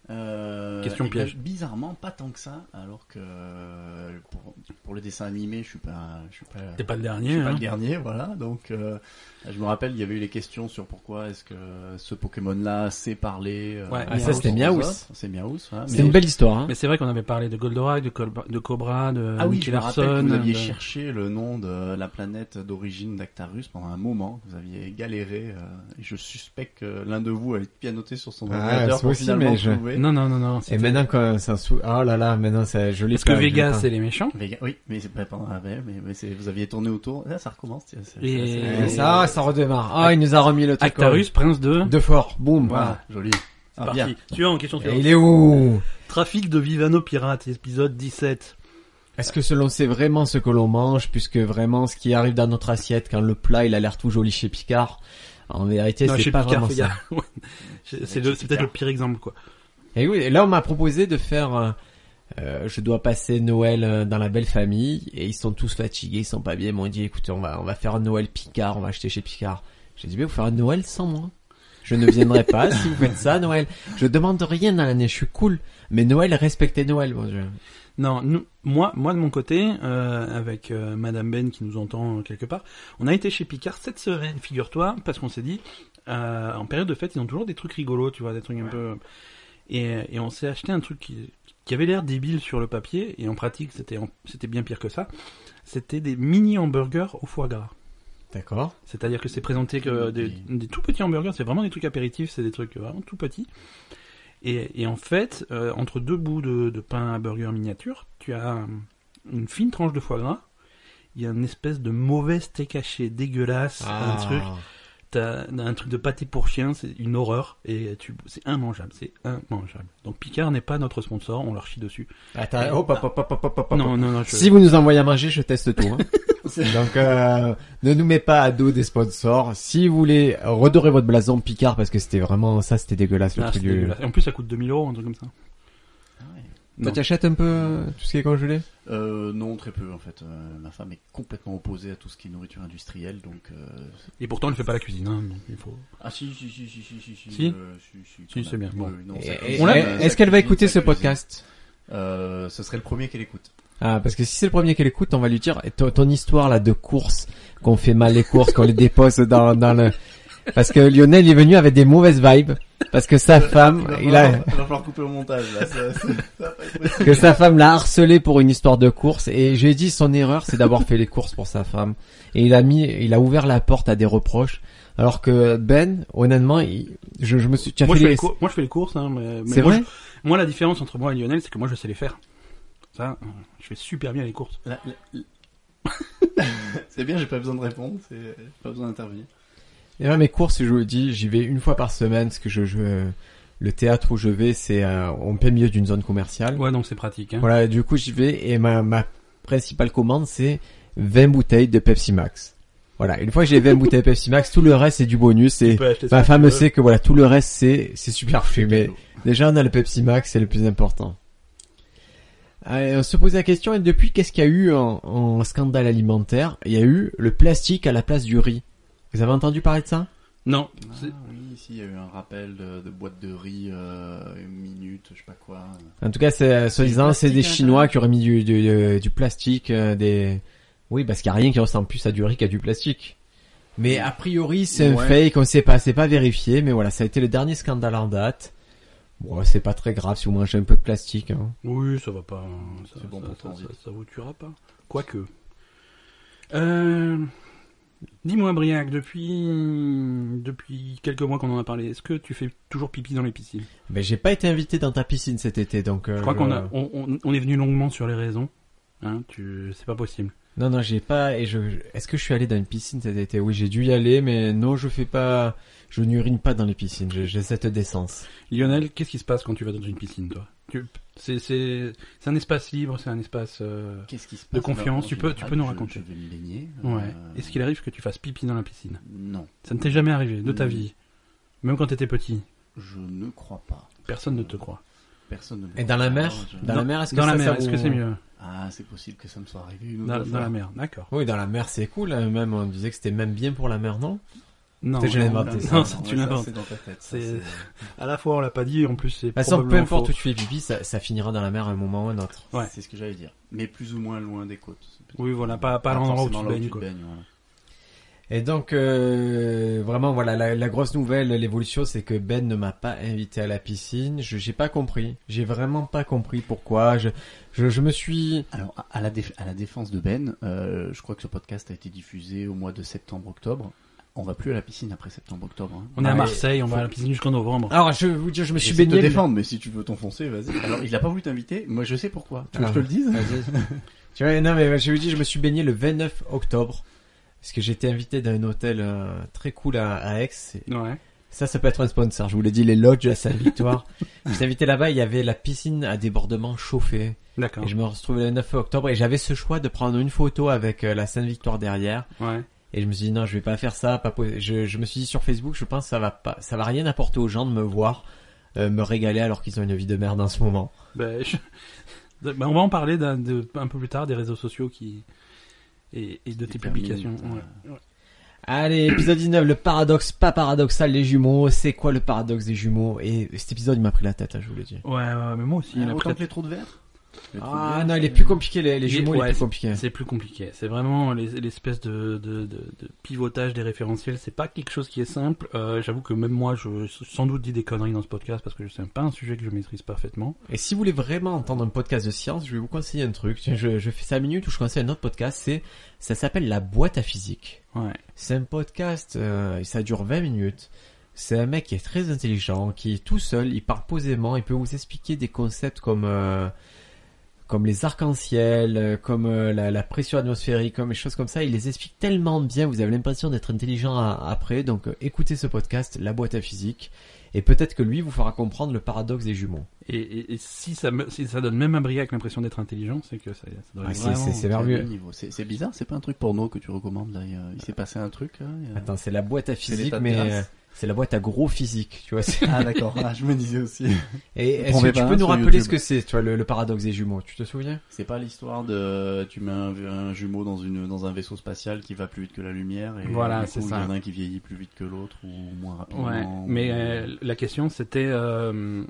Speaker 3: Euh,
Speaker 2: Question
Speaker 3: eh ben,
Speaker 2: piège.
Speaker 3: Bizarrement, pas tant que ça, alors que euh, pour, pour le dessin animé, je suis pas, je suis pas,
Speaker 2: T'es pas le
Speaker 3: je
Speaker 2: dernier,
Speaker 3: suis pas
Speaker 2: hein.
Speaker 3: le dernier, voilà. Donc, euh, je me rappelle, il y avait eu les questions sur pourquoi est-ce que ce Pokémon-là sait parler. euh,
Speaker 2: Ouais,
Speaker 3: miaou
Speaker 2: ah, ça,
Speaker 3: sans
Speaker 1: c'était
Speaker 3: les
Speaker 1: Miaou.
Speaker 3: autres. C'est Miaouz. hein,
Speaker 1: C'est
Speaker 3: mais-
Speaker 1: une belle histoire. Hein
Speaker 2: Ah, Mais c'est vrai qu'on avait parlé de Goldorak, de, Colba- de Cobra, de
Speaker 3: Ah oui,
Speaker 2: Nicky
Speaker 3: je me
Speaker 2: Larson. euh,
Speaker 3: rappelle que vous aviez
Speaker 2: de-
Speaker 3: cherché le nom de la planète d'origine d'Actarus pendant un moment. Vous aviez galéré. euh, et je suspecte que l'un de vous avait pianoté sur son
Speaker 1: Ah,
Speaker 3: ordinateur
Speaker 1: c'est
Speaker 3: pour
Speaker 1: possible,
Speaker 3: finalement
Speaker 1: mais je-
Speaker 3: trouver.
Speaker 2: Non, non, non, non.
Speaker 1: Et
Speaker 2: c'était-
Speaker 1: maintenant, quand ça sou... Oh là là, maintenant, ça, je l'ai
Speaker 2: Parce que
Speaker 1: pas, je l'ai
Speaker 2: Vegas,
Speaker 1: pas.
Speaker 2: c'est les méchants.
Speaker 3: Vega- Oui, mais c'est pas pendant la veille, mais, mais c'est- vous aviez tourné autour. Là, ça recommence. c'est- c'est-
Speaker 2: Et-
Speaker 3: c'est-
Speaker 1: Eh,
Speaker 3: c'est-
Speaker 1: Ça, ça redémarre. Ah, il nous a remis le truc.
Speaker 2: Actarus, prince de...
Speaker 1: De fort. Boum.
Speaker 3: Voilà, joli.
Speaker 2: C'est
Speaker 3: Ah,
Speaker 2: parti.
Speaker 3: bien.
Speaker 2: Suivant, question
Speaker 1: Et
Speaker 2: suivante.
Speaker 1: il est où
Speaker 2: Trafic de Vivano Pirate, épisode 17.
Speaker 1: Est-ce que selon c'est vraiment ce que l'on mange, puisque vraiment ce qui arrive dans notre assiette quand le plat il a l'air tout joli chez Picard, en vérité
Speaker 2: Non,
Speaker 1: c'est
Speaker 2: chez
Speaker 1: pas
Speaker 2: Picard,
Speaker 1: vraiment
Speaker 2: fais
Speaker 1: ça.
Speaker 2: gaffe. [laughs] Ouais. C'est c'est le- c'est peut-être le pire exemple, quoi.
Speaker 1: Et oui, et là on m'a proposé de faire, euh, euh, je dois passer Noël euh, dans la belle famille et ils sont tous fatigués, ils sont pas bien, ils m'ont dit écoutez on va on va faire un Noël Picard, on va acheter chez Picard. J'ai dit mais vous faire un Noël sans moi. Je ne viendrai pas si vous faites ça Noël. Je demande rien dans l'année, je suis cool. Mais Noël, respectez Noël, mon dieu.
Speaker 2: Non, nous, moi, moi de mon côté, euh, avec euh, Madame Ben qui nous entend euh, quelque part, on a été chez Picard cette semaine, figure-toi, parce qu'on s'est dit, euh, en période de fête, ils ont toujours des trucs rigolos, tu vois, des trucs un peu. Et, et on s'est acheté un truc qui, qui avait l'air débile sur le papier, et en pratique, c'était en- c'était bien pire que ça. C'était des mini hamburgers au foie gras.
Speaker 1: D'accord.
Speaker 2: C'est-à-dire que c'est présenté que des, des tout petits hamburgers, c'est vraiment des trucs apéritifs, c'est des trucs vraiment tout petits. Et, et en fait, euh, entre deux bouts de, de pain à burger miniature, tu as euh, une fine tranche de foie gras. Il y a une espèce de mauvais steak haché dégueulasse,
Speaker 1: Ah.
Speaker 2: un truc, t'as un truc de pâté pour chien, c'est une horreur et tu, c'est immangeable, c'est immangeable. Donc Picard n'est pas notre sponsor, on leur chie dessus.
Speaker 1: Attends, hop, hop, hop, hop, hop, hop, hop, hop.
Speaker 2: Non, non, non. Je...
Speaker 1: Si vous nous envoyez à manger, je teste tout. [laughs] hein. Donc, euh, ne nous mets pas à dos des sponsors. Si vous voulez redorer votre blason Picard, parce que c'était vraiment ça, c'était dégueulasse le
Speaker 2: Ah, c'est
Speaker 1: truc du-
Speaker 2: dégueulasse. Et En plus, ça coûte 2000 euros, un truc comme ça.
Speaker 3: Ah ouais.
Speaker 1: Toi, tu achètes un peu euh, tout ce qui est congelé
Speaker 3: Euh, non, très peu en fait. Euh, ma femme est complètement opposée à tout ce qui est nourriture industrielle, donc. euh,
Speaker 2: Et pourtant, elle ne fait pas la cuisine. hein, donc il faut.
Speaker 3: Ah si, si, si, si, si, si, si.
Speaker 2: Si
Speaker 3: euh, si, si,
Speaker 2: Si,
Speaker 3: quand
Speaker 2: c'est
Speaker 3: même.
Speaker 2: bien, bon.
Speaker 3: Oui, oui, non, ça
Speaker 1: Et-
Speaker 3: cuisine,
Speaker 1: et-
Speaker 2: on l'a-
Speaker 3: ça
Speaker 1: Eh, Est-ce qu'elle va
Speaker 3: cuisine,
Speaker 1: écouter
Speaker 3: ça
Speaker 1: ce
Speaker 3: cuisine.
Speaker 1: podcast
Speaker 3: Euh, Ce serait le premier qu'elle écoute.
Speaker 1: ah, parce que si c'est le premier qu'elle écoute, on va lui dire eh, ton, ton histoire là de course, qu'on fait mal les courses, qu'on les dépose dans, dans le... Parce que Lionel est venu avec des mauvaises vibes, parce que [laughs] sa femme,
Speaker 3: va
Speaker 1: il a...
Speaker 3: falloir- [laughs] il va falloir couper au montage là. ça- ça- ça va pas être possible.
Speaker 1: que sa femme l'a harcelé pour une histoire de course et j'ai dit son erreur c'est d'avoir fait les courses pour sa femme et il a mis il a ouvert la porte à des reproches alors que Ben honnêtement il- je, je me suis tu as
Speaker 2: Moi je,
Speaker 1: fait
Speaker 2: fais les
Speaker 1: les-
Speaker 2: cours- moi, je fais les courses, hein, mais, mais
Speaker 1: c'est
Speaker 2: moi,
Speaker 1: vrai
Speaker 2: je- moi, la différence entre moi et Lionel, c'est que moi, je sais les faire. Ça, euh, je fais super bien les courses.
Speaker 3: [laughs] La- la- la- [laughs] C'est bien, j'ai pas besoin de répondre, c'est pas besoin d'intervenir.
Speaker 1: Eh et là mes courses je vous le dis j'y vais une fois par semaine parce que je je le théâtre où je vais, c'est euh, en plein milieu d'une zone commerciale.
Speaker 2: Ouais, non, c'est pratique. Hein.
Speaker 1: Voilà, du coup, j'y vais et ma, ma principale commande, c'est 20 bouteilles de Pepsi Max. Voilà, une fois que j'ai 20 bouteilles de Pepsi Max, tout le reste, c'est du bonus.
Speaker 2: Tu
Speaker 1: Et
Speaker 2: peux acheter ce
Speaker 1: ma
Speaker 2: que
Speaker 1: femme
Speaker 2: tu veux.
Speaker 1: sait que voilà, tout le reste, c'est c'est superflu. Mais déjà, on a le Pepsi Max, c'est le plus important. Euh, on se pose la question, et depuis, qu'est-ce qu'il y a eu en, en scandale alimentaire Il y a eu le plastique à la place du riz. Vous avez entendu parler de ça
Speaker 2: Non,
Speaker 3: Ah,
Speaker 2: c'est-
Speaker 3: oui, ici il y a eu un rappel de, de boîte de riz, euh, une minute, je sais pas quoi.
Speaker 1: En tout cas, c'est euh, soi-disant,
Speaker 3: plastique
Speaker 1: c'est des
Speaker 3: à
Speaker 1: Chinois qui auraient mis du, du, du- du plastique, euh, des... Oui, parce qu'il n'y a rien qui ressemble plus à du riz qu'à du plastique. Mais a priori, c'est un
Speaker 3: Ouais.
Speaker 1: fake, on sait pas, c'est pas vérifié, mais voilà, ça a été le dernier scandale en date. Bon, c'est pas très grave si vous mangez un peu de plastique. Hein.
Speaker 2: oui, ça va pas. hein, Ça,
Speaker 3: C'est bon
Speaker 2: ça,
Speaker 3: pour ton
Speaker 2: ça-
Speaker 3: vie.
Speaker 2: ça- ça vous tuera pas. Quoique. Euh, Dis-moi, Briac, depuis depuis quelques mois qu'on en a parlé, est-ce que tu fais toujours pipi dans les piscines
Speaker 1: Mais j'ai pas été invité dans ta piscine cet été, donc... euh,
Speaker 2: Je crois qu'on a
Speaker 1: euh,
Speaker 2: on, on- on est venu longuement sur les raisons. Hein, tu, c'est pas possible.
Speaker 1: Non, non, j'ai pas... Et je... Est-ce que je suis allé dans une piscine cet été Oui, j'ai dû y aller, mais non, je fais pas... Je n'urine pas dans les piscines, j'ai j'ai cette décence.
Speaker 2: Lionel, qu'est-ce qui se passe quand tu vas dans une piscine, toi Tu- c'est, c'est, c'est un espace libre, c'est un espace. euh,
Speaker 3: Qu'est-ce qui se passe
Speaker 2: De confiance,
Speaker 3: en
Speaker 2: tu peux- tu
Speaker 3: général,
Speaker 2: peux nous
Speaker 3: je-
Speaker 2: raconter.
Speaker 3: Je vais me baigner.
Speaker 2: Ouais.
Speaker 3: euh,
Speaker 2: Est-ce qu'il arrive que tu fasses pipi dans la piscine
Speaker 3: Non,
Speaker 2: Ça ne t'est jamais arrivé de ta
Speaker 3: Mm.
Speaker 2: vie, même quand t'étais petit.
Speaker 3: je ne crois pas.
Speaker 2: Personne ne te croit.
Speaker 3: Personne ne me
Speaker 1: Et dans la
Speaker 3: croit.
Speaker 1: mer
Speaker 3: Alors, je-
Speaker 1: Dans la mer, est-ce que
Speaker 2: dans
Speaker 1: ça,
Speaker 2: la mer,
Speaker 1: ça
Speaker 2: est-ce que
Speaker 1: vous-
Speaker 2: c'est mieux
Speaker 3: Ah, c'est possible que ça me soit arrivé une autre
Speaker 2: dans,
Speaker 3: fois.
Speaker 2: dans la mer, d'accord.
Speaker 1: Oui, dans la mer, c'est cool. hein, Même, on disait que c'était même bien pour la mer, non
Speaker 2: Non.
Speaker 1: T'es jamais
Speaker 2: non,
Speaker 1: inventé ça.
Speaker 2: non, ça, tu
Speaker 3: Ouais, ça,
Speaker 2: l'inventes.
Speaker 3: C'est dans ta tête. ça,
Speaker 2: C'est-
Speaker 3: c'est-
Speaker 2: À la fois, on l'a pas dit, en plus, c'est
Speaker 1: Bah, sans peu
Speaker 2: probablement
Speaker 1: importe
Speaker 2: faux.
Speaker 1: où tu fais pipi, ça, ça finira dans la mer à un moment ou un autre.
Speaker 2: [laughs] Ouais.
Speaker 3: C'est ce que j'allais dire. Mais plus ou moins loin des côtes. C'est peut-être
Speaker 2: Oui, voilà, pas, pas à l'endroit où tu
Speaker 3: forcément
Speaker 2: te
Speaker 3: là
Speaker 2: baignes, quoi.
Speaker 3: voilà.
Speaker 1: Et donc, euh, vraiment, voilà, la, la grosse nouvelle, l'évolution, c'est que Ben ne m'a pas invité à la piscine. Je j'ai pas compris. J'ai vraiment pas compris pourquoi. Je, je, je me suis.
Speaker 3: Alors, à- à la, déf- à la défense de Ben, euh, je crois que ce podcast a été diffusé au mois de septembre-octobre. On va plus à la piscine après septembre-octobre. hein.
Speaker 2: On est à
Speaker 1: Ouais.
Speaker 2: Marseille, on va à la piscine jusqu'en novembre.
Speaker 1: Alors, je vais vous dire, je me suis
Speaker 3: J'essaie de
Speaker 1: baigné.
Speaker 3: te défendre, mais si tu veux t'enfoncer, vas-y. Alors, il a pas voulu t'inviter. Moi, je sais pourquoi.
Speaker 2: Ah
Speaker 3: Tu veux que je te le dise
Speaker 1: [laughs] Vas-y. tu vois, non, mais je vous dis, je me suis baigné le 29 octobre. Parce que j'étais invité dans un hôtel euh, très cool à, à Aix. Et
Speaker 2: Ouais.
Speaker 1: Ça, ça peut être un sponsor. Je vous l'ai dit, les lodges à Saint-Victoire.
Speaker 3: [laughs]
Speaker 1: je suis invité là-bas, il y avait la piscine à débordement chauffée.
Speaker 2: D'accord.
Speaker 1: Et je me retrouvais le 9 octobre et j'avais ce choix de prendre une photo avec euh, la Sainte-Victoire derrière.
Speaker 2: Ouais.
Speaker 1: Et je me suis dit, non, je vais pas faire ça. Pas po- je, je me suis dit sur Facebook, je pense que ça va pas, ça va rien apporter aux gens de me voir euh, me régaler alors qu'ils ont une vie de merde en ce moment.
Speaker 2: Ben, je- Ben, on va en parler d'un, de- un peu plus tard des réseaux sociaux qui et, et de
Speaker 3: Des
Speaker 2: tes
Speaker 3: termines,
Speaker 2: publications.
Speaker 3: euh,
Speaker 2: Ouais. Ouais. [coughs]
Speaker 1: Allez, épisode 19, le paradoxe pas paradoxal des jumeaux. C'est quoi le paradoxe des jumeaux Et cet épisode, il m'a pris la tête, hein, je vous le dis.
Speaker 2: Ouais, ouais, mais moi aussi. la
Speaker 3: Ah, autant
Speaker 2: prête-
Speaker 3: que les trous de verre Les trous de
Speaker 1: Ah
Speaker 3: verre,
Speaker 1: non, il est
Speaker 3: c'est-
Speaker 1: plus compliqué, les, les
Speaker 2: Il est-
Speaker 1: jumeaux,
Speaker 2: ouais,
Speaker 1: il est plus compliqué.
Speaker 2: C'est plus compliqué. C'est vraiment les- l'espèce de, de, de, de pivotage des référentiels. C'est pas quelque chose qui est simple. Euh, J'avoue que même moi, je sans doute dis des conneries dans ce podcast parce que je sais pas un sujet que je maîtrise parfaitement.
Speaker 1: Et si vous voulez vraiment entendre un podcast de science, je vais vous conseiller un truc. Tiens, Je, je fais 5 minutes où je conseille un autre podcast, c'est ça s'appelle La boîte à physique.
Speaker 2: Ouais.
Speaker 1: C'est un podcast, euh, et ça dure 20 minutes. C'est un mec qui est très intelligent, qui est tout seul, il parle posément, il peut vous expliquer des concepts comme euh, comme les arcs-en-ciel, euh, comme euh, la, la pression atmosphérique, comme des choses comme ça. Il les explique tellement bien, vous avez l'impression d'être intelligent à- après. Donc euh, écoutez ce podcast, La boîte à physique, et peut-être que lui vous fera comprendre le paradoxe des jumeaux.
Speaker 2: Et, et, et si ça me, si ça donne même à Briac l'impression d'être intelligent, c'est que ça, ça doit
Speaker 1: Ah,
Speaker 2: être
Speaker 1: c'est-
Speaker 2: vraiment-
Speaker 1: c'est- c'est
Speaker 3: c'est à
Speaker 1: merveilleux.
Speaker 3: quel euh, niveau C'est c'est bizarre, c'est pas un truc porno que tu recommandes là. Il, y a- il s'est passé un truc. là, il y a-
Speaker 1: Attends, c'est la boîte à
Speaker 3: C'est
Speaker 1: physique,
Speaker 3: l'état de
Speaker 1: mais
Speaker 3: grâce.
Speaker 1: euh, c'est la boîte à gros physique,
Speaker 3: [laughs]
Speaker 1: tu vois. c'est-
Speaker 3: Ah d'accord, Ah, je me
Speaker 1: [laughs]
Speaker 3: disais aussi.
Speaker 1: Et est-ce que
Speaker 3: prenez
Speaker 1: tu
Speaker 3: pas
Speaker 1: peux
Speaker 3: un
Speaker 1: nous
Speaker 3: sur
Speaker 1: rappeler
Speaker 3: YouTube.
Speaker 1: ce que c'est, tu vois, le, le paradoxe des jumeaux Tu te souviens
Speaker 3: C'est pas l'histoire de tu mets un, un jumeau dans une dans un vaisseau spatial qui va plus vite que la lumière et
Speaker 2: Voilà,
Speaker 3: du coup,
Speaker 2: c'est
Speaker 3: il y
Speaker 2: ça.
Speaker 3: en a un qui vieillit plus vite que l'autre ou moins rapidement.
Speaker 2: Ouais,
Speaker 3: ou-
Speaker 2: mais euh, la question c'était euh,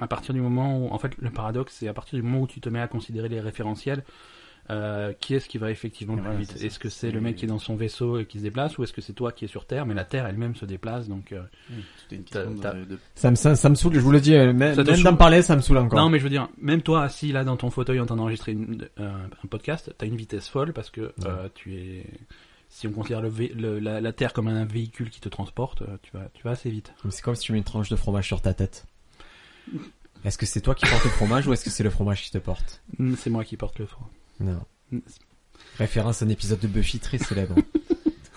Speaker 2: à partir du moment où, en fait, le paradoxe, c'est à partir du moment où tu te mets à considérer les référentiels, euh, qui est-ce qui va effectivement le
Speaker 3: Et
Speaker 2: plus
Speaker 3: voilà,
Speaker 2: vite
Speaker 3: c'est ça.
Speaker 2: Est-ce que c'est le mec qui est dans son vaisseau et qui se déplace, ou est-ce que c'est toi qui est sur Terre Mais la Terre elle-même se déplace, donc. euh,
Speaker 3: Tout est une question
Speaker 2: T'as-
Speaker 3: de, de-
Speaker 1: ça me, ça, ça me saoule, je vous le dis, euh, même,
Speaker 2: Ça te
Speaker 1: même
Speaker 2: saoule
Speaker 1: d'en parler, ça me saoule encore.
Speaker 2: Non, mais je veux dire, même toi assis là dans ton fauteuil en train d'enregistrer une- euh, un podcast, t'as une vitesse folle parce que euh, tu es. Si on considère le vé- le- la, la Terre comme un véhicule qui te transporte, euh, tu vas, tu vas assez vite.
Speaker 1: C'est comme si tu mets une tranche de fromage sur ta tête. Est-ce que c'est toi qui portes le fromage ou est-ce que c'est le fromage qui te porte
Speaker 2: C'est moi qui porte le froid.
Speaker 1: Non. Référence à un épisode de Buffy très célèbre.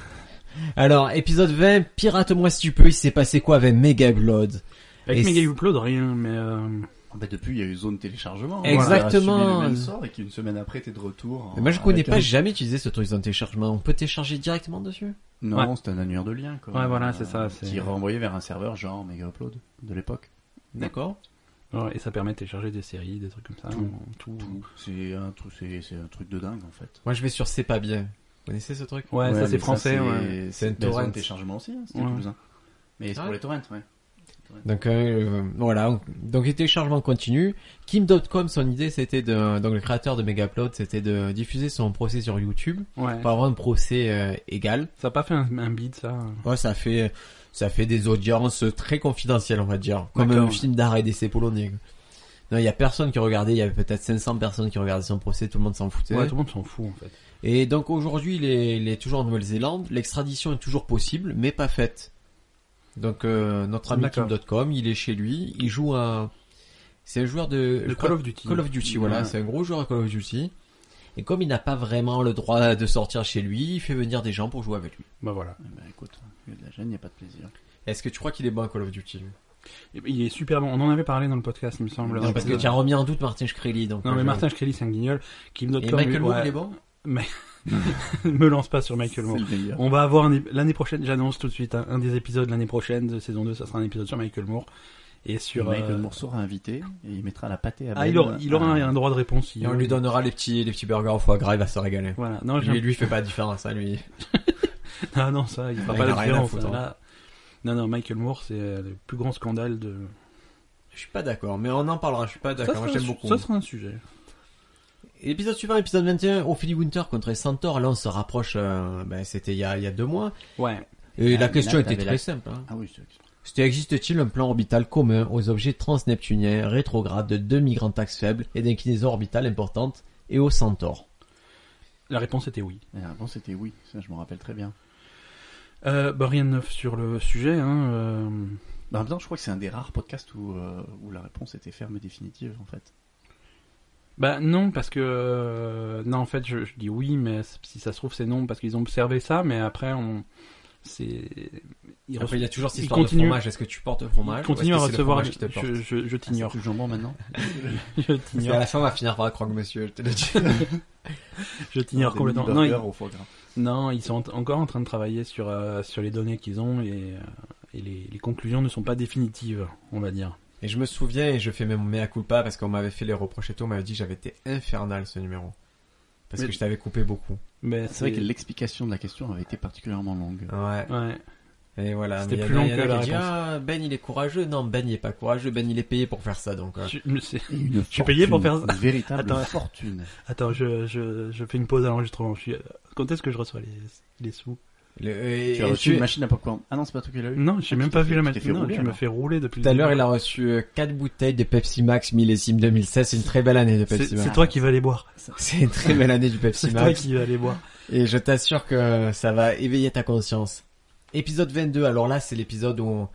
Speaker 2: [laughs]
Speaker 1: Alors, épisode 20, pirate-moi si tu peux, il s'est passé quoi avec Mega Blood
Speaker 2: Avec
Speaker 1: Et
Speaker 2: Mega
Speaker 1: c'est-
Speaker 2: Upload, rien, mais euh,
Speaker 3: Ah bah, depuis, il y a eu zone téléchargement. hein.
Speaker 1: Exactement.
Speaker 3: Voilà, elle a subi le même sort et qu'une semaine après, t'es de retour.
Speaker 1: Mais moi,
Speaker 2: Oh,
Speaker 1: je
Speaker 3: euh,
Speaker 1: connais
Speaker 3: avec
Speaker 1: pas,
Speaker 3: un-
Speaker 1: j'ai jamais utilisé cette autorisation de téléchargement. On peut télécharger directement dessus
Speaker 3: Non, c'était un annuaire de lien, quoi. Euh,
Speaker 2: Ouais, voilà, c'est ça, c'est-
Speaker 3: Qui renvoyait vers un serveur genre Mega Upload de l'époque.
Speaker 1: D'accord.
Speaker 2: ouais, et ça permet de télécharger des séries, des trucs comme ça.
Speaker 3: Tout,
Speaker 2: en tout.
Speaker 3: Tout. C'est un truc, c'est c'est un truc de dingue, en fait.
Speaker 1: Moi, je vais sur C'est pas bien. Vous connaissez ce truc
Speaker 2: Ouais, ça
Speaker 3: mais
Speaker 2: c'est français.
Speaker 1: C'est
Speaker 2: ouais.
Speaker 1: un
Speaker 3: C'est un
Speaker 1: torrent.
Speaker 3: zone téléchargement aussi, hein, c'était
Speaker 2: Ouais.
Speaker 3: toulousain. Mais c'est
Speaker 1: Ah
Speaker 3: pour
Speaker 1: ouais.
Speaker 3: les torrents, ouais.
Speaker 1: Donc euh, voilà, donc les téléchargements continus. Kim.com, son idée c'était de, donc le créateur de Megaupload, c'était de diffuser son procès sur YouTube
Speaker 2: euh, Ouais.
Speaker 1: pour avoir un procès euh, égal.
Speaker 2: Ça a pas fait un, un bid ça.
Speaker 1: Ouais, ça fait ça fait des audiences très confidentielles, on va dire, comme
Speaker 2: D'accord.
Speaker 1: un film d'arrêt d'essai polonais. quoi. Non, il y a personne qui regardait, il y avait peut-être 500 personnes qui regardaient son procès, tout le monde s'en foutait.
Speaker 2: Ouais, tout le monde s'en fout en fait.
Speaker 1: Et donc aujourd'hui, il est, il est toujours en Nouvelle-Zélande. L'extradition est toujours possible, mais pas faite. Donc euh, notre ami
Speaker 2: D'accord.
Speaker 1: Kim.com, il est chez lui. Il joue un. C'est un joueur de.
Speaker 2: Le
Speaker 1: Euh, je crois-
Speaker 2: Call of Duty.
Speaker 1: Call of Duty, voilà.
Speaker 3: Ouais.
Speaker 1: C'est un gros joueur à Call of Duty. Et comme il n'a pas vraiment le droit de sortir chez lui, il fait venir des gens pour jouer avec lui.
Speaker 2: Bah voilà.
Speaker 3: Eh ben, écoute, il y a de la gêne, il n'y a pas de plaisir.
Speaker 1: Est-ce que tu crois qu'il est bon à Call of Duty
Speaker 2: Et puis, Il est super bon. On en avait parlé dans le podcast, il me semble.
Speaker 1: Non, parce que tu as remis en doute Martin Shkreli. Donc,
Speaker 2: Non, mais
Speaker 1: je-
Speaker 2: Martin Shkreli c'est un guignol. Kim.com.
Speaker 1: Et Michael
Speaker 2: lui,
Speaker 1: Moore,
Speaker 2: ouais,
Speaker 1: il est bon
Speaker 2: [laughs] me lance pas sur
Speaker 3: C'est
Speaker 2: Michael Moore.
Speaker 3: le meilleur.
Speaker 2: On va avoir un ép- l'année prochaine, j'annonce tout de suite, hein, un des épisodes l'année prochaine de saison 2, ça sera un épisode sur Michael Moore. Et sur.
Speaker 3: Michael
Speaker 2: euh,
Speaker 3: Moore sera invité et il mettra la pâtée à
Speaker 2: Ah,
Speaker 3: Ben,
Speaker 2: il aura, il aura
Speaker 3: euh,
Speaker 2: un droit de réponse. il-
Speaker 1: Et on lui donnera les petits, les petits burgers au foie gras, il va se régaler.
Speaker 2: Voilà. Non, j'ai un-
Speaker 1: Lui, lui, il fait pas la différence, hein, lui.
Speaker 2: Ah non, ça, il fera
Speaker 1: Il
Speaker 2: pas
Speaker 1: a
Speaker 2: la
Speaker 1: rien à
Speaker 2: différence.
Speaker 1: foutre,
Speaker 2: hein,
Speaker 1: hein.
Speaker 2: là. Non, non, Michael Moore, c'est euh, le plus grand scandale de.
Speaker 1: Je suis pas d'accord, mais on en parlera, je suis pas
Speaker 2: Ça
Speaker 1: d'accord, moi,
Speaker 2: sera un
Speaker 1: j'aime
Speaker 2: su-
Speaker 1: beaucoup.
Speaker 2: Ça sera un sujet.
Speaker 1: Épisode suivant, épisode 21, Ophélie Winter contre Centaur. Là, on se rapproche, euh, ben, c'était il y a, il y a deux mois.
Speaker 2: Ouais.
Speaker 1: Et
Speaker 3: Ah,
Speaker 1: la
Speaker 3: mais
Speaker 1: question
Speaker 3: là,
Speaker 1: était
Speaker 3: t'avais
Speaker 1: très
Speaker 3: la-
Speaker 1: simple. hein.
Speaker 3: Ah oui, c'est
Speaker 1: C'était existe-t-il un plan orbital commun aux objets transneptuniens, rétrogrades, de demi-grand axe faible et d'inclinaison orbitale importante et au Centaure
Speaker 2: La réponse était oui.
Speaker 3: La réponse était oui, ça je m'en rappelle très bien.
Speaker 2: Euh, bah, rien de neuf sur le sujet. Hein. euh,
Speaker 3: Bah, En même temps, je crois que c'est un des rares podcasts où, euh, où la réponse était ferme et définitive en fait. Ah,
Speaker 2: Bah non, parce que... euh, Non, en fait, je, je dis oui, mais c- si ça se trouve, c'est non, parce qu'ils ont observé ça, mais après, on... C'est... Ils,
Speaker 1: Après,
Speaker 2: reço-
Speaker 1: il y a toujours cette
Speaker 2: il
Speaker 1: histoire
Speaker 2: continue-
Speaker 1: de fromage. Est-ce que tu portes le fromage
Speaker 2: ils continuent
Speaker 1: ou
Speaker 2: à
Speaker 1: est-ce que c'est le
Speaker 2: recevoir...
Speaker 1: fromage qui te porte
Speaker 2: je je, je
Speaker 3: Ah, c'est
Speaker 2: t'ignore.
Speaker 3: plus jambon maintenant
Speaker 2: je
Speaker 1: Parce
Speaker 2: t'ignore.
Speaker 1: qu'à la fin, on va finir par la croque, monsieur. je te le dis.
Speaker 2: Je t'ignore
Speaker 3: Des
Speaker 2: complètement.
Speaker 3: mini
Speaker 2: Non, ils...
Speaker 3: burgers au foie gras.
Speaker 2: non, ils sont en- encore en train de travailler sur, euh, sur les données qu'ils ont et, euh, et les, les conclusions ne sont pas définitives, on va dire.
Speaker 1: Et je me souviens, et je fais même mea culpa, parce qu'on m'avait fait les reproches et tout, on m'avait dit que j'avais été infernal ce numéro. Parce
Speaker 2: Mais-
Speaker 1: que je t'avais coupé beaucoup.
Speaker 2: Mais
Speaker 3: C'est vrai que l'explication de la question avait été particulièrement longue.
Speaker 2: Ah.
Speaker 1: Ouais.
Speaker 2: Ouais.
Speaker 1: Et voilà.
Speaker 2: C'était
Speaker 1: mais il y
Speaker 2: plus
Speaker 1: en a-
Speaker 2: long
Speaker 1: il y en a
Speaker 2: que la
Speaker 1: qui disent,
Speaker 2: réponse.
Speaker 1: Ah, ben il est courageux. Non, Ben il est pas courageux. Ben il est payé pour faire ça, donc. euh.
Speaker 2: Je- mais c'est-
Speaker 3: Et Une
Speaker 2: suis payé pour
Speaker 3: fortune,
Speaker 2: faire ça.
Speaker 3: Une véritable
Speaker 2: Attends.
Speaker 3: fortune.
Speaker 2: [laughs] Attends, je, je, je fais une pause à l'enregistrement. Je suis... euh, Quand est-ce que je reçois les, les sous
Speaker 1: Le- euh, et-
Speaker 3: Tu as
Speaker 1: et
Speaker 3: reçu
Speaker 1: tu-
Speaker 3: une machine à popcorn. Ah non, c'est pas toi qui l'as eu.
Speaker 2: Non, j'ai
Speaker 3: Ah,
Speaker 2: même
Speaker 3: tu
Speaker 2: pas vu
Speaker 3: t'es fait-
Speaker 2: la
Speaker 3: tu
Speaker 2: ma-
Speaker 3: t'es fait
Speaker 2: Non,
Speaker 3: rouler,
Speaker 2: je me
Speaker 3: alors.
Speaker 2: fais rouler depuis
Speaker 1: Tout à
Speaker 2: le
Speaker 1: l'heure,
Speaker 2: début.
Speaker 1: il a reçu euh, quatre bouteilles de Pepsi Max millésime 2016. C'est une très belle année de
Speaker 2: C'est-
Speaker 1: Pepsi Max.
Speaker 2: C'est toi qui vas les boire.
Speaker 1: C'est une très belle année du Pepsi
Speaker 2: C'est toi
Speaker 1: Max.
Speaker 2: qui vas les boire.
Speaker 1: Et je t'assure que ça va éveiller ta conscience. Épisode 22. Alors là, c'est l'épisode où on...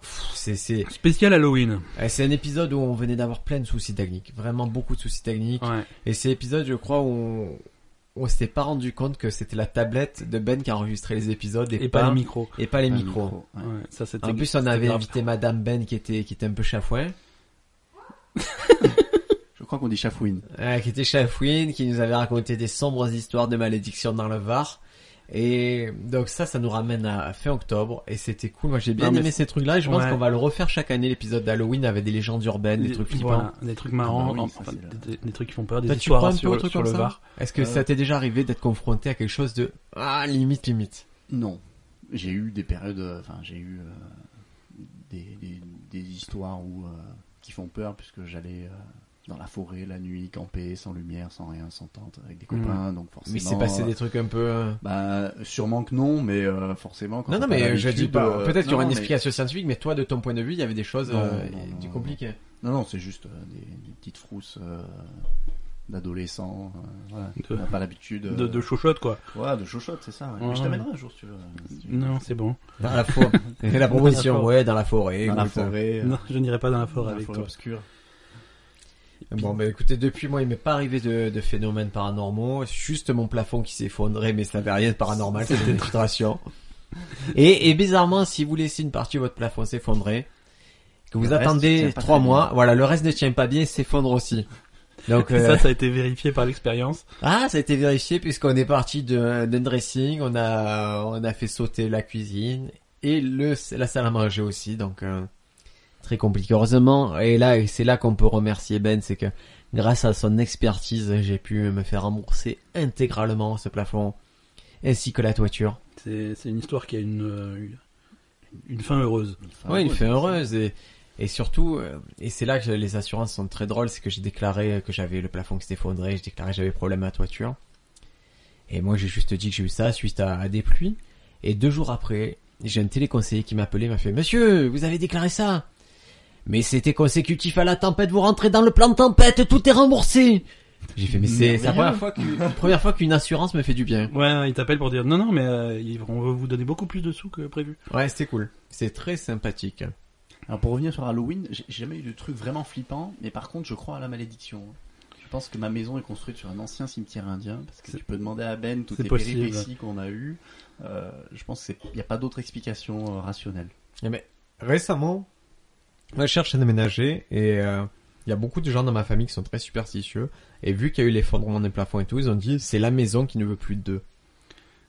Speaker 1: Pff, C'est, c'est,
Speaker 2: Spécial Halloween.
Speaker 1: euh, c'est un épisode où on venait d'avoir plein de soucis techniques. Vraiment beaucoup de soucis techniques.
Speaker 2: Ouais.
Speaker 1: Et c'est l'épisode, je crois, où on, on s'était pas rendu compte que c'était la tablette de Ben qui a enregistré les épisodes et,
Speaker 2: Et
Speaker 1: pas,
Speaker 2: pas les micros.
Speaker 1: et pas les
Speaker 3: Ah, le
Speaker 1: micros.
Speaker 3: micro, ouais.
Speaker 2: Ouais, ça c'était.
Speaker 1: En plus, on avait
Speaker 2: c'était
Speaker 1: invité Madame Ben qui était, qui était un peu chafouin,
Speaker 3: Je crois qu'on dit chafouine.
Speaker 1: euh, qui était chafouine, qui nous avait raconté des sombres histoires de malédiction dans le Var. Et donc ça, ça nous ramène à fin octobre et c'était cool. Moi, j'ai bien
Speaker 2: Non, mais
Speaker 1: aimé ces trucs-là et je pense
Speaker 2: Ouais.
Speaker 1: qu'on va le refaire chaque année l'épisode d'Halloween avec des légendes urbaines, des trucs
Speaker 2: Des-
Speaker 1: flippants.
Speaker 2: voilà, des trucs marrants,
Speaker 3: Ah bah oui, ça,
Speaker 2: enfin,
Speaker 3: c'est là.
Speaker 2: des, des trucs qui font peur, des
Speaker 1: Toi, tu
Speaker 2: histoires
Speaker 1: crois un peu
Speaker 2: sur,
Speaker 1: aux trucs
Speaker 2: sur
Speaker 1: comme
Speaker 2: le
Speaker 1: ça
Speaker 2: bar.
Speaker 1: Est-ce que
Speaker 3: Euh.
Speaker 1: ça t'est déjà arrivé d'être confronté à quelque chose de ah limite limite
Speaker 3: Non. J'ai eu des périodes, euh, enfin, j'ai eu euh, des, des, des histoires où, euh, qui font peur puisque j'allais euh, dans la forêt la nuit, camper, sans lumière, sans rien, sans tente, avec des copains, donc forcément.
Speaker 1: Hmm. Mais il s'est passé des trucs un peu. euh,
Speaker 3: Bah, sûrement que non, mais euh, forcément. Quand
Speaker 1: Non, non,
Speaker 3: t'as pas
Speaker 1: mais je
Speaker 3: l'habitude,
Speaker 1: dis pas.
Speaker 3: euh,
Speaker 1: Peut-être qu'il y aura
Speaker 3: non,
Speaker 1: une
Speaker 3: mais-
Speaker 1: explication scientifique, mais toi, de ton point de vue, il y avait des choses
Speaker 3: Non,
Speaker 1: euh,
Speaker 3: non, non,
Speaker 1: du
Speaker 3: non.
Speaker 1: compliquées.
Speaker 3: Non, non, c'est juste euh, des, des petites frousses euh, d'adolescents. euh, voilà.
Speaker 2: De-
Speaker 3: On n'a pas l'habitude. euh,
Speaker 2: De, de chochotte quoi.
Speaker 3: Ouais, de chochotte, c'est ça. ouais.
Speaker 2: Ouais,
Speaker 3: Mais je
Speaker 2: ouais.
Speaker 3: t'amènerai un jour si tu veux. euh, si tu veux.
Speaker 2: Non, c'est bon.
Speaker 1: [laughs] Dans la forêt. la
Speaker 2: Dans la
Speaker 1: proposition,
Speaker 2: forêt.
Speaker 1: ouais, dans la forêt.
Speaker 3: Dans la
Speaker 1: écoute.
Speaker 3: forêt. euh,
Speaker 2: Non, je n'irai pas dans la
Speaker 3: dans
Speaker 2: forêt
Speaker 3: la
Speaker 2: avec
Speaker 3: forêt
Speaker 2: toi.
Speaker 3: obscure.
Speaker 1: Bon, bah écoutez, depuis moi, il m'est pas arrivé de, de phénomènes paranormaux. Juste mon plafond qui s'effondrait, mais ça n'avait rien de paranormal, c'était une filtration. Et, et bizarrement, si vous laissez une partie de votre plafond s'effondrer, que vous
Speaker 3: Le reste tient
Speaker 1: attendez
Speaker 3: pas
Speaker 1: trois
Speaker 3: très
Speaker 1: mois,
Speaker 3: bien.
Speaker 1: voilà, le reste ne tient pas bien, s'effondre aussi. Donc euh,
Speaker 2: Ça, ça a été vérifié par l'expérience.
Speaker 1: ah, ça a été vérifié puisqu'on est parti d'un d'un dressing, on a on a fait sauter la cuisine et le la salle à manger aussi, donc euh, très compliqué. Heureusement, et là et c'est là qu'on peut remercier Ben, c'est que grâce à son expertise, j'ai pu me faire rembourser intégralement ce plafond ainsi que la toiture.
Speaker 2: C'est c'est une histoire qui a une, euh, une fin heureuse.
Speaker 3: Enfin,
Speaker 1: Oui, il
Speaker 3: ouais,
Speaker 1: fait
Speaker 3: c'est-
Speaker 1: heureuse et, et surtout, euh, et c'est là que les assurances sont très drôles, c'est que j'ai déclaré que j'avais le plafond qui s'était effondré, j'ai déclaré que j'avais problème à la toiture. Et moi j'ai juste dit que j'ai eu ça suite à, à des pluies. Et deux jours après, j'ai un téléconseiller qui m'a appelé, m'a fait Monsieur, vous avez déclaré ça Mais c'était consécutif à la tempête, vous rentrez dans le plan de tempête, tout est remboursé J'ai fait mais c'est c'est la première fois qu'une première fois qu'une assurance me fait du bien.
Speaker 2: Ouais, il t'appelle pour dire non, non, mais euh, il- on veut vous donner beaucoup plus de sous que prévu.
Speaker 1: Ouais c'était cool. C'est très sympathique.
Speaker 3: Alors pour revenir sur Halloween, j'ai j'ai jamais eu de truc vraiment flippant, mais par contre je crois à la malédiction. Je pense que ma maison est construite sur un ancien cimetière indien, parce que
Speaker 2: C'est-
Speaker 3: tu peux demander à Ben toutes
Speaker 2: c'est
Speaker 3: les
Speaker 2: possible.
Speaker 3: péripéties qu'on a eues. Euh, je pense qu'il n'y a pas d'autre explication euh, rationnelle.
Speaker 1: récemment, moi, je cherche à déménager et euh, il y a beaucoup de gens dans ma famille qui sont très superstitieux. Et vu qu'il y a eu l'effondrement des plafonds et tout, ils ont dit c'est la maison qui ne veut plus d'eux.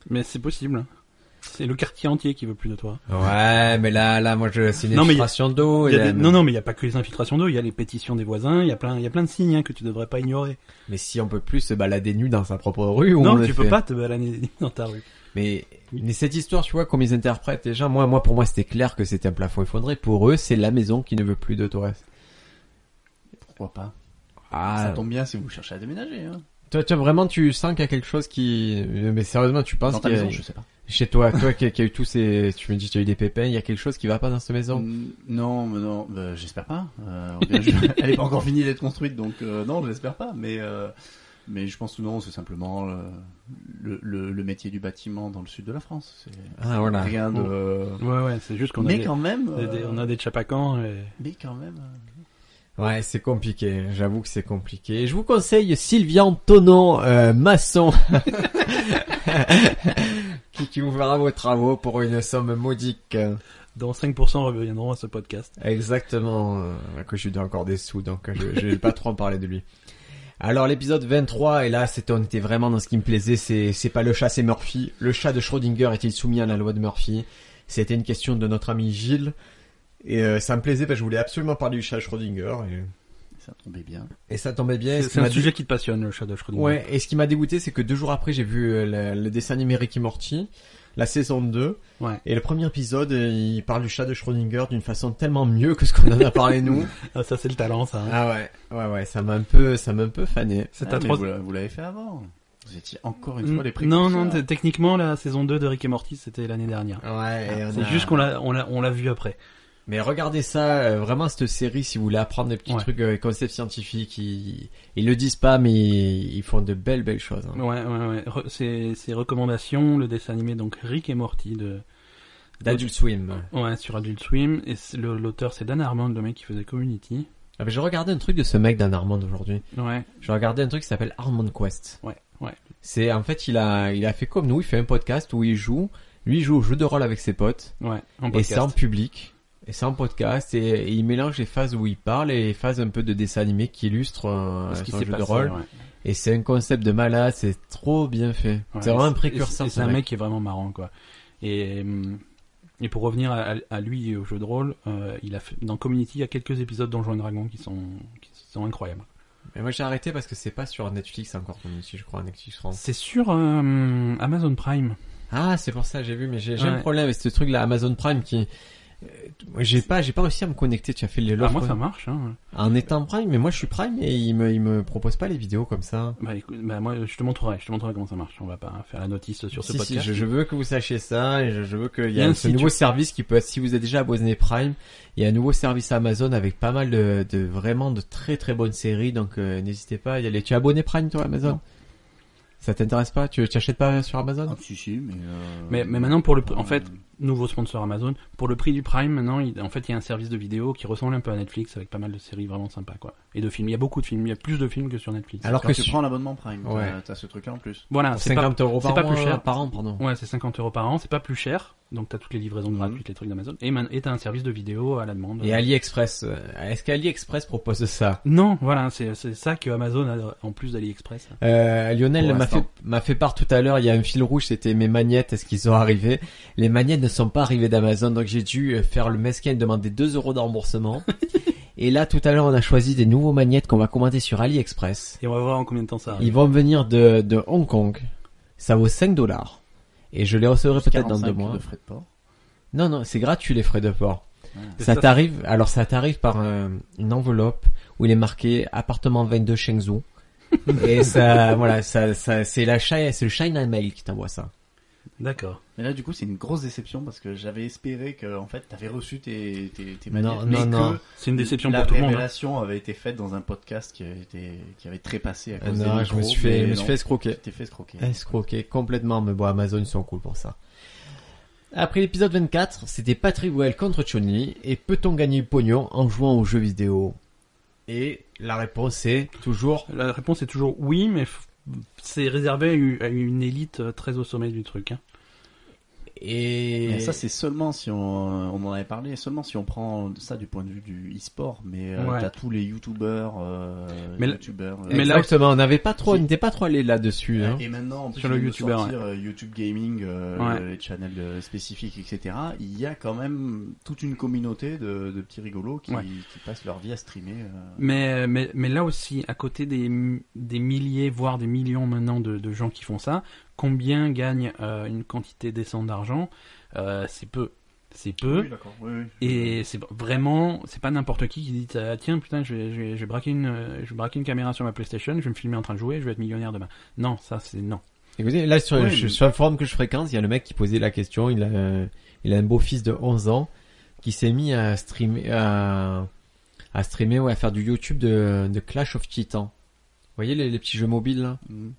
Speaker 2: Mais c'est possible. C'est le quartier entier qui veut plus de toi.
Speaker 1: Ouais, mais là, là, moi, je, c'est une
Speaker 2: Non, mais il y a-
Speaker 1: infiltration d'eau.
Speaker 2: Il y a
Speaker 1: et là,
Speaker 2: des- Non, non, mais il n'y a pas que les infiltrations d'eau, il y a les pétitions des voisins, il y a plein, il y a plein de signes hein, que tu devrais pas ignorer.
Speaker 1: Mais si on peut plus se balader nu dans sa propre rue, ou
Speaker 2: non,
Speaker 1: on
Speaker 2: tu
Speaker 1: le
Speaker 2: peux
Speaker 1: fait.
Speaker 2: pas te balader [laughs] dans ta rue.
Speaker 1: Mais, mais cette histoire, tu vois, comme ils interprètent les gens, moi, moi, pour moi, c'était clair que c'était un plafond effondré. Pour eux, c'est la maison qui ne veut plus de Torres.
Speaker 3: Pourquoi pas Ça
Speaker 1: Ah,
Speaker 3: tombe bien si vous cherchez à déménager. Hein.
Speaker 1: toi, toi, vraiment, tu sens qu'il y a quelque chose qui, mais sérieusement, tu penses
Speaker 3: Dans ta
Speaker 1: qu'il y a-
Speaker 3: maison, je sais pas.
Speaker 1: Chez toi, toi qui, qui a eu tous ces, tu me dis, tu as eu des pépins, il y a quelque chose qui va pas dans cette maison.
Speaker 3: Mm, Non, mais non, bah, j'espère pas. Euh, on dirait- je- Elle n'est pas encore finie d'être construite, donc euh, non, j'espère pas. Mais, euh, mais je pense que non, c'est simplement le, le, le- le métier du bâtiment dans le sud de la France. C'est
Speaker 1: Ah voilà.
Speaker 3: rien de.
Speaker 2: Ouais, ouais, c'est juste qu'on a,
Speaker 3: mais
Speaker 2: des-
Speaker 3: quand même.
Speaker 2: des- des-
Speaker 3: euh,
Speaker 2: on a des chapacans. Et...
Speaker 3: Mais quand même. euh,
Speaker 1: Ouais, c'est compliqué. J'avoue que c'est compliqué. Je vous conseille Sylvian Tonon, euh, [laughs] maçon, qui, qui vous fera vos travaux pour une somme modique.
Speaker 2: Dans 5% reviendront à ce podcast.
Speaker 1: Exactement, euh, que je lui donne encore des sous, donc euh, je, je vais pas trop en parler de lui. Alors l'épisode 23, et là c'était, on était vraiment dans ce qui me plaisait, c'est, c'est pas le chat, c'est Murphy. Le chat de Schrödinger est-il soumis à la loi de Murphy C'était une question de notre ami Gilles, et euh, ça me plaisait parce que je voulais absolument parler du chat de Schrödinger,
Speaker 3: Ça tombait bien.
Speaker 1: et, et ça tombait bien. et
Speaker 2: C'est
Speaker 1: ce qui
Speaker 2: c'est un
Speaker 1: m'a dé-
Speaker 2: sujet hein. qui te passionne, le Shadow Schrödinger.
Speaker 1: Ouais, et ce qui m'a dégoûté, c'est que deux jours après, j'ai vu euh, le, le dessin animé Ricky Morty, la saison 2.
Speaker 2: Ouais.
Speaker 1: Et le premier épisode, euh, il parle du chat de Schrödinger d'une façon tellement mieux que ce qu'on en a parlé nous.
Speaker 2: Ah, ça, c'est le talent, ça. hein.
Speaker 1: Ah ouais, ouais, ouais, ça m'a un peu, ça m'a un peu fané.
Speaker 2: c'est
Speaker 3: Ah,
Speaker 2: ta
Speaker 3: mais
Speaker 2: trois-
Speaker 3: vous l'a- Vous l'avez fait avant. Vous étiez encore une fois les
Speaker 2: Non, non,
Speaker 3: précurseurs.
Speaker 2: t- techniquement, la saison 2 de Rick et Morty, c'était l'année dernière.
Speaker 1: Ouais, et on
Speaker 2: C'est
Speaker 1: a-
Speaker 2: juste qu'on l'a, on l'a, on l'a vu après.
Speaker 1: Mais regardez ça, euh, vraiment cette série, si vous voulez apprendre des petits
Speaker 2: Ouais.
Speaker 1: trucs, euh, concepts scientifiques, ils, ils le disent pas, mais ils font de belles, belles choses. hein.
Speaker 2: Ouais, ouais, ouais. Re- c'est, c'est recommandations, le dessin animé, donc Rick et Morty de,
Speaker 1: D'Adult Swim.
Speaker 2: ouais, sur Adult Swim. Et c'est- le- l'auteur, c'est Dan Harmon, le mec qui faisait Community.
Speaker 1: Ah, mais je regardais un truc de ce mec d'un Armand aujourd'hui.
Speaker 2: Ouais,
Speaker 1: Je regardais un truc qui s'appelle Armand Quest.
Speaker 2: ouais, ouais.
Speaker 1: C'est, en fait, il a, il a fait comme nous, il fait un podcast où il joue, lui il joue au jeu de rôle avec ses potes,
Speaker 2: Ouais, en
Speaker 1: et
Speaker 2: podcast.
Speaker 1: c'est en public. Et c'est en podcast, et, et il mélange les phases où il parle et les phases un peu de dessin animé qui illustrent euh,
Speaker 2: Ce qui
Speaker 1: son
Speaker 2: s'est
Speaker 1: jeu
Speaker 2: passé,
Speaker 1: de rôle.
Speaker 2: ouais.
Speaker 1: Et c'est un concept de malade, c'est trop bien fait.
Speaker 2: Ouais,
Speaker 1: c'est vraiment un
Speaker 2: et-
Speaker 1: précurseur.
Speaker 2: et
Speaker 1: ce
Speaker 2: C'est un mec qui est vraiment marrant, quoi. Et, hum, et pour revenir à, à- à lui et au jeu de rôle, euh, il a fait, dans Community, il y a quelques épisodes d'Anjou et Dragon qui sont, qui sont incroyables.
Speaker 1: Mais moi j'ai arrêté parce que c'est pas sur Netflix encore Community, je crois, Netflix France.
Speaker 2: C'est sur euh, Amazon Prime.
Speaker 1: Ah, c'est pour ça j'ai vu, mais j'ai j'ai un
Speaker 2: Ouais.
Speaker 1: problème avec ce truc là, Amazon Prime qui. euh, moi, J'ai pas, j'ai pas réussi à me connecter. Tu as fait les
Speaker 2: Ah,
Speaker 1: l'offre
Speaker 2: moi, ça marche. Hein.
Speaker 1: en étant Prime, mais moi je suis Prime et il me, il me propose pas les vidéos comme ça.
Speaker 2: Bah, écoute, bah, moi, je te montrerai, je te montrerai comment ça marche. On va pas faire la notice sur ce
Speaker 1: Si, si,
Speaker 2: podcast.
Speaker 1: je, je veux que vous sachiez ça et je, je veux qu'il
Speaker 2: Il
Speaker 1: y ait
Speaker 2: y a un
Speaker 1: ce
Speaker 2: site,
Speaker 1: nouveau service qui peut être, si vous êtes déjà abonné Prime, il y a un nouveau service Amazon avec pas mal de, de vraiment de très très bonnes séries, donc euh, n'hésitez pas à y aller. Tu es abonné Prime toi Amazon Ça t'intéresse pas Tu t'achètes pas sur
Speaker 3: Ah,
Speaker 1: Amazon
Speaker 3: si, si, mais. euh,
Speaker 2: Mais, mais maintenant, pour le, pr-
Speaker 3: euh,
Speaker 2: en fait, nouveau sponsor Amazon, pour le prix du Prime, maintenant, il, en fait, il y a un service de vidéo qui ressemble un peu à Netflix avec pas mal de séries vraiment sympas, quoi. Et de films. Il y a beaucoup de films. Il y a plus de films que sur Netflix.
Speaker 1: Alors
Speaker 3: Quand
Speaker 1: que
Speaker 3: tu
Speaker 1: sur-
Speaker 3: prends l'abonnement Prime,
Speaker 1: Ouais.
Speaker 3: t'as- t'as ce truc-là en plus.
Speaker 2: Voilà,
Speaker 1: pour
Speaker 2: c'est pas,
Speaker 1: 50 euros
Speaker 2: c'est
Speaker 1: par
Speaker 2: pas
Speaker 1: mois,
Speaker 2: plus cher.
Speaker 1: par an, pardon.
Speaker 2: ouais, c'est 50 euros par an. C'est pas plus cher. Donc t'as toutes les livraisons gratuites, les trucs d'Amazon. Et man- et t'as un service de vidéo à la demande.
Speaker 1: Mhm. Et AliExpress, euh, est-ce qu'AliExpress propose ça
Speaker 2: Non, voilà, c'est c'est ça que Amazon a en plus d'AliExpress.
Speaker 1: euh, Lionel
Speaker 3: Pour
Speaker 1: m'a fait,
Speaker 3: l'instant.
Speaker 1: m'a fait part tout à l'heure, il y a un fil rouge, c'était mes magnettes, est-ce qu'ils sont arrivés Les magnettes ne sont pas arrivées d'Amazon, donc j'ai dû euh, faire le mesquin et demander 2 euros de
Speaker 3: [laughs]
Speaker 1: remboursement. et là, tout à l'heure, on a choisi des nouveaux magnettes qu'on va commander sur AliExpress.
Speaker 2: Et on va voir en combien de temps ça arrive.
Speaker 1: Ils vont venir de, de Hong Kong. Ça vaut 5 dollars. Et je les recevrai peut-être dans
Speaker 3: 45
Speaker 1: deux mois.
Speaker 3: de frais de port.
Speaker 1: Non, non, c'est gratuit les frais de port.
Speaker 2: C'est
Speaker 1: Ça
Speaker 2: ça.
Speaker 1: t'arrive, alors ça t'arrive par un- une enveloppe où il est marqué appartement 22 [laughs] Shenzhou. et ça, voilà, ça, ça c'est la Chi- c'est le China Mail qui t'envoie ça.
Speaker 2: D'accord.
Speaker 3: Mais là, du coup, c'est une grosse déception parce que j'avais espéré que, en fait, t'avais reçu tes, tes, tes
Speaker 1: Non,
Speaker 3: manettes,
Speaker 1: non,
Speaker 3: mais
Speaker 1: non.
Speaker 3: que
Speaker 2: C'est une déception
Speaker 3: la
Speaker 2: pour tout le monde. hein.
Speaker 3: révélation avait été faite dans un podcast qui, a été- qui avait trépassé à
Speaker 1: Euh,
Speaker 3: cause des
Speaker 1: non, je
Speaker 3: micros,
Speaker 1: me suis fait,
Speaker 3: mais
Speaker 1: je me
Speaker 3: non,
Speaker 1: suis fait escroquer.
Speaker 3: Tu t'es fait escroquer.
Speaker 1: Escroquer complètement, mais bon, Amazon ils sont cool pour ça. Après l'épisode 24, c'était Patrick Well contre Chun-Li et peut-on gagner le pognon en jouant aux jeux vidéo Et la réponse est toujours
Speaker 2: La réponse est toujours oui, mais f- c'est réservé à une- à une élite euh, très au sommet du truc. hein.
Speaker 1: et
Speaker 3: Mais ça, c'est seulement si on, on en avait parlé, seulement si on prend ça du point de vue du e-sport, mais euh,
Speaker 2: Ouais.
Speaker 3: t'as tous les youtubeurs, euh,
Speaker 2: Mais la-
Speaker 3: youtubeurs, euh,
Speaker 2: mais là-
Speaker 1: exactement, on n'avait pas trop, on n'était pas trop allé là-dessus. hein.
Speaker 3: Et maintenant, en plus,
Speaker 2: Sur le
Speaker 3: ils viennent de
Speaker 2: youtubeur,
Speaker 3: sortir, euh, YouTube Gaming, euh,
Speaker 2: Ouais.
Speaker 3: les channels euh, spécifiques, etc. Il y a quand même toute une communauté de, de petits rigolos qui,
Speaker 2: Ouais.
Speaker 3: qui passent leur vie à streamer. euh.
Speaker 2: Mais, mais, mais là aussi, à côté des, des milliers, voire des millions maintenant de, de gens qui font ça, combien gagnent euh, une quantité décente d'argent Euh, C'est peu. C'est peu.
Speaker 3: Oui, d'accord. Oui, oui.
Speaker 2: Et c'est vraiment, c'est pas n'importe qui qui dit ah, tiens putain je vais, je vais, je vais braquer une, euh, je vais braquer une caméra sur ma PlayStation, je vais me filmer en train de jouer, je vais être millionnaire demain. Non, ça c'est non.
Speaker 1: Écoutez, là sur,
Speaker 3: Ouais,
Speaker 1: je-
Speaker 3: mais-
Speaker 1: sur le forum que je fréquente, il y a le mec qui posait la question. Il a, un- il a un beau fils de 11 ans qui s'est mis à streamer, à, à streamer ou à faire du YouTube de, de Clash of Titans. Vous voyez les, les petits jeux mobiles là
Speaker 3: Mhm.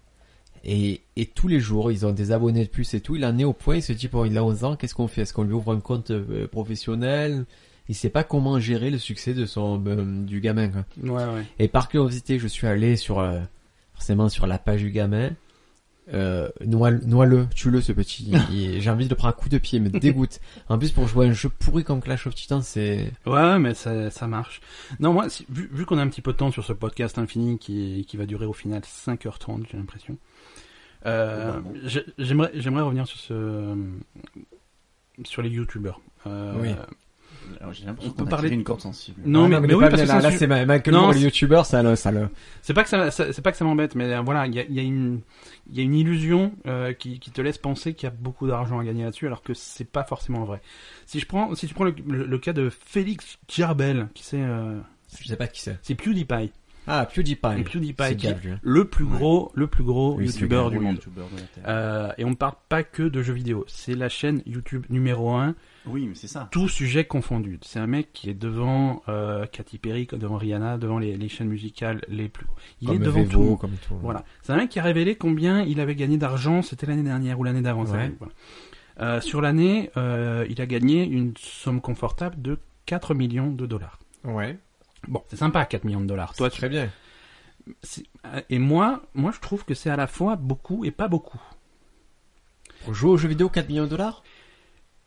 Speaker 1: et, et tous les jours, ils ont des abonnés de plus et tout. Il en est au point, il se dit bon, il a 11 ans, qu'est-ce qu'on fait Est-ce qu'on lui ouvre un compte euh, professionnel Il sait pas comment gérer le succès de son euh, du gamin. quoi.
Speaker 2: Ouais ouais.
Speaker 1: Et par curiosité, je suis allé sur euh, forcément sur la page du gamin. Euh, noie- Noie-le, tue-le ce petit. Il- J'ai envie de le prendre un coup de pied, il me dégoûte. En plus, pour jouer à un jeu pourri comme Clash of Titans, c'est
Speaker 2: Ouais, mais ça, ça marche. Non, moi, si- vu, vu qu'on a un petit peu de temps sur ce podcast infini qui, qui va durer au final 5h30, j'ai l'impression,
Speaker 1: Bah,
Speaker 2: euh,
Speaker 3: Vraiment.
Speaker 2: j'ai- j'aimerais j'aimerais revenir sur ce sur les youtubeurs. Euh,
Speaker 1: Oui.
Speaker 3: Alors, J'ai l'impression
Speaker 2: On
Speaker 3: qu'on
Speaker 2: peut
Speaker 3: a
Speaker 2: parler
Speaker 3: tiré
Speaker 2: de-
Speaker 3: une corde sensible.
Speaker 2: Non,
Speaker 1: Ah
Speaker 2: mais, mais,
Speaker 1: t'es
Speaker 2: oui,
Speaker 1: pas bien,
Speaker 2: parce
Speaker 1: là,
Speaker 2: que c'est un
Speaker 1: là,
Speaker 2: sujet-
Speaker 1: c'est ma- Michael
Speaker 2: Non,
Speaker 1: Moore, les
Speaker 2: c'est-
Speaker 1: youtubeurs, ça le, ça le.
Speaker 2: c'est pas que ça, m'a- ça- c'est pas que ça m'embête, mais euh, voilà, il y a, il y a une il y a une illusion euh, qui, qui te laisse penser qu'il y a beaucoup d'argent à gagner là-dessus, alors que c'est pas forcément vrai. Si je prends si tu prends le, le- le cas de Félix Gerbel, qui c'est euh,
Speaker 1: Je sais pas qui c'est.
Speaker 2: c'est PewDiePie,
Speaker 1: Ah, PewDiePie.
Speaker 2: PewDiePie
Speaker 1: C'est
Speaker 2: qui,
Speaker 1: bien lui. hein.
Speaker 2: le plus
Speaker 3: Ouais.
Speaker 2: gros, le plus gros
Speaker 1: Oui, c'est
Speaker 2: youtubeur
Speaker 3: Gros
Speaker 2: du monde.
Speaker 3: youtubeur de la Terre.
Speaker 2: Euh, et on ne parle pas que de jeux vidéo. C'est la chaîne YouTube numéro 1,
Speaker 3: Oui, mais c'est ça.
Speaker 2: tout sujet confondu. C'est un mec qui est devant euh, Katy Perry, devant Rihanna, devant les, les chaînes musicales les plus. Il
Speaker 1: Comme
Speaker 2: est devant
Speaker 1: Vevo,
Speaker 2: tout. le monde.
Speaker 1: comme tout.
Speaker 2: Voilà. C'est un mec qui a révélé combien il avait gagné d'argent, c'était l'année dernière ou l'année d'avant. ça,
Speaker 1: Ouais.
Speaker 2: voilà. Euh, sur l'année, euh, il a gagné une somme confortable de 4 millions de dollars.
Speaker 1: Ouais.
Speaker 2: Bon, c'est sympa 4 millions de dollars. Toi,
Speaker 1: C'est
Speaker 2: tu-
Speaker 1: très bien.
Speaker 2: c'est- Et moi, moi, je trouve que c'est à la fois beaucoup et pas beaucoup.
Speaker 1: Pour jouer aux jeux vidéo, 4 millions de dollars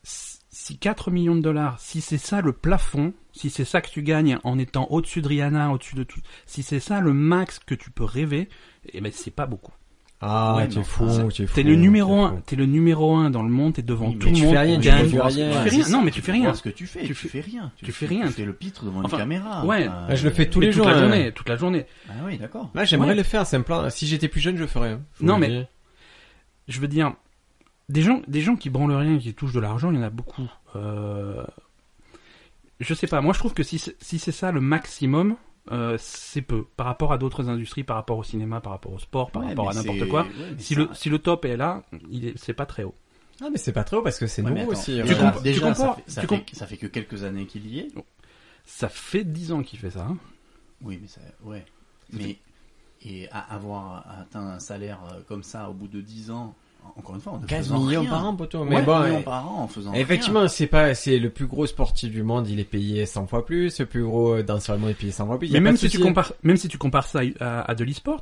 Speaker 2: si 4 millions de dollars, si c'est ça le plafond, si c'est ça que tu gagnes en étant au-dessus de Rihanna, au-dessus de tout, si c'est ça le max que tu peux rêver, eh ben c'est pas beaucoup.
Speaker 1: Ah,
Speaker 3: Ouais,
Speaker 1: tu
Speaker 3: mais
Speaker 1: es fou,
Speaker 2: enfin,
Speaker 1: tu es fou.
Speaker 2: T'es le numéro
Speaker 1: t'es
Speaker 2: un,
Speaker 1: fou.
Speaker 2: t'es le numéro un dans le monde, t'es devant
Speaker 3: Oui, mais
Speaker 2: tout le
Speaker 1: tu
Speaker 2: monde.
Speaker 1: fais rien,
Speaker 2: tu
Speaker 1: tu
Speaker 2: gagnes.
Speaker 1: fais rien.
Speaker 2: Tu fais rien. Non, mais tu fais rien.
Speaker 3: Voir ce que tu fais,
Speaker 2: Tu
Speaker 3: tu,
Speaker 2: fais-
Speaker 3: fais rien.
Speaker 2: tu fais rien.
Speaker 3: Tu fais le pitre devant
Speaker 2: Enfin,
Speaker 3: une caméra.
Speaker 2: ouais.
Speaker 3: Enfin,
Speaker 1: Ah, je le fais tous
Speaker 2: Mais
Speaker 1: les
Speaker 2: toute
Speaker 1: jours.
Speaker 2: la
Speaker 1: hein.
Speaker 2: journée, toute la journée.
Speaker 3: Ah oui, d'accord.
Speaker 1: Là, j'aimerais
Speaker 2: Ouais.
Speaker 1: le faire, c'est un plan. Si j'étais plus jeune, je ferais. hein. Je vous
Speaker 2: Non,
Speaker 1: le
Speaker 2: mais-
Speaker 1: dis.
Speaker 2: Je veux dire, des gens, des gens qui branlent rien, qui touchent de l'argent, il y en a beaucoup. Euh, je sais pas. Moi, je trouve que si c'est si c'est ça le maximum. euh, c'est peu par rapport à d'autres industries, par rapport au cinéma, par rapport au sport, par
Speaker 3: Ouais,
Speaker 2: rapport
Speaker 3: mais
Speaker 2: à n'importe
Speaker 3: c'est-
Speaker 2: quoi.
Speaker 3: ouais, mais
Speaker 2: Si
Speaker 3: ça-
Speaker 2: le, si le top est là, il est- c'est pas très haut.
Speaker 1: Ah, mais c'est pas trop parce que c'est
Speaker 3: Ouais, mais
Speaker 1: nouveau
Speaker 3: attends,
Speaker 1: aussi. hein.
Speaker 2: Tu
Speaker 1: voilà.
Speaker 3: Déjà,
Speaker 2: comprends-
Speaker 3: déjà,
Speaker 2: tu
Speaker 3: ça,
Speaker 2: comprends-
Speaker 3: fait, ça,
Speaker 2: tu
Speaker 3: fait,
Speaker 2: comprends-
Speaker 3: ça fait que quelques années qu'il y est.
Speaker 2: Ça fait 10 ans qu'il fait ça. hein.
Speaker 3: Oui, mais ça, ouais. Mais et à avoir atteint un salaire euh, comme ça au bout de 10 ans, en- encore une fois, en ne
Speaker 1: 15
Speaker 3: faisant
Speaker 1: millions
Speaker 3: rien.
Speaker 1: par an, poteau.
Speaker 3: Ouais,
Speaker 1: Mais bon,
Speaker 3: 15 millions
Speaker 1: eh,
Speaker 3: par an en faisant
Speaker 1: effectivement, c'est pas, c'est le plus gros sportif du monde, il est payé 100 fois plus, le plus gros danseur du euh, monde est payé 100 fois plus. il y
Speaker 2: Mais
Speaker 1: a pas
Speaker 2: même
Speaker 1: de
Speaker 2: si, tu
Speaker 1: souci. hein.
Speaker 2: compares, même si tu compares ça à, à de l'e-sport,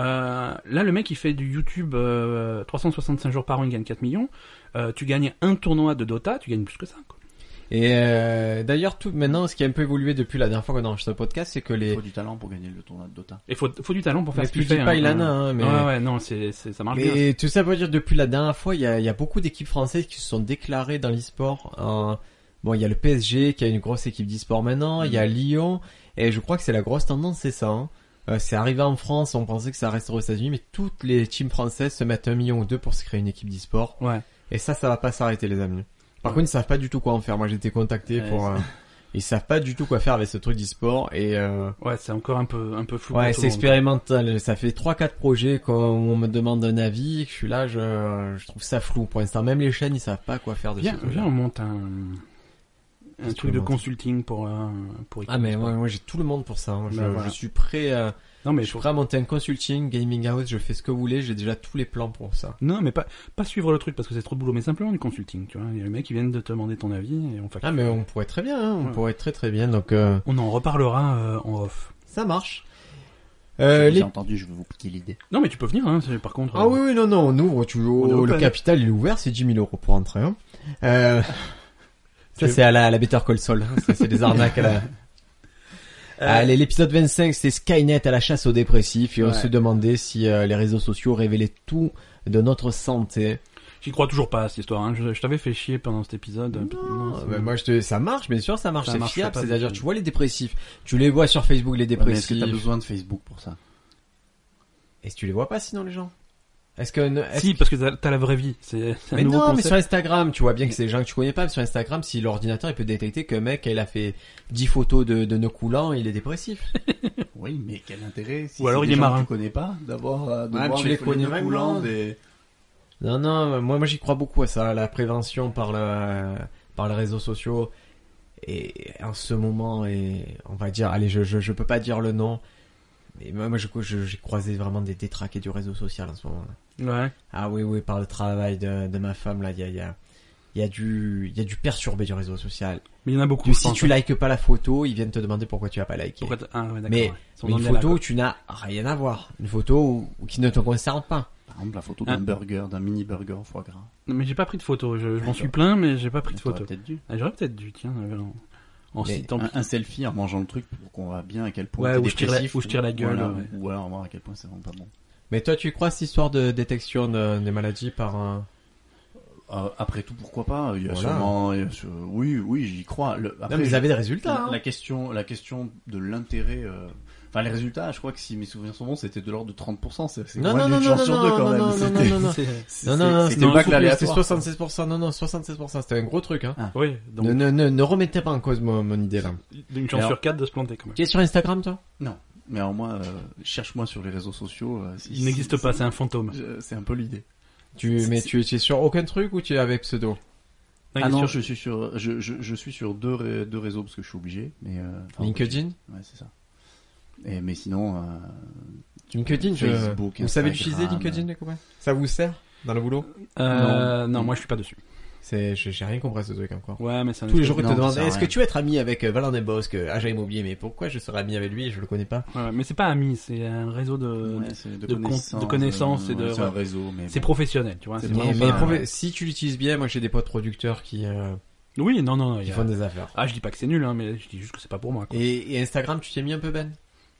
Speaker 2: Euh, là, le mec, il fait du YouTube euh, 365 jours par an, il gagne 4 millions. Euh, tu gagnes un tournoi de Dota, tu gagnes plus que ça. Quoi.
Speaker 1: Et euh, d'ailleurs, tout maintenant, ce qui a un peu évolué depuis la dernière fois qu'on a enregistré ce podcast, c'est que
Speaker 3: Il
Speaker 1: les
Speaker 3: faut du talent pour gagner le tournoi de Dota.
Speaker 2: Et faut, faut du talent pour faire
Speaker 1: les
Speaker 2: ce qu'il fait. hein.
Speaker 1: PewDiePie Lana, hein, mais
Speaker 2: Ouais, ouais, non, c'est, c'est- ça marche bien.
Speaker 1: Mais tout ça pour dire, depuis la dernière fois, il y a, il y a beaucoup d'équipes françaises qui se sont déclarées dans l'e-sport. hein. Bon, il y a le PSG qui a une grosse équipe d'e-sport maintenant, il y
Speaker 3: Mhm.
Speaker 1: a Lyon, et je crois que c'est la grosse tendance, c'est ça. hein. Euh, c'est arrivé en France, on pensait que ça resterait aux États-Unis, mais toutes les teams françaises se mettent un million ou deux pour se créer une équipe d'e-sport.
Speaker 2: Ouais.
Speaker 1: Et ça, ça va pas s'arrêter, les amis. Par
Speaker 2: Ouais.
Speaker 1: contre, ils savent pas du tout quoi en faire. Moi, j'ai été contacté
Speaker 3: Ouais,
Speaker 1: pour.
Speaker 3: c'est-
Speaker 1: euh, ils savent pas du tout quoi faire avec ce truc d'e-sport et. euh,
Speaker 2: Ouais, c'est encore un peu, un peu flou.
Speaker 1: Ouais,
Speaker 2: pour tout
Speaker 1: c'est
Speaker 2: le monde.
Speaker 1: expérimental. Ça fait 3-4 projets qu'on me demande un avis, que je suis là, je, je trouve ça flou pour l'instant. Même les chaînes, ils savent pas quoi faire de
Speaker 2: Viens,
Speaker 1: ce truc-là.
Speaker 2: viens, on monte un, un
Speaker 1: Qu'est-ce que
Speaker 2: truc de
Speaker 1: monte
Speaker 2: consulting pour, euh, pour
Speaker 1: Ah mais
Speaker 2: Xbox,
Speaker 1: moi,
Speaker 2: quoi.
Speaker 1: moi j'ai tout le monde pour ça. hein. Je,
Speaker 2: Bah, voilà.
Speaker 1: je suis prêt, euh,
Speaker 2: Non, mais
Speaker 1: je suis
Speaker 2: faut-
Speaker 1: prêt à monter un consulting, gaming house, je fais ce que vous voulez, j'ai déjà tous les plans pour ça.
Speaker 2: Non, mais pas, pas suivre le truc parce que c'est trop de boulot, mais simplement du consulting, tu vois. Il y a le mec qui vient de te demander ton avis et on fait.
Speaker 1: Ah mais on pourrait très bien, hein, on
Speaker 2: Ouais.
Speaker 1: pourrait très très bien. Donc euh,
Speaker 2: On en reparlera euh, en off.
Speaker 1: ça marche.
Speaker 3: J'ai
Speaker 1: Euh, les...
Speaker 3: déjà entendu, je vais vous piquer l'idée.
Speaker 2: Non, mais tu peux venir, hein, c'est- par contre.
Speaker 1: Ah
Speaker 2: euh,
Speaker 1: oui oui non non, on ouvre, tu...
Speaker 2: est
Speaker 1: oh, le
Speaker 2: open.
Speaker 1: capital il est ouvert, c'est 10 000 euros pour entrer. Hein.
Speaker 2: [laughs]
Speaker 1: Euh...
Speaker 2: Tu
Speaker 1: Ça
Speaker 2: veux-
Speaker 1: c'est à la, à la Better Call Saul, hein. ça c'est des arnaques à la.
Speaker 2: euh,
Speaker 1: Allez, l'épisode 25, c'est Skynet à la chasse aux dépressifs et on
Speaker 2: Ouais.
Speaker 1: se demandait si euh, les réseaux sociaux révélaient tout de notre santé.
Speaker 2: J'y crois toujours pas à cette histoire, hein. je, je t'avais fait chier pendant cet épisode. euh, Non, c'est-
Speaker 1: bah, moi, je te... ça marche, bien sûr, ça marche,
Speaker 2: Ça
Speaker 1: c'est
Speaker 2: marche,
Speaker 1: fiable.
Speaker 2: ça passe.
Speaker 1: C'est-à-dire, tu vois les dépressifs, tu les vois sur Facebook les
Speaker 3: Ouais, mais Est-ce
Speaker 1: dépressifs.
Speaker 3: que t'as besoin de Facebook pour ça
Speaker 1: Et si tu les vois pas sinon les gens Est-ce que est-ce
Speaker 2: Si,
Speaker 1: que-
Speaker 2: parce que t'as- t'as la vraie vie, c'est c'est un
Speaker 1: mais non,
Speaker 2: nouveau
Speaker 1: mais
Speaker 2: concept.
Speaker 1: sur Instagram, tu vois bien que c'est des gens que tu connais pas. mais Sur Instagram, si l'ordinateur il peut détecter que mec, il a fait 10 photos de, de nœuds coulants, il est dépressif.
Speaker 3: Oui, mais quel intérêt si
Speaker 2: Ou alors
Speaker 3: c'est
Speaker 2: il
Speaker 3: des
Speaker 2: est
Speaker 3: gens que
Speaker 2: marin.
Speaker 3: Tu connais pas d'avoir euh, de
Speaker 1: Ouais, mais
Speaker 3: voir
Speaker 1: tu les
Speaker 3: les folies
Speaker 1: connais
Speaker 3: de
Speaker 1: vraiment.
Speaker 3: Coulanges et-
Speaker 1: Non, non, moi, moi j'y crois beaucoup à ça, à la prévention par, le, par les réseaux sociaux. Et en ce moment, et on va dire, allez, je, je, je peux pas dire le nom, mais moi, moi, je- je- j'ai croisé vraiment des détraqués du réseau social en ce moment. là.
Speaker 2: Ouais.
Speaker 1: Ah oui, oui, par le travail de, de ma femme, là, il y a, il y, a, il y, a du- il y a du perturbé du réseau social.
Speaker 2: Mais il y en a beaucoup.
Speaker 1: Du
Speaker 2: je
Speaker 1: si
Speaker 2: pense.
Speaker 1: tu likes pas la photo, ils viennent te demander pourquoi tu as pas liké.
Speaker 2: Pourquoi t'as- ah, ouais, d'accord,
Speaker 1: Mais-
Speaker 2: ouais. Ils sont
Speaker 1: Mais
Speaker 2: dans
Speaker 1: une
Speaker 2: le
Speaker 1: photo où
Speaker 2: débat,
Speaker 1: tu n'as rien à voir. Une photo où- où qui ne te concerne pas.
Speaker 3: Par exemple, la photo
Speaker 1: Hein.
Speaker 3: d'un
Speaker 2: Ah.
Speaker 3: burger, d'un mini burger au foie gras.
Speaker 2: quoi. Non, mais j'ai pas pris de photo, je, je m'en
Speaker 3: D'accord.
Speaker 2: suis plein, mais j'ai pas pris de
Speaker 3: T'aurais
Speaker 2: photo.
Speaker 3: peut-être dû.
Speaker 2: Ah, J'aurais peut-être dû, tiens, euh, en, en
Speaker 1: Mais
Speaker 2: citant.
Speaker 3: un, un selfie en mangeant le truc pour qu'on voit bien à quel point
Speaker 2: Ouais,
Speaker 3: t'es
Speaker 2: ou je tire la-
Speaker 3: dépressif,
Speaker 2: ou je tire la gueule,
Speaker 3: voilà,
Speaker 2: ouais.
Speaker 3: ou alors voir à quel point c'est vraiment pas bon.
Speaker 1: Mais toi, tu crois à cette histoire de détection de- des maladies par un...
Speaker 3: Euh, après tout, pourquoi pas Il y a
Speaker 1: Voilà.
Speaker 3: sûrement, il y a sû- oui, oui, j'y crois. Le- après,
Speaker 1: non, mais
Speaker 3: je-
Speaker 1: ils avaient des résultats.
Speaker 3: la,
Speaker 1: hein.
Speaker 3: la question, la question de l'intérêt. euh, Enfin, les résultats, je crois que si mes souvenirs sont bons, c'était de l'ordre de 30%. C'est c'est
Speaker 1: Non,
Speaker 3: moins
Speaker 1: non,
Speaker 3: d'une
Speaker 1: non,
Speaker 3: chance
Speaker 1: non,
Speaker 3: sur
Speaker 1: non,
Speaker 3: deux quand
Speaker 1: non,
Speaker 3: même.
Speaker 1: non, non,
Speaker 3: C'était-
Speaker 1: non, non.
Speaker 2: [laughs] C'est-
Speaker 3: c'est-
Speaker 1: Non, non, non,
Speaker 3: [laughs] c'était
Speaker 1: non,
Speaker 3: pas
Speaker 1: c'est-
Speaker 3: que l'aléatoire,
Speaker 1: c'est
Speaker 3: quoi.
Speaker 1: 76%. Non, non, 76%. C'était un gros truc. Hein.
Speaker 2: Oui, donc
Speaker 1: Ne, ne, ne, ne remettez pas en cause mon, mon idée là.
Speaker 2: une chance
Speaker 3: Alors-
Speaker 2: sur quatre de se planter quand même.
Speaker 1: Tu es sur Instagram, toi
Speaker 3: Mais alors moi, euh, cherche-moi sur les réseaux sociaux. euh, si-
Speaker 2: Il n'existe
Speaker 3: si-
Speaker 2: pas, c'est un fantôme.
Speaker 3: Je- C'est un peu l'idée.
Speaker 1: tu,
Speaker 3: C'est-
Speaker 1: Mais
Speaker 3: c'est-
Speaker 1: tu, tu es sur aucun truc ou tu es avec pseudo
Speaker 2: Non, il
Speaker 3: Ah
Speaker 2: est
Speaker 3: non,
Speaker 2: sur-
Speaker 3: je suis sur, je, je, je suis sur deux, ré- deux réseaux parce que je suis obligé. Mais euh, enfin,
Speaker 1: LinkedIn
Speaker 3: Ouais, c'est ça. Et mais sinon, euh,
Speaker 1: LinkedIn, je...
Speaker 3: Facebook,
Speaker 1: Vous savez
Speaker 3: Instagram,
Speaker 1: l'utiliser, LinkedIn,
Speaker 3: euh,
Speaker 1: les copains Ça vous sert dans le boulot
Speaker 2: Euh, non, moi je suis pas dessus.
Speaker 1: C'est, j'ai, j'ai rien compris à ce truc encore.
Speaker 2: Ouais, mais ça.
Speaker 1: Tous les jours, ils
Speaker 3: non,
Speaker 1: te
Speaker 3: ça
Speaker 1: demandent
Speaker 3: sert à
Speaker 1: Est-ce que
Speaker 3: rien.
Speaker 1: tu veux être ami avec euh, Valentin Bosque Ah, j'avais oublié, mais pourquoi je serais ami avec lui Je le connais pas.
Speaker 2: Ouais, mais c'est pas ami, c'est un réseau de.
Speaker 3: ouais, c'est
Speaker 2: de con- de connaissances
Speaker 3: euh,
Speaker 2: et de-
Speaker 3: c'est un
Speaker 2: ouais.
Speaker 3: réseau, mais
Speaker 2: C'est
Speaker 3: bon.
Speaker 2: professionnel, tu vois.
Speaker 3: C'est
Speaker 2: c'est
Speaker 1: Mais,
Speaker 3: vraiment
Speaker 1: mais
Speaker 3: pas-
Speaker 1: prof- si tu l'utilises bien, moi j'ai des potes producteurs qui, euh,
Speaker 2: pas- Oui, non, non, non. il
Speaker 1: qui
Speaker 2: y a-
Speaker 1: font des affaires.
Speaker 2: Ah, je dis pas que c'est nul, hein, mais je dis juste que c'est pas pour moi. Quoi.
Speaker 1: Et, et Instagram, tu t'es mis un peu Ben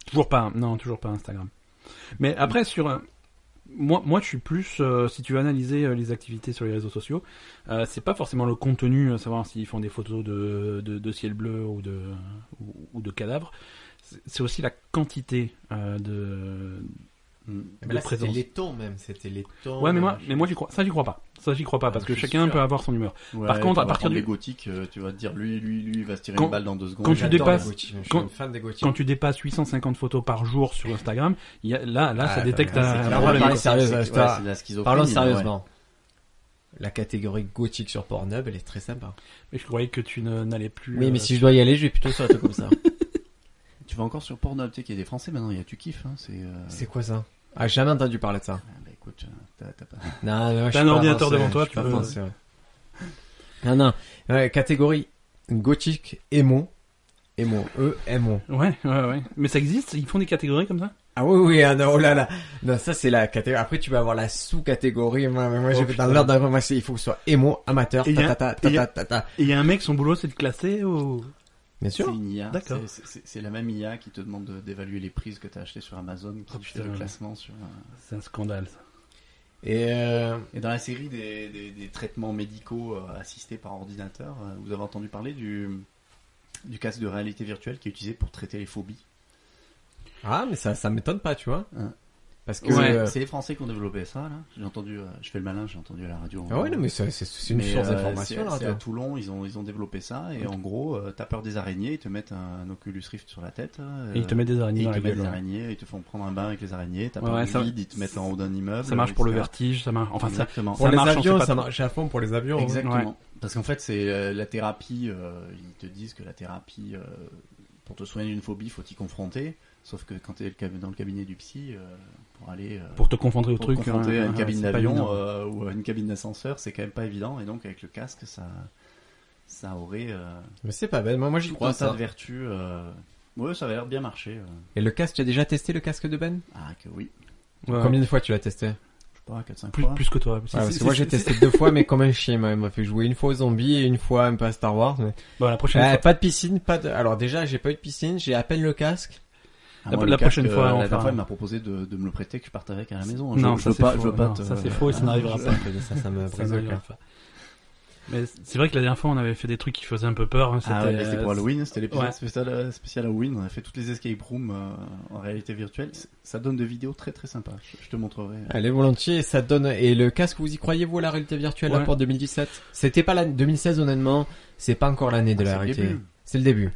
Speaker 2: Toujours pas, non, toujours pas Instagram. Mais après, sur. euh, Moi, moi, je suis plus, euh, si tu veux analyser euh, les activités sur les réseaux sociaux, euh, c'est pas forcément le contenu, à savoir s'ils font des photos de, de, de ciel bleu ou de, ou, ou de cadavres. C'est- C'est aussi la quantité euh, de,
Speaker 3: Mm.
Speaker 2: de
Speaker 1: Mais Ben là, c'était
Speaker 2: présence.
Speaker 1: les tons même, c'était les tons.
Speaker 2: Ouais, mais moi, mais moi, j'y crois. Ça, j'y crois pas. Ça, j'y crois pas, parce
Speaker 1: Ah,
Speaker 2: que
Speaker 1: je suis
Speaker 2: chacun
Speaker 1: sûr.
Speaker 2: peut avoir son humeur.
Speaker 3: Ouais,
Speaker 2: Par contre,
Speaker 3: tu
Speaker 2: à
Speaker 3: vas
Speaker 2: partir
Speaker 3: prendre
Speaker 2: du-
Speaker 3: les gothiques, euh, tu vas te dire lui, lui, lui il va se tirer
Speaker 2: Quand-
Speaker 3: une balle dans deux secondes.
Speaker 2: quand tu
Speaker 3: J'adore
Speaker 2: dépasses-
Speaker 3: les
Speaker 1: Je
Speaker 3: gothiques.
Speaker 1: suis
Speaker 2: quand-
Speaker 1: un fan des Ah, Gauthier.
Speaker 2: Quand tu dépasses 850 photos par jour sur Instagram, il y a, là, là,
Speaker 1: Ah,
Speaker 2: ça
Speaker 1: bah,
Speaker 2: détecte
Speaker 1: ouais,
Speaker 2: un
Speaker 1: c'est
Speaker 2: un
Speaker 1: clair.
Speaker 2: problème.
Speaker 1: parler
Speaker 3: C'est-
Speaker 1: sérieux,
Speaker 3: c'est-
Speaker 1: parce que
Speaker 3: ouais,
Speaker 1: là,
Speaker 3: c'est de la schizophrénie.
Speaker 1: Parlons
Speaker 3: ouais.
Speaker 1: sérieusement. La catégorie gothique sur Pornhub, elle est très sympa.
Speaker 2: Mais je croyais que tu ne- n'allais plus.
Speaker 1: Oui, mais
Speaker 2: euh,
Speaker 1: si je dois y aller, je vais plutôt sur un truc comme ça.
Speaker 3: Tu vas encore sur Pornhub, tu sais qu'il y a des Français maintenant, il y a tu kiffes. Hein, c'est. euh,
Speaker 1: [laughs] C'est quoi ça Ah, j'ai jamais entendu parler de ça.
Speaker 3: ah, bah, écoute, euh, t'as t'as pas.
Speaker 1: Non, non, je suis
Speaker 2: un
Speaker 1: pas
Speaker 2: ordinateur
Speaker 1: français,
Speaker 2: devant toi,
Speaker 1: je suis
Speaker 2: tu
Speaker 1: pas
Speaker 2: peux-
Speaker 1: français, ouais. Non, non. Ouais, catégorie gothique, émo. Aimons, eux, aimons.
Speaker 2: Ouais, ouais, ouais. Mais ça existe Ils font des catégories comme ça
Speaker 1: Ah oui, oui, ah non, oh là là. Non, ça c'est la catégorie. Après, tu vas avoir la sous-catégorie. Moi, mais moi
Speaker 2: Oh,
Speaker 1: j'ai fait dans
Speaker 2: putain.
Speaker 1: l'ordre d'avant, moi, c'est- il faut que ce soit aimant, amateur,
Speaker 2: Et y
Speaker 1: ta
Speaker 2: a-
Speaker 1: ta ta
Speaker 2: et y
Speaker 1: ta
Speaker 2: a-
Speaker 1: ta ta.
Speaker 2: Et il y a un mec, son boulot, c'est de classer ou...
Speaker 1: Bien
Speaker 3: C'est
Speaker 1: sûr.
Speaker 3: une IA.
Speaker 2: D'accord.
Speaker 3: c'est- C'est c'est- c'est la même IA qui te demande de- d'évaluer les prises que tu as achetées sur Amazon, qui
Speaker 2: Oh,
Speaker 3: fait
Speaker 2: putain.
Speaker 3: le classement sur. euh,
Speaker 2: C'est un scandale, ça.
Speaker 1: Et euh,
Speaker 3: Et dans la série des, des- des traitements médicaux euh, assistés par ordinateur, euh, vous avez entendu parler du, du casque de réalité virtuelle qui est utilisé pour traiter les phobies.
Speaker 1: ah, mais ça, ça m'étonne pas, tu vois.
Speaker 3: Ouais.
Speaker 1: Parce que.
Speaker 2: Ouais.
Speaker 1: euh,
Speaker 3: C'est les Français qui ont développé ça, là. J'ai entendu, euh, je fais le malin, j'ai entendu à la radio.
Speaker 1: Ah ouais, non, mais ça, c'est c'est une
Speaker 3: Mais,
Speaker 1: source
Speaker 3: euh,
Speaker 1: d'information
Speaker 3: c'est-
Speaker 1: là.
Speaker 3: c'est à Toulon, ils ont, ils ont développé ça, et en gros, euh, t'as peur des araignées, ils te mettent un, un Oculus Rift sur la tête. euh,
Speaker 2: Et ils te mettent des
Speaker 3: et
Speaker 2: araignées
Speaker 3: ils
Speaker 2: dans
Speaker 3: te
Speaker 2: la
Speaker 3: mettent
Speaker 2: gueule.
Speaker 3: des
Speaker 2: ouais.
Speaker 3: araignées, ils te font prendre un bain avec les araignées, t'as
Speaker 2: Ouais,
Speaker 3: peur
Speaker 2: ouais,
Speaker 3: du
Speaker 2: ça-
Speaker 3: vide, ils te mettent en haut d'un immeuble.
Speaker 2: Ça marche pour le
Speaker 3: etc.
Speaker 2: vertige, ça marche... Enfin, ça...
Speaker 3: Exactement.
Speaker 1: Pour les
Speaker 2: marche, on sait
Speaker 1: avions,
Speaker 2: pas
Speaker 1: ça
Speaker 2: trop.
Speaker 1: marche à fond pour les avions. hein.
Speaker 3: Exactement.
Speaker 2: Ouais.
Speaker 3: Parce qu'en fait, c'est euh, la thérapie. euh, ils te disent que la thérapie, euh, pour te soigner d'une phobie, faut t'y confronter. Sauf que quand t'es le cab- dans le cabinet du psy, euh, pour aller euh,
Speaker 2: Pour te confronter au
Speaker 3: pour
Speaker 2: truc...
Speaker 3: te confronter
Speaker 2: hein,
Speaker 3: à une
Speaker 2: hein,
Speaker 3: cabine
Speaker 2: c'est pas
Speaker 3: d'avion
Speaker 2: évident.
Speaker 3: euh, ou à une cabine d'ascenseur, c'est quand même pas évident. Et donc avec le casque, ça, ça aurait euh,
Speaker 1: Mais c'est pas bête. Moi, moi j'y hein.
Speaker 3: tout
Speaker 1: crois
Speaker 3: un
Speaker 1: ça.
Speaker 3: tas de vertus. euh, Ouais, ça avait l'air de bien marcher. euh.
Speaker 1: Et le casque, tu as déjà testé le casque de Ben
Speaker 3: Ah que oui,
Speaker 2: Ouais.
Speaker 1: Combien de fois tu l'as testé Ouais,
Speaker 3: je sais pas, 4-5
Speaker 2: Plus,
Speaker 3: fois.
Speaker 2: plus que toi. Si,
Speaker 1: Parce
Speaker 2: si,
Speaker 1: que moi
Speaker 2: si,
Speaker 1: j'ai
Speaker 2: si.
Speaker 1: testé deux fois, mais comme un chien. moi. Il m'a fait jouer une fois aux zombies et une fois un peu à Star Wars. mais-
Speaker 2: Bon, la prochaine
Speaker 1: Euh,
Speaker 2: fois...
Speaker 1: pas de piscine, pas de. Alors déjà, j'ai pas eu de piscine, j'ai à peine le casque.
Speaker 3: Ah,
Speaker 2: La-
Speaker 3: moi, le
Speaker 2: la prochaine
Speaker 3: casque,
Speaker 2: fois,
Speaker 3: euh,
Speaker 2: on
Speaker 3: La dernière
Speaker 2: fera-
Speaker 3: fois, il m'a proposé de, de me le prêter que je partais avec à la maison. Je-
Speaker 2: Non,
Speaker 3: je,
Speaker 2: ça,
Speaker 3: veux
Speaker 2: c'est
Speaker 3: pas,
Speaker 2: faux.
Speaker 3: je veux pas euh,
Speaker 2: Non,
Speaker 3: te-
Speaker 2: ça, c'est faux et ça n'arrivera
Speaker 1: Je-
Speaker 2: pas.
Speaker 1: [laughs] Ça, ça me
Speaker 2: Ça
Speaker 1: brise le
Speaker 2: n'arrivera
Speaker 1: cœur.
Speaker 2: pas. Mais c'est vrai que la dernière fois, on avait fait des trucs qui faisaient un peu peur. hein,
Speaker 3: Ah ouais, mais c'était pour
Speaker 2: euh,
Speaker 3: Halloween, c'était l'épisode
Speaker 2: ouais.
Speaker 3: spécial, euh, spécial Halloween. On a fait toutes les escape rooms euh, en réalité virtuelle. C'est- Ça donne des vidéos très très sympas. Je, je te montrerai.
Speaker 1: Allez, volontiers, ça donne. Et le casque, vous y croyez vous à la réalité virtuelle là,
Speaker 2: Ouais.
Speaker 1: pour 2017 C'était pas l'année 2016 honnêtement. C'est pas encore l'année de
Speaker 3: Ah,
Speaker 1: la
Speaker 3: c'est le
Speaker 1: réalité.
Speaker 3: début.
Speaker 1: C'est le début.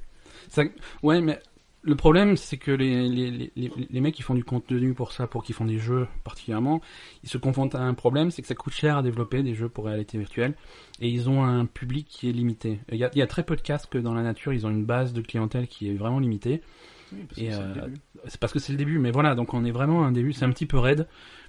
Speaker 2: Ça- Ouais, mais le problème, c'est que les, les, les, les- les mecs qui font du contenu pour ça, pour qu'ils font des jeux particulièrement, ils se confrontent à un problème, c'est que ça coûte cher à développer des jeux pour réalité virtuelle, et ils ont un public qui est limité. Il y a, il y a très peu de casques dans la nature, ils ont une base de clientèle qui est vraiment limitée.
Speaker 3: Oui, parce que
Speaker 2: Et,
Speaker 3: c'est le
Speaker 2: euh,
Speaker 3: début.
Speaker 2: C'est parce que c'est le début, mais voilà, donc on est vraiment à un début, c'est un petit peu raide,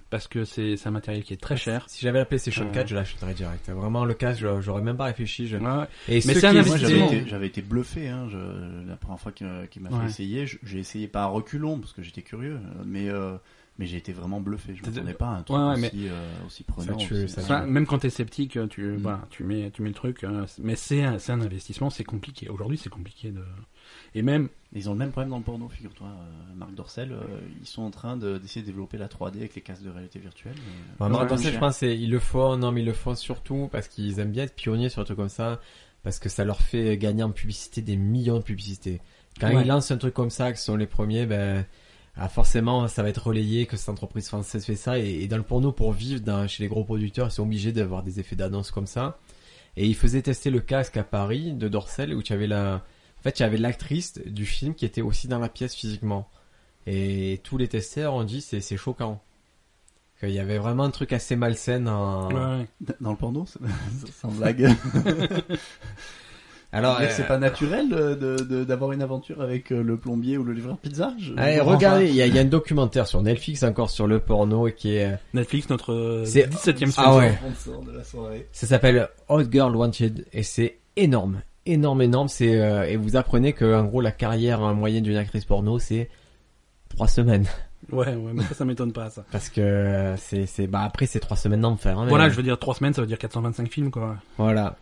Speaker 2: parce que c'est c'est un matériel qui est très cher.
Speaker 1: Si j'avais la PlayStation
Speaker 2: Euh.
Speaker 1: 4, je l'achèterais direct. Vraiment, le casque, je- j'aurais même pas réfléchi. je-
Speaker 2: Ouais, ouais.
Speaker 1: Et
Speaker 2: Mais
Speaker 1: ceux
Speaker 2: c'est un
Speaker 1: qui-
Speaker 3: Moi j'avais
Speaker 2: Justement.
Speaker 3: été, j'avais été bluffé. Hein, je- la première fois que- qu'il m'a
Speaker 2: Ouais.
Speaker 3: fait essayer, je- j'ai essayé pas à reculons parce que j'étais curieux, euh, mais euh, mais j'ai été vraiment bluffé. Je
Speaker 2: T'es-
Speaker 3: m'attendais pas à un truc
Speaker 2: Ouais, ouais,
Speaker 3: aussi,
Speaker 2: mais-
Speaker 3: euh, aussi prenant.
Speaker 1: tue,
Speaker 3: aussi-
Speaker 1: ça tue.
Speaker 2: Enfin, même quand t'es sceptique, tu
Speaker 3: Mm.
Speaker 2: voilà, tu mets tu mets le truc, hein, mais c'est un, c'est un investissement, c'est compliqué. Aujourd'hui, c'est compliqué de et même
Speaker 3: Ils ont le même problème dans le porno, figure-toi. euh, Marc Dorcel, euh, ils sont en train de- d'essayer de, développer la 3D avec les casques de réalité virtuelle. mais-
Speaker 1: Vraiment,
Speaker 2: Ouais,
Speaker 1: dans ça,
Speaker 3: cher.
Speaker 1: je pense, c'est- ils le font, non, mais ils le font surtout parce qu'ils aiment bien être pionniers sur un truc comme ça, parce que ça leur fait gagner en publicité des millions de publicités. Quand
Speaker 2: Ouais.
Speaker 1: ils lancent un truc comme ça, que ce sont les premiers, ben, ah, forcément, ça va être relayé que cette entreprise française fait ça, et, et dans le porno, pour vivre dans- chez les gros producteurs, ils sont obligés d'avoir des effets d'annonce comme ça. Et ils faisaient tester le casque à Paris, de Dorsel, où tu avais la, en fait, tu avais l'actrice du film qui était aussi dans la pièce physiquement. Et tous les testeurs ont dit, c'est, c'est choquant. Qu'il y avait vraiment un truc assez malsain en...
Speaker 2: Ouais,
Speaker 3: Dans le porno, ça- [laughs] sans blague.
Speaker 1: Alors,
Speaker 3: Mais c'est
Speaker 1: euh,
Speaker 3: pas naturel euh, de- de- d'avoir une aventure avec euh, le plombier ou le livreur pizza je-
Speaker 1: allez,
Speaker 3: je comprends
Speaker 1: regardez,
Speaker 3: pas.
Speaker 1: il y, a- il y a un documentaire sur Netflix encore sur le porno et qui est,
Speaker 2: Netflix, notre euh,
Speaker 1: C'est-
Speaker 2: 17e
Speaker 1: Ah ouais.
Speaker 3: Sponsor de la soirée.
Speaker 1: ça s'appelle Hot Girl Wanted et c'est énorme, énorme, énorme. C'est euh, et vous apprenez que en gros la carrière hein, moyenne d'une actrice porno c'est trois semaines
Speaker 2: Ouais, ouais, mais ça, ça m'étonne pas, ça.
Speaker 1: parce que euh, c'est c'est bah après c'est trois semaines d'enfer. Hein, mais-
Speaker 2: Voilà, je veux dire, 3 semaines, ça veut dire 425 films, quoi.
Speaker 1: Voilà.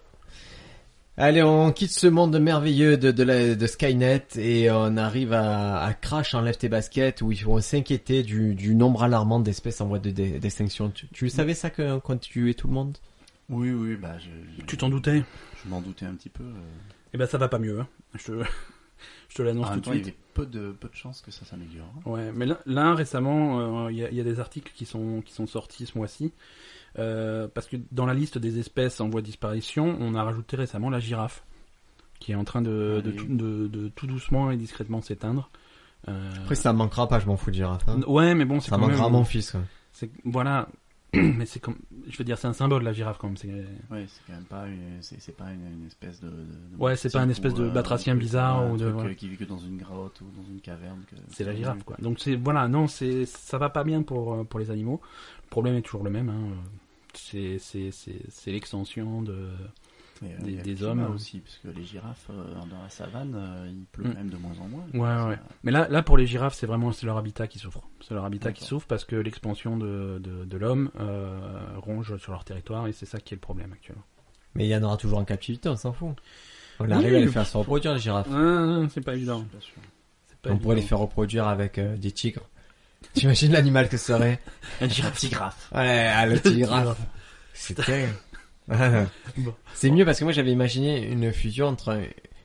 Speaker 1: Allez, on quitte ce monde merveilleux de, de, la- de Skynet et on arrive à, à Crash en Left et Basket où ils vont s'inquiéter du, du nombre alarmant d'espèces en voie de dé- d'extinction. Tu, tu savais ça que, quand tu tuais tout le monde
Speaker 3: Oui, oui, bah je, je-
Speaker 2: Tu t'en doutais
Speaker 3: je m'en doutais un petit peu. euh.
Speaker 2: Eh ben, ça va pas mieux, hein. Je te, [laughs] je te l'annonce
Speaker 1: Ah,
Speaker 3: en
Speaker 2: tout de
Speaker 3: même temps, il y
Speaker 2: suite.
Speaker 3: avait peu de, peu de chances que ça s'améliore. hein.
Speaker 2: Ouais, mais là, là, récemment, euh, il y, a- il y a des articles qui sont, qui sont sortis ce mois-ci. euh, parce que dans la liste des espèces en voie de disparition, on a rajouté récemment la girafe, qui est en train
Speaker 1: Ah,
Speaker 2: de, de,
Speaker 3: Allez.
Speaker 2: tout- de- de tout doucement et discrètement s'éteindre. Euh,
Speaker 1: Après, ça me manquera pas, je m'en fous de girafe. hein.
Speaker 2: ouais, mais bon, c'est
Speaker 1: Ça
Speaker 2: quand même...
Speaker 1: manquera à mon fils. hein. quoi.
Speaker 2: c'est- Voilà, [clears throat] mais c'est comme... Je veux dire, c'est un symbole, la girafe, quand même. c'est-
Speaker 3: Ouais, c'est quand même pas une, c'est, c'est pas une, une espèce de. de- de
Speaker 2: Ouais, c'est pas un
Speaker 3: type
Speaker 2: espèce
Speaker 3: ou,
Speaker 2: de
Speaker 3: euh,
Speaker 2: batracien
Speaker 3: un truc,
Speaker 2: bizarre
Speaker 3: un
Speaker 2: ou de-
Speaker 3: truc,
Speaker 2: voilà.
Speaker 3: euh, qui vit que dans une grotte ou dans une caverne. que-
Speaker 2: C'est la girafe, quoi. Donc c'est voilà, non, c'est ça va pas bien pour euh, pour les animaux. Le problème est toujours le même. Hein. C'est c'est c'est c'est l'extension de
Speaker 3: Mais, euh,
Speaker 2: Des-
Speaker 3: il y a le
Speaker 2: des
Speaker 3: climat
Speaker 2: hommes, hein.
Speaker 3: aussi, parce que les girafes euh, dans la savane, euh, il pleut
Speaker 2: Mm.
Speaker 3: même de moins en moins.
Speaker 2: Ouais,
Speaker 3: Ça-
Speaker 2: ouais. Mais là, là pour les girafes, c'est vraiment c'est leur habitat qui souffre. C'est leur habitat qui
Speaker 3: D'accord.
Speaker 2: souffre parce que l'expansion de, de, de l'homme euh, ronge sur leur territoire et c'est ça qui est le problème actuellement.
Speaker 1: Mais il y en aura toujours en captivité, on s'en fout. On
Speaker 2: Oui,
Speaker 1: arrive à les
Speaker 2: oui.
Speaker 1: faire se reproduire, les girafes.
Speaker 2: c'est pas
Speaker 3: Je suis
Speaker 2: évident. [laughs]
Speaker 3: pas sûr.
Speaker 1: on pourrait les faire reproduire avec euh, des [laughs] tigres. T'imagines l'animal que ce serait
Speaker 2: Un girafe
Speaker 3: Tigraphe.
Speaker 1: Ouais, ah, [laughs] le tigre. C'est [laughs] terrible. Ah.
Speaker 2: Bon.
Speaker 1: C'est mieux parce que moi j'avais imaginé une fusion entre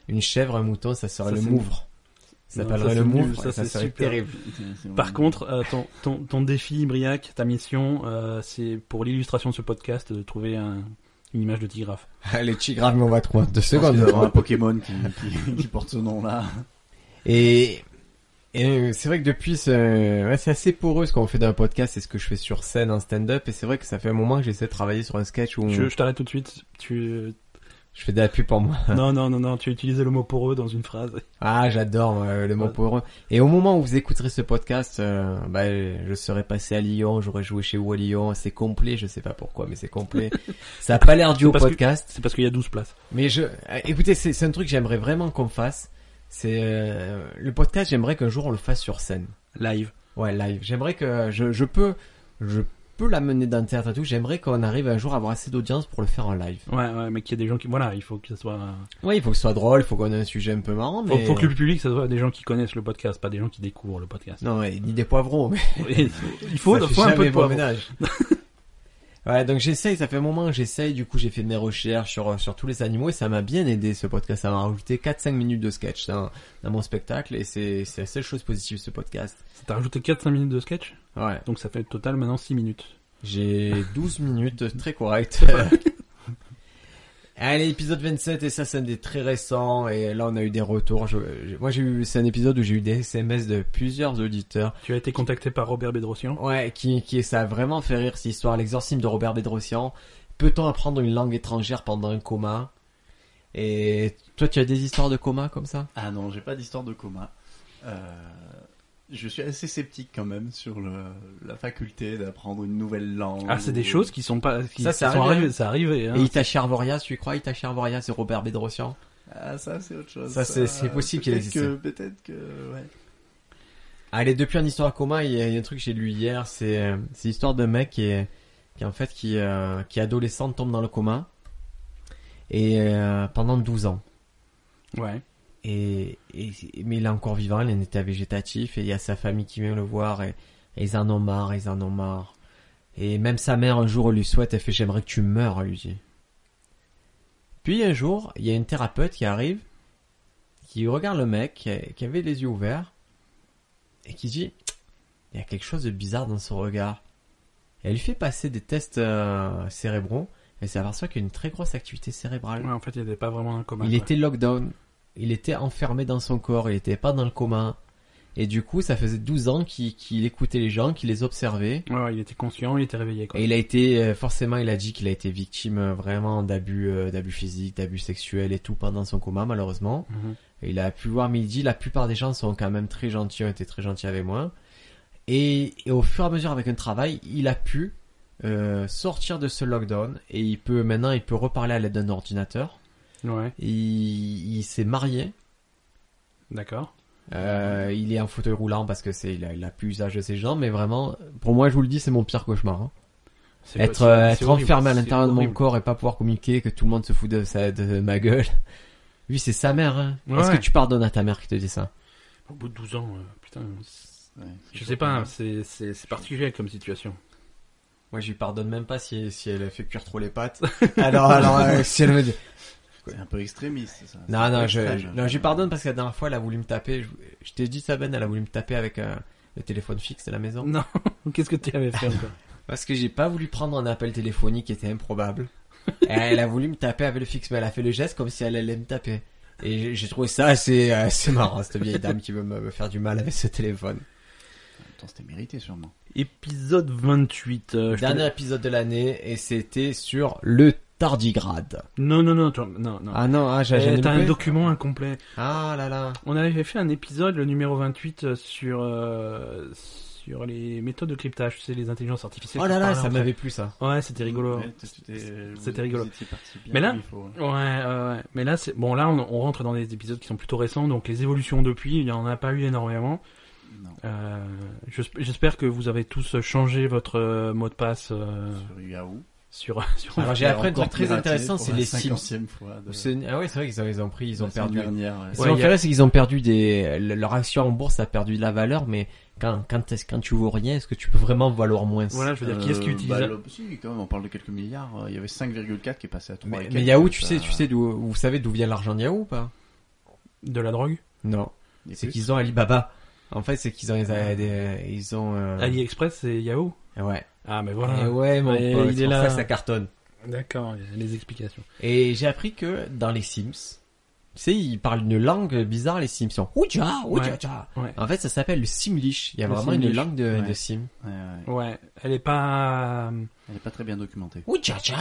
Speaker 1: une chèvre et un mouton, ça serait
Speaker 2: Ça,
Speaker 1: le
Speaker 2: c'est
Speaker 1: mouvre. Ça
Speaker 2: Non,
Speaker 1: s'appellerait
Speaker 2: ça,
Speaker 1: le
Speaker 2: c'est
Speaker 1: mouvre,
Speaker 2: nul,
Speaker 1: ça,
Speaker 2: ça, c'est
Speaker 1: serait [laughs]
Speaker 2: super.
Speaker 1: terrible.
Speaker 3: C'est- c'est-
Speaker 2: Par contre, euh, ton, ton, ton défi, Briac, ta mission, euh, c'est pour l'illustration de ce podcast de trouver un, une image de tigraphe.
Speaker 1: Ah, Les tigres, mais on va trouver en deux
Speaker 3: Je pense qu'il
Speaker 1: secondes.
Speaker 3: doit y avoir un Pokémon qui, qui- qui porte ce nom-là.
Speaker 1: Et, et, euh, c'est vrai que depuis, ce- ouais, c'est assez poreux ce qu'on fait d'un podcast, c'est ce que je fais sur scène en stand-up, et c'est vrai que ça fait un moment que j'essaie de travailler sur un sketch où
Speaker 2: Je,
Speaker 1: je,
Speaker 2: je t'arrête tout de suite. Tu... [laughs]
Speaker 1: fais de la pub pour moi.
Speaker 2: non, non, non, non, tu as utilisé le mot poreux dans une phrase.
Speaker 1: Ah, j'adore euh, le mot
Speaker 2: Ouais.
Speaker 1: poreux. Et au moment où vous écouterez ce podcast, euh, bah, je serai passé à Lyon, j'aurais joué chez vous à Lyon, c'est complet, je sais pas pourquoi, mais c'est
Speaker 2: [laughs]
Speaker 1: complet. ça a pas l'air dû au
Speaker 2: parce que-
Speaker 1: podcast.
Speaker 2: C'est parce qu'il y a 12 places.
Speaker 1: Mais je, euh, écoutez, c'est c'est un truc que j'aimerais vraiment qu'on fasse. C'est euh, le podcast. J'aimerais qu'un jour on le fasse sur scène.
Speaker 2: Live.
Speaker 1: Ouais, live. J'aimerais que je, je peux, je peux l'amener dans le théâtre et tout. J'aimerais qu'on arrive un jour à avoir assez d'audience pour le faire en live.
Speaker 2: Ouais, ouais, mais qu'il y a des gens qui... Voilà, il faut que ça soit...
Speaker 1: Ouais, il faut que ce soit drôle, il faut qu'on ait un sujet un peu marrant.
Speaker 2: Faut,
Speaker 1: Mais... euh,
Speaker 2: faut que le public, ça soit des gens qui connaissent le podcast, pas des gens qui découvrent
Speaker 1: [laughs]
Speaker 2: le podcast.
Speaker 1: Non, ouais, ni des poivrons. Mais
Speaker 2: Et il faut,
Speaker 1: ça fait
Speaker 2: faut un peu
Speaker 1: Bah, jamais
Speaker 2: de
Speaker 1: bon
Speaker 2: poivre.
Speaker 1: ménage. [laughs] Ouais, donc j'essaye, ça fait un moment que j'essaye, du coup j'ai fait mes recherches sur, euh, sur tous les animaux et ça m'a bien aidé ce podcast, ça m'a rajouté 4-5 minutes de sketch dans, dans mon spectacle et c'est c'est la seule chose positive ce podcast.
Speaker 2: T'as rajouté 4-5 minutes de sketch,
Speaker 1: Ouais.
Speaker 2: donc ça fait au total maintenant 6 minutes.
Speaker 1: J'ai 12 [laughs] minutes, très correct. [laughs] Allez, épisode 27, et ça c'est un des très récents, et là on a eu des retours. Je, je- moi j'ai eu, c'est un épisode où j'ai eu des SMS de plusieurs auditeurs,
Speaker 2: Tu as été contacté par Robert Bédrossian
Speaker 1: ouais, qui, qui ça a vraiment fait rire cette histoire, l'exorcisme de Robert Bédrossian. Peut-on apprendre une langue étrangère pendant un coma Et toi tu as des histoires de coma comme ça
Speaker 3: Ah non, j'ai pas d'histoire de coma. Euh, je suis assez sceptique quand même sur le- la faculté d'apprendre une nouvelle langue.
Speaker 2: Ah, c'est
Speaker 3: ou-
Speaker 2: des choses qui sont pas... Qui,
Speaker 1: Ça,
Speaker 2: qui
Speaker 1: c'est
Speaker 2: sont
Speaker 1: arrivé,
Speaker 2: arrivées, ça arrivait. Hein.
Speaker 1: Et Itachi Arboria, tu y crois Itachi Arboria, c'est Robert Bédrossian
Speaker 3: Ah, ça, c'est autre chose.
Speaker 1: Ça, c'est- c'est possible qu'il
Speaker 3: peut-être
Speaker 1: existe.
Speaker 3: que- Peut-être que, ouais.
Speaker 1: Allez, depuis en histoire coma, il y, a, il y a un truc que j'ai lu hier, c'est euh, c'est l'histoire d'un mec qui est, qui en fait qui euh, qui est adolescent tombe dans le coma et euh, pendant 12 ans
Speaker 2: Ouais.
Speaker 1: et, et mais il est encore vivant, il est en état végétatif et il y a sa famille qui vient le voir et, et ils en ont marre, ils en ont marre. Et même sa mère un jour elle lui souhaite, elle fait j'aimerais que tu meurs, elle lui dit. Puis un jour, il y a une thérapeute qui arrive, qui regarde le mec qui, a- qui avait les yeux ouverts et qui dit il y a quelque chose de bizarre dans son regard. Elle lui fait passer des tests euh, cérébraux et s'aperçoit qu'il y a une très grosse activité cérébrale.
Speaker 2: Ouais, en fait, il n'y avait pas vraiment un commun.
Speaker 1: Il
Speaker 2: quoi.
Speaker 1: était lockdown. Il était enfermé dans son corps. Il était pas dans le coma. Et du coup, ça faisait 12 ans qu'il qu'il écoutait les gens, qu'il les observait.
Speaker 2: Ouais, ouais, il était conscient, il était réveillé. Quoi.
Speaker 1: Et il a été, euh, forcément, il a dit qu'il a été victime euh, vraiment d'abus, euh, d'abus physiques, d'abus sexuels et tout pendant son coma, malheureusement.
Speaker 2: Mhm.
Speaker 1: Et il a pu voir midi. La plupart des gens sont quand même très gentils, ont été très gentils avec moi. Et, et au fur et à mesure, avec un travail, il a pu euh, sortir de ce lockdown. Et il peut maintenant, il peut reparler à l'aide d'un ordinateur.
Speaker 2: Ouais,
Speaker 1: Il, il s'est marié.
Speaker 2: d'accord.
Speaker 1: Euh, il est en fauteuil roulant parce que c'est il a, il a plus usage de ses jambes, mais vraiment, pour moi, je vous le dis, c'est mon pire cauchemar. hein.
Speaker 2: C'est-
Speaker 1: Être,
Speaker 2: c'est-
Speaker 1: euh,
Speaker 2: c'est
Speaker 1: être
Speaker 2: horrible,
Speaker 1: enfermé à
Speaker 2: c'est
Speaker 1: l'intérieur de mon
Speaker 2: horrible.
Speaker 1: corps et pas pouvoir communiquer, que tout le monde se fout de, sa, de ma gueule. [laughs] Lui, c'est sa mère. Hein.
Speaker 2: Ouais,
Speaker 1: Est-ce
Speaker 2: ouais.
Speaker 1: que tu pardonnes à ta mère qui te dit ça
Speaker 2: Au bout de 12 ans, euh, putain.
Speaker 3: Ouais,
Speaker 2: Je
Speaker 3: c'est
Speaker 2: sais
Speaker 3: chaud,
Speaker 2: pas,
Speaker 3: hein.
Speaker 2: c'est- c'est c'est particulier comme situation.
Speaker 1: Moi, je lui pardonne même pas si, si elle fait cuire trop les pâtes. [laughs] alors, alors, euh, [laughs] si elle me dit...
Speaker 3: C'est un peu extrémiste, ça. C'est
Speaker 1: Non,
Speaker 3: un peu
Speaker 1: non, je,
Speaker 3: extrême.
Speaker 1: je- non, je lui pardonne parce que la dernière fois, elle a voulu me taper. Je, je t'ai dit ça, Ben, elle a voulu me taper avec euh, le téléphone fixe à la maison.
Speaker 2: Non, qu'est-ce que tu avais fait encore
Speaker 1: Parce que j'ai pas voulu prendre un appel téléphonique qui était [laughs] improbable. elle a voulu me taper avec le fixe, mais elle a fait le geste comme si elle allait me taper. Et j'ai- j'ai trouvé ça assez, assez marrant, cette vieille dame qui veut me, me faire du mal avec ce téléphone.
Speaker 3: En même temps, c'était mérité, sûrement.
Speaker 2: [laughs] Épisode 28. euh, je te-
Speaker 1: Dernier épisode de l'année, et c'était sur le tardigrade.
Speaker 2: Non, non, non, toi, non, non.
Speaker 1: Ah non, ah, j'ai j'ai
Speaker 2: Eh, T'as un
Speaker 1: loupé.
Speaker 2: document incomplet.
Speaker 1: Ah là là.
Speaker 2: On avait fait un épisode, le numéro 28, euh, sur, euh, sur les méthodes de cryptage, tu sais, les intelligences artificielles.
Speaker 1: Oh
Speaker 2: qui
Speaker 1: là là,
Speaker 2: parlaient
Speaker 1: ça
Speaker 2: entre
Speaker 1: m'avait plu ça.
Speaker 2: elles. Ouais, c'était rigolo. hein.
Speaker 3: Ouais, tu- tu t'es-
Speaker 2: C'était
Speaker 3: vous-
Speaker 2: rigolo.
Speaker 3: vous étiez parti bien
Speaker 2: Mais là-
Speaker 3: comme il faut, hein.
Speaker 2: Ouais, ouais, ouais. Mais là, c'est bon. Là, on, on rentre dans des épisodes qui sont plutôt récents, donc les évolutions depuis, il n'y en a pas eu énormément.
Speaker 3: Non.
Speaker 2: Euh, j'esp- J'espère que vous avez tous changé votre euh, mot de passe euh,
Speaker 3: Sur Yahoo.
Speaker 2: sur [laughs] sur.
Speaker 1: Alors j'ai
Speaker 3: Et
Speaker 1: appris un
Speaker 3: encore
Speaker 1: truc très
Speaker 3: piraté
Speaker 1: intéressant,
Speaker 3: pour
Speaker 1: c'est
Speaker 3: la
Speaker 1: les Sims.
Speaker 3: 50e fois de-
Speaker 1: C'est- Ah ouais, c'est vrai qu'ils ont, ils ont pris, ils ont
Speaker 3: la semaine
Speaker 1: perdu.
Speaker 3: dernière, ouais.
Speaker 1: Ce
Speaker 2: Ouais,
Speaker 1: qui
Speaker 2: il y a-
Speaker 1: m'intéresse, c'est qu'ils ont perdu des, le- leur action en bourse a perdu de la valeur, mais quand, quand est-ce, quand tu vaux rien, est-ce que tu peux vraiment valoir moins?
Speaker 2: Voilà, je veux dire, qui est-ce qui
Speaker 3: Euh,
Speaker 2: utilise
Speaker 3: bah, le- Si, quand même, on parle de quelques milliards. euh, Il y avait 5,4 qui est passé à 3.
Speaker 1: Mais,
Speaker 3: et
Speaker 1: mais
Speaker 3: quelques,
Speaker 1: Yahoo, tu
Speaker 3: ça-
Speaker 1: sais, tu sais d'où, vous savez d'où vient l'argent de Yahoo ou pas?
Speaker 2: de la drogue?
Speaker 1: Non. Ah.
Speaker 3: et
Speaker 1: C'est
Speaker 3: plus.
Speaker 1: qu'ils ont Alibaba. En fait, c'est qu'ils ont, ils ont, des- ils ont, euh,
Speaker 2: AliExpress c'est Yahoo.
Speaker 1: ouais.
Speaker 2: Ah, mais
Speaker 1: Et
Speaker 2: voilà.
Speaker 1: ouais, mon
Speaker 2: Et
Speaker 1: pote,
Speaker 2: il
Speaker 1: c'est
Speaker 2: est
Speaker 1: pour
Speaker 2: là.
Speaker 1: ça, que ça cartonne.
Speaker 2: D'accord, il y a les explications.
Speaker 1: Et j'ai appris que dans les Sims, tu sais, ils parlent une langue bizarre, les Sims. Ils sont, ouja, ouja,
Speaker 2: Ouais.
Speaker 1: ouja.
Speaker 2: Ouais.
Speaker 1: En fait, ça s'appelle le Simlish. Il y a
Speaker 3: Le
Speaker 1: vraiment une
Speaker 3: Simlish.
Speaker 1: langue de,
Speaker 3: Ouais.
Speaker 1: de Sim.
Speaker 3: Ouais, ouais.
Speaker 2: Ouais, elle est pas. euh,
Speaker 3: Elle est pas très bien documentée.
Speaker 1: Ouja, ouja,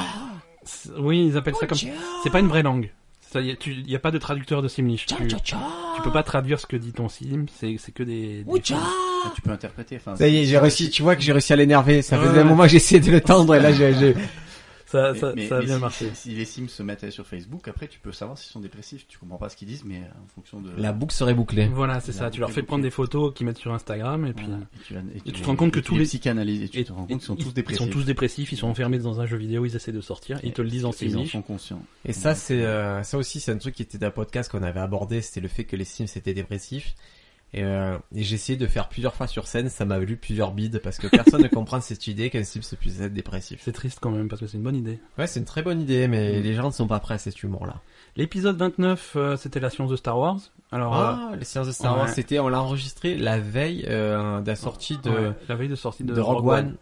Speaker 2: c'est- Oui, ils appellent ça comme.
Speaker 1: ouja,
Speaker 2: C'est pas une vraie langue. Il y, a- tu- y a pas de traducteur de Simlish.
Speaker 1: ouja,
Speaker 2: Tu,
Speaker 1: ouja, ouja,
Speaker 2: tu peux pas traduire ce que dit ton Sim. C'est c'est que des. des-
Speaker 1: ouja.
Speaker 3: Ah, tu peux interpréter. Enfin,
Speaker 1: Ça y est, j'ai réussi, tu vois que j'ai réussi à l'énerver. Ça
Speaker 2: Ouais,
Speaker 1: faisait un
Speaker 2: ouais.
Speaker 1: moment que j'essayais de le tendre et là j'ai, j'ai-
Speaker 2: Ça,
Speaker 3: Mais-
Speaker 2: ça,
Speaker 3: mais-
Speaker 2: ça a
Speaker 3: mais
Speaker 2: bien
Speaker 3: si-
Speaker 2: marché.
Speaker 3: Si les Sims se mettaient sur Facebook, après tu peux savoir s'ils sont dépressifs. Tu comprends pas ce qu'ils disent, mais euh, en fonction de.
Speaker 1: La boucle serait bouclée.
Speaker 2: Voilà, c'est ça. Tu leur fais prendre des photos qu'ils mettent sur Instagram et puis.
Speaker 3: Voilà. Et tu, vas- et
Speaker 2: te rends compte que
Speaker 3: et tu
Speaker 2: tous les-
Speaker 3: psychanalyses et tu
Speaker 2: et-
Speaker 3: te rends compte qu'ils sont
Speaker 2: et-
Speaker 3: tous dépressifs.
Speaker 2: Ils sont tous dépressifs, ils sont enfermés dans un jeu vidéo, ils essaient de sortir, ils te le disent en
Speaker 3: Ils en
Speaker 2: Simlish. [laughs]
Speaker 3: sont conscients.
Speaker 1: Et ça, c'est euh, ça aussi, c'est un truc qui était d'un podcast qu'on avait abordé, c'était le fait que les Sims étaient dépressifs. Et, euh, et j'ai essayé de faire plusieurs fois sur scène, ça m'a valu plusieurs bides parce que personne [laughs] ne comprend cette idée qu'un Sims puisse être dépressif.
Speaker 2: C'est triste quand même parce que c'est une bonne idée.
Speaker 1: Ouais, c'est une très bonne idée, mais
Speaker 2: Mm.
Speaker 1: les gens ne sont pas prêts à cet humour-là.
Speaker 2: L'épisode 29, euh, c'était la science de Star Wars. Alors, euh,
Speaker 1: Ah, les séances de Star Wars,
Speaker 2: Ouais.
Speaker 1: c'était on l'a enregistré la veille euh, de la sortie de,
Speaker 2: euh, ouais, la veille de sortie de,
Speaker 1: de Rogue One.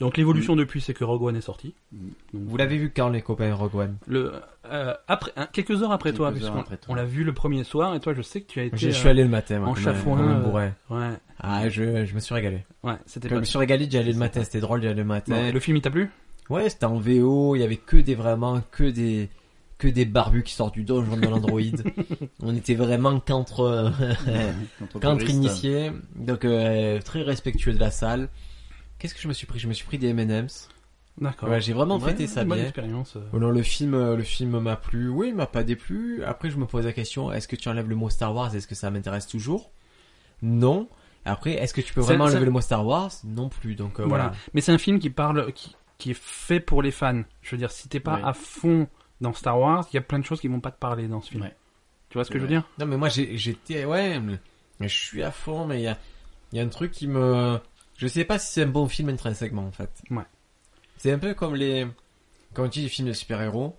Speaker 2: Donc l'évolution depuis, c'est que Rogue One est sorti.
Speaker 3: Mm.
Speaker 2: Donc,
Speaker 1: Vous l'avez vu quand les copains Rogue One
Speaker 2: le, euh, après, hein, quelques heures après
Speaker 3: Quelques
Speaker 2: toi,
Speaker 3: heures
Speaker 2: puisqu'on-
Speaker 3: après toi.
Speaker 2: on l'a vu le premier soir, et toi, je sais que tu as été.
Speaker 1: Je
Speaker 2: euh,
Speaker 1: suis allé le matin, moi,
Speaker 2: en
Speaker 1: comme un-
Speaker 2: chafouin,
Speaker 1: comme un
Speaker 2: euh,
Speaker 1: bourrin.
Speaker 2: Ouais,
Speaker 1: Ah, je, je me suis régalé.
Speaker 2: ouais, c'était
Speaker 1: Je
Speaker 2: pas.
Speaker 1: me suis régalé d'y aller le matin, c'était drôle d'y aller le matin.
Speaker 2: Bon, le film, il t'a plu
Speaker 1: Ouais, c'était en VO, il y avait que des vraiment que des que des barbus qui sortent du donjon de l'Android.
Speaker 2: [laughs]
Speaker 1: On était vraiment qu'entre euh,
Speaker 3: Contre
Speaker 1: qu'entre
Speaker 3: touristes.
Speaker 1: initiés, donc euh, très respectueux de la salle. Qu'est-ce que je me suis pris Je me suis pris des M&M's.
Speaker 2: D'accord.
Speaker 1: Ouais, j'ai vraiment
Speaker 2: Oh. Ouais,
Speaker 1: fêté ça
Speaker 2: bonne
Speaker 1: bien.
Speaker 2: expérience. euh.
Speaker 1: Oh non, le film, euh, le film m'a plu. Oui, il m'a pas déplu. Après, je me pose la question est-ce que tu enlèves le mot Star Wars Est-ce que ça m'intéresse toujours Non. Après, est-ce que tu peux
Speaker 2: C'est-
Speaker 1: vraiment
Speaker 2: c'est-
Speaker 1: enlever le mot Star Wars Non plus. Donc euh,
Speaker 2: voilà.
Speaker 1: voilà.
Speaker 2: Mais c'est un film qui parle, qui, qui est fait pour les fans. Je veux dire, si t'es pas
Speaker 3: Ouais.
Speaker 2: à fond dans Star Wars, il y a plein de choses qui vont pas te parler dans ce film.
Speaker 3: Ouais.
Speaker 2: Tu vois ce
Speaker 3: C'est
Speaker 2: que je veux
Speaker 3: vrai.
Speaker 2: dire
Speaker 1: Non, mais moi, j'ai- j'étais, ouais, mais- mais je suis à fond, mais il y a, il y a un truc qui me, je sais pas si c'est un bon film intrinsèquement, en fait.
Speaker 2: Ouais.
Speaker 1: C'est un peu comme les, quand on dit les films de super-héros,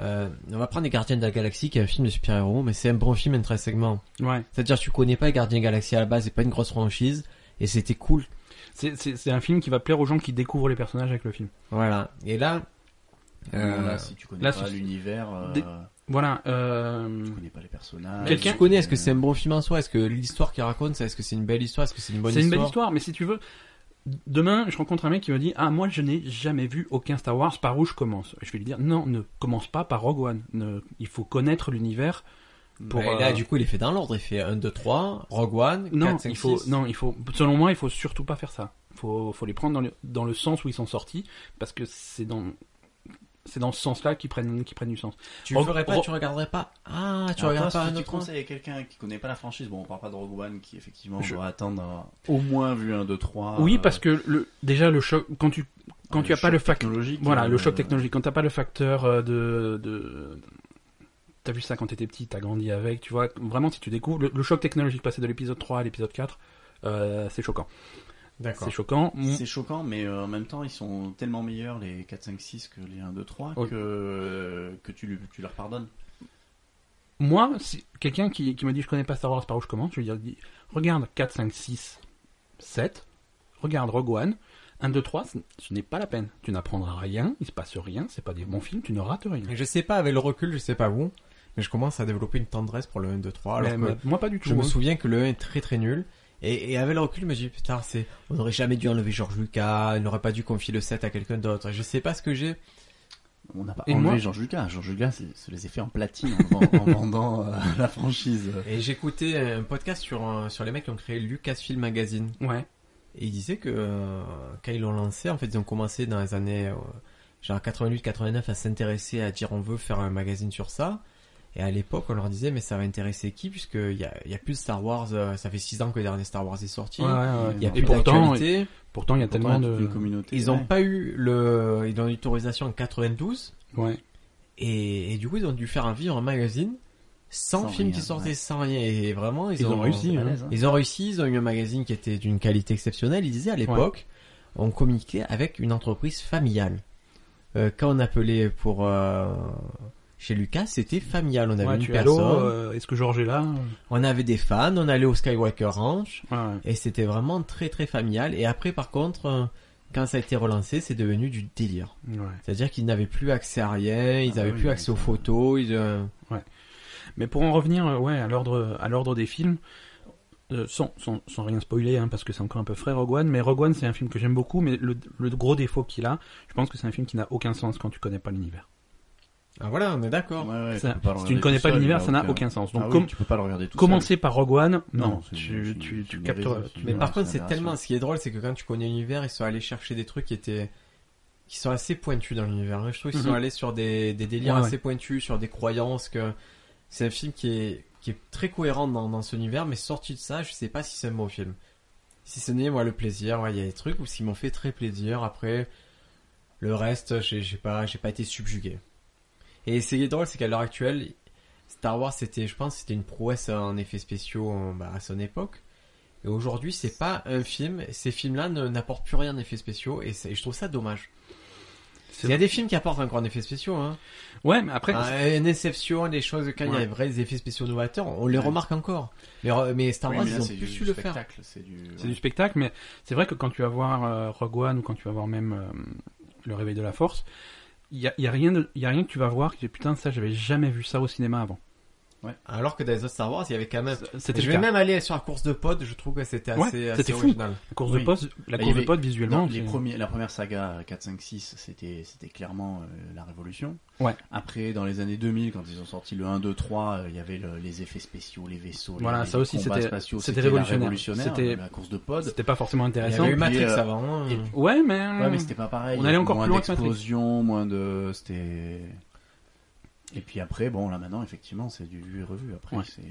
Speaker 1: euh, on va prendre les Gardiens de la Galaxie, qui est un film de super-héros, mais c'est un bon film intrinsèquement.
Speaker 2: Ouais.
Speaker 1: C'est-à-dire, tu connais pas les Gardiens de la Galaxie à la base, c'est pas une grosse franchise, et c'était cool.
Speaker 2: C'est- C'est c'est un film qui va plaire aux gens qui découvrent les personnages avec le film.
Speaker 1: Voilà. Et là,
Speaker 3: Euh,
Speaker 1: euh,
Speaker 3: là, si tu connais
Speaker 2: là,
Speaker 3: pas
Speaker 2: si-
Speaker 3: l'univers, euh,
Speaker 2: Des- Voilà. euh,
Speaker 3: tu connais pas les personnages.
Speaker 2: Quelqu'un-
Speaker 1: tu connais, est-ce que c'est un bon film en soi? Est-ce que l'histoire qu'il raconte, c'est- est-ce que c'est une belle histoire? Est-ce que c'est une bonne
Speaker 2: C'est une belle histoire, mais si tu veux, demain, je rencontre un mec qui me dit Ah, moi, je n'ai jamais vu aucun Star Wars, par où je commence Je vais lui dire Non, ne commence pas par Rogue One. Ne- Il faut connaître l'univers. Pour,
Speaker 1: Et là,
Speaker 2: euh,
Speaker 1: du coup, Bah, il est fait dans l'ordre. Il fait 1, 2, 3, Rogue One,
Speaker 2: non,
Speaker 1: 4, 5,
Speaker 2: il faut,
Speaker 1: 6.
Speaker 2: non, il faut. Selon moi, il faut surtout pas faire ça. Faut, faut les prendre dans le, dans le sens où ils sont sortis, parce que c'est dans, c'est dans ce sens-là qu'ils prennent, qu'ils prennent du sens.
Speaker 1: Tu
Speaker 2: Rogue-
Speaker 1: ferais pas,
Speaker 2: Ro-
Speaker 1: tu regarderais pas. Ah, tu
Speaker 3: Alors,
Speaker 1: regardes
Speaker 3: toi,
Speaker 1: pas
Speaker 3: si
Speaker 1: un
Speaker 3: tu
Speaker 1: autre coin
Speaker 3: conseilles à quelqu'un qui connaît pas la franchise, bon, on parle pas de Rogue One qui effectivement
Speaker 2: Je-
Speaker 3: doit attendre euh, au moins vu un euh, 2 3.
Speaker 2: oui, parce que le, déjà le choc, quand tu, quand tu as pas le facteur,
Speaker 3: Ah, technologique.
Speaker 2: voilà, le
Speaker 3: euh,
Speaker 2: choc technologique, quand t'as pas le facteur euh, de, de, t'as vu ça quand t'étais petit, t'as grandi avec, tu vois, vraiment si tu découvres, le, le choc technologique passé de l'épisode 3 à l'épisode 4, euh, c'est choquant. C'est choquant.
Speaker 3: C'est choquant, mais euh, en même temps, ils sont tellement meilleurs les 4, 5, 6 que les 1, 2, 3
Speaker 2: Oui.
Speaker 3: que, euh, que tu, lui- tu leur pardonnes.
Speaker 2: Moi, si quelqu'un qui, qui me dit je connais pas Star Wars par où je commence, je lui dis regarde 4, 5, 6, 7, regarde Rogue One, 1, 2, 3, ce ce n'est pas la peine. Tu n'apprendras rien, il se passe rien, c'est pas des bons films, tu ne rates rien.
Speaker 1: Je sais pas, avec le recul, je sais pas où, mais je commence à développer une tendresse pour le 1, 2, 3. Alors
Speaker 2: Mais-
Speaker 1: que
Speaker 2: mais moi pas du tout.
Speaker 1: je me
Speaker 2: hein.
Speaker 1: souviens que le 1 est très très nul. Et, et avec le recul, je me dis, putain, c'est, on aurait jamais dû enlever George Lucas, on n'aurait pas dû confier le 7 à quelqu'un d'autre. Je sais pas ce que j'ai.
Speaker 3: On n'a pas
Speaker 2: Et
Speaker 3: enlevé
Speaker 2: moi-
Speaker 3: George Lucas. George Lucas c'est- se les a fait en platine en, vend- en vendant euh, [laughs] la franchise.
Speaker 1: Et j'écoutais un podcast sur, un- sur les mecs qui ont créé Lucasfilm Magazine.
Speaker 2: Ouais.
Speaker 1: Et il disait que euh, quand ils l'ont lancé, en fait, ils ont commencé dans les années euh, genre 88-89 à s'intéresser à dire on veut faire un magazine sur ça. Et à l'époque, on leur disait mais ça va intéresser qui puisqu'il y a, il y a plus de Star Wars. euh, ça fait 6 ans que le dernier Star Wars est sorti.
Speaker 2: Ouais, ouais, ouais.
Speaker 1: Il y a
Speaker 2: et
Speaker 1: plus
Speaker 2: pourtant, et-
Speaker 1: d'actualité.
Speaker 2: pourtant, il y a tellement de.
Speaker 3: une communauté.
Speaker 1: Ils ont
Speaker 3: ouais.
Speaker 1: pas eu le, ils ont eu l'autorisation en 92
Speaker 2: Ouais.
Speaker 1: et, et du coup ils ont dû faire un vivre un magazine sans,
Speaker 3: Sans
Speaker 1: film
Speaker 3: rien,
Speaker 1: qui sortait,
Speaker 3: ouais.
Speaker 1: sans rien et vraiment ils,
Speaker 2: Ils ont réussi,
Speaker 3: à
Speaker 2: hein.
Speaker 3: l'aise, hein.
Speaker 1: Ils ont réussi, ils ont eu un magazine qui était d'une qualité exceptionnelle. Ils disaient à l'époque, on communiquait avec une entreprise familiale. Euh, quand on appelait pour euh, chez Lucas, c'était familial. On avait
Speaker 2: Ouais,
Speaker 1: une
Speaker 2: tu
Speaker 1: personne,
Speaker 2: allô, euh, est-ce que Georges est là
Speaker 1: on avait des fans, on allait au Skywalker Ranch.
Speaker 2: Ouais, ouais.
Speaker 1: Et c'était vraiment très très familial. Et après, par contre, euh, quand ça a été relancé, c'est devenu du délire.
Speaker 2: Ouais.
Speaker 1: C'est-à-dire qu'ils n'avaient plus accès à rien, ils
Speaker 3: Ah
Speaker 1: n'avaient
Speaker 3: oui,
Speaker 1: plus
Speaker 3: donc,
Speaker 1: accès aux
Speaker 3: euh,
Speaker 1: photos. Ils, euh,
Speaker 2: Mais pour en revenir, euh, ouais, à l'ordre, à l'ordre des films, euh, sans, sans, sans rien spoiler, hein, parce que c'est encore un peu frais, Rogue One. Mais Rogue One, c'est un film que j'aime beaucoup, mais le, le gros défaut qu'il a, je pense que c'est un film qui n'a aucun sens quand tu connais pas l'univers.
Speaker 1: Ah voilà, on est d'accord.
Speaker 3: Ouais, ouais,
Speaker 2: Ça-
Speaker 3: peux pas le
Speaker 2: si tu ne
Speaker 3: regarder
Speaker 2: connais
Speaker 3: tout
Speaker 2: pas
Speaker 3: seul,
Speaker 2: l'univers,
Speaker 3: il a
Speaker 2: ça n'a aucun sens. Donc,
Speaker 3: Ah oui,
Speaker 2: comme-
Speaker 3: tu peux pas le regarder tout seul.
Speaker 2: commencer par Rogue One, non,
Speaker 3: Non, c'est-
Speaker 2: tu,
Speaker 3: c'est-
Speaker 2: tu,
Speaker 3: c'est
Speaker 2: tu
Speaker 3: une
Speaker 2: capteras.
Speaker 3: hérésie,
Speaker 2: tu-
Speaker 1: Mais
Speaker 3: Ouais,
Speaker 1: par
Speaker 3: c'est
Speaker 1: contre, c'est
Speaker 3: intéressant.
Speaker 1: tellement. Ce qui est drôle, c'est que quand tu connais l'univers, ils sont allés chercher des trucs qui étaient qui sont assez pointus dans l'univers. hein. Je trouve qu'ils sont
Speaker 2: Mhm.
Speaker 1: allés sur des, des délires
Speaker 2: Ouais, ouais.
Speaker 1: assez pointus, sur des croyances que c'est un film qui est qui est très cohérent dans, dans ce univers, mais sorti de ça, je sais pas si c'est un bon film. Si ce n'est moi le plaisir, ouais, il y a des trucs où s'ils m'ont fait très plaisir. Après, le reste, j'ai j'ai pas j'ai pas été subjugué. Et ce qui est drôle, c'est qu'à l'heure actuelle, Star Wars, c'était, je pense, c'était une prouesse en effets spéciaux euh, bah, à son époque. Et aujourd'hui, c'est pas un film. Ces films-là ne- n'apportent plus rien d'effets spéciaux, et, c'est- je trouve ça dommage.
Speaker 2: C'est
Speaker 1: Il y a des films qui apportent encore des effets spéciaux. Hein.
Speaker 2: Ouais, mais après,
Speaker 3: Ah,
Speaker 1: Un un Inception, Ah, des choses quand il y a
Speaker 2: Ouais.
Speaker 1: des vrais effets spéciaux novateurs, on les
Speaker 3: Ouais.
Speaker 1: remarque encore. Mais, re- mais Star
Speaker 3: Oui,
Speaker 1: Wars,
Speaker 3: mais là,
Speaker 1: ils ont
Speaker 3: c'est
Speaker 1: plus
Speaker 3: du
Speaker 1: su le faire.
Speaker 3: spectacle, C'est du.
Speaker 2: c'est du spectacle, mais c'est vrai que quand tu vas voir euh, Rogue One ou quand tu vas voir même euh, Le Réveil de la Force, il y a, il y a rien, de- il y a rien que tu vas voir qui dit putain ça j'avais jamais vu ça au cinéma avant.
Speaker 1: Alors que dans les autres Star Wars, il y avait quand même.
Speaker 2: C'était
Speaker 1: Je
Speaker 2: le
Speaker 1: vais
Speaker 2: cas.
Speaker 1: même aller sur la course de pod. Je trouve que c'était assez,
Speaker 2: Ouais,
Speaker 1: assez
Speaker 2: c'était fou.
Speaker 1: original.
Speaker 2: La course de
Speaker 3: Oui.
Speaker 2: poste, la
Speaker 3: Bah,
Speaker 2: course
Speaker 3: il y
Speaker 2: de
Speaker 3: avait-
Speaker 2: poste visuellement.
Speaker 3: Non, les
Speaker 2: c'est-
Speaker 3: premiers, la première saga euh, 4, 5, 6, c'était, c'était clairement euh, la révolution.
Speaker 2: Ouais.
Speaker 3: Après, dans les années 2000, quand ils ont sorti le 1, 2, 3, euh, il y avait le- les effets spéciaux, les vaisseaux, les-
Speaker 2: Voilà,
Speaker 3: les
Speaker 2: ça aussi,
Speaker 3: combats
Speaker 2: c'était-
Speaker 3: spatiaux,
Speaker 2: c'était
Speaker 3: la
Speaker 2: révolutionnaire.
Speaker 3: révolutionnaire,
Speaker 2: C'était-
Speaker 3: la course de pod.
Speaker 2: C'était pas forcément
Speaker 1: Il y
Speaker 2: intéressant.
Speaker 1: avait eu
Speaker 3: puis,
Speaker 1: Matrix
Speaker 3: euh,
Speaker 1: avant. hein.
Speaker 3: et-
Speaker 2: Ouais, mais,
Speaker 3: Ouais, mais c'était pas pareil.
Speaker 2: Hmm. On allait encore
Speaker 3: moins
Speaker 2: plus loin que Matrix.
Speaker 3: d'explosions, moins de, c'était. Et puis après, bon, là maintenant, effectivement, c'est du vu et revu. Après,
Speaker 2: Ouais.
Speaker 3: c'est.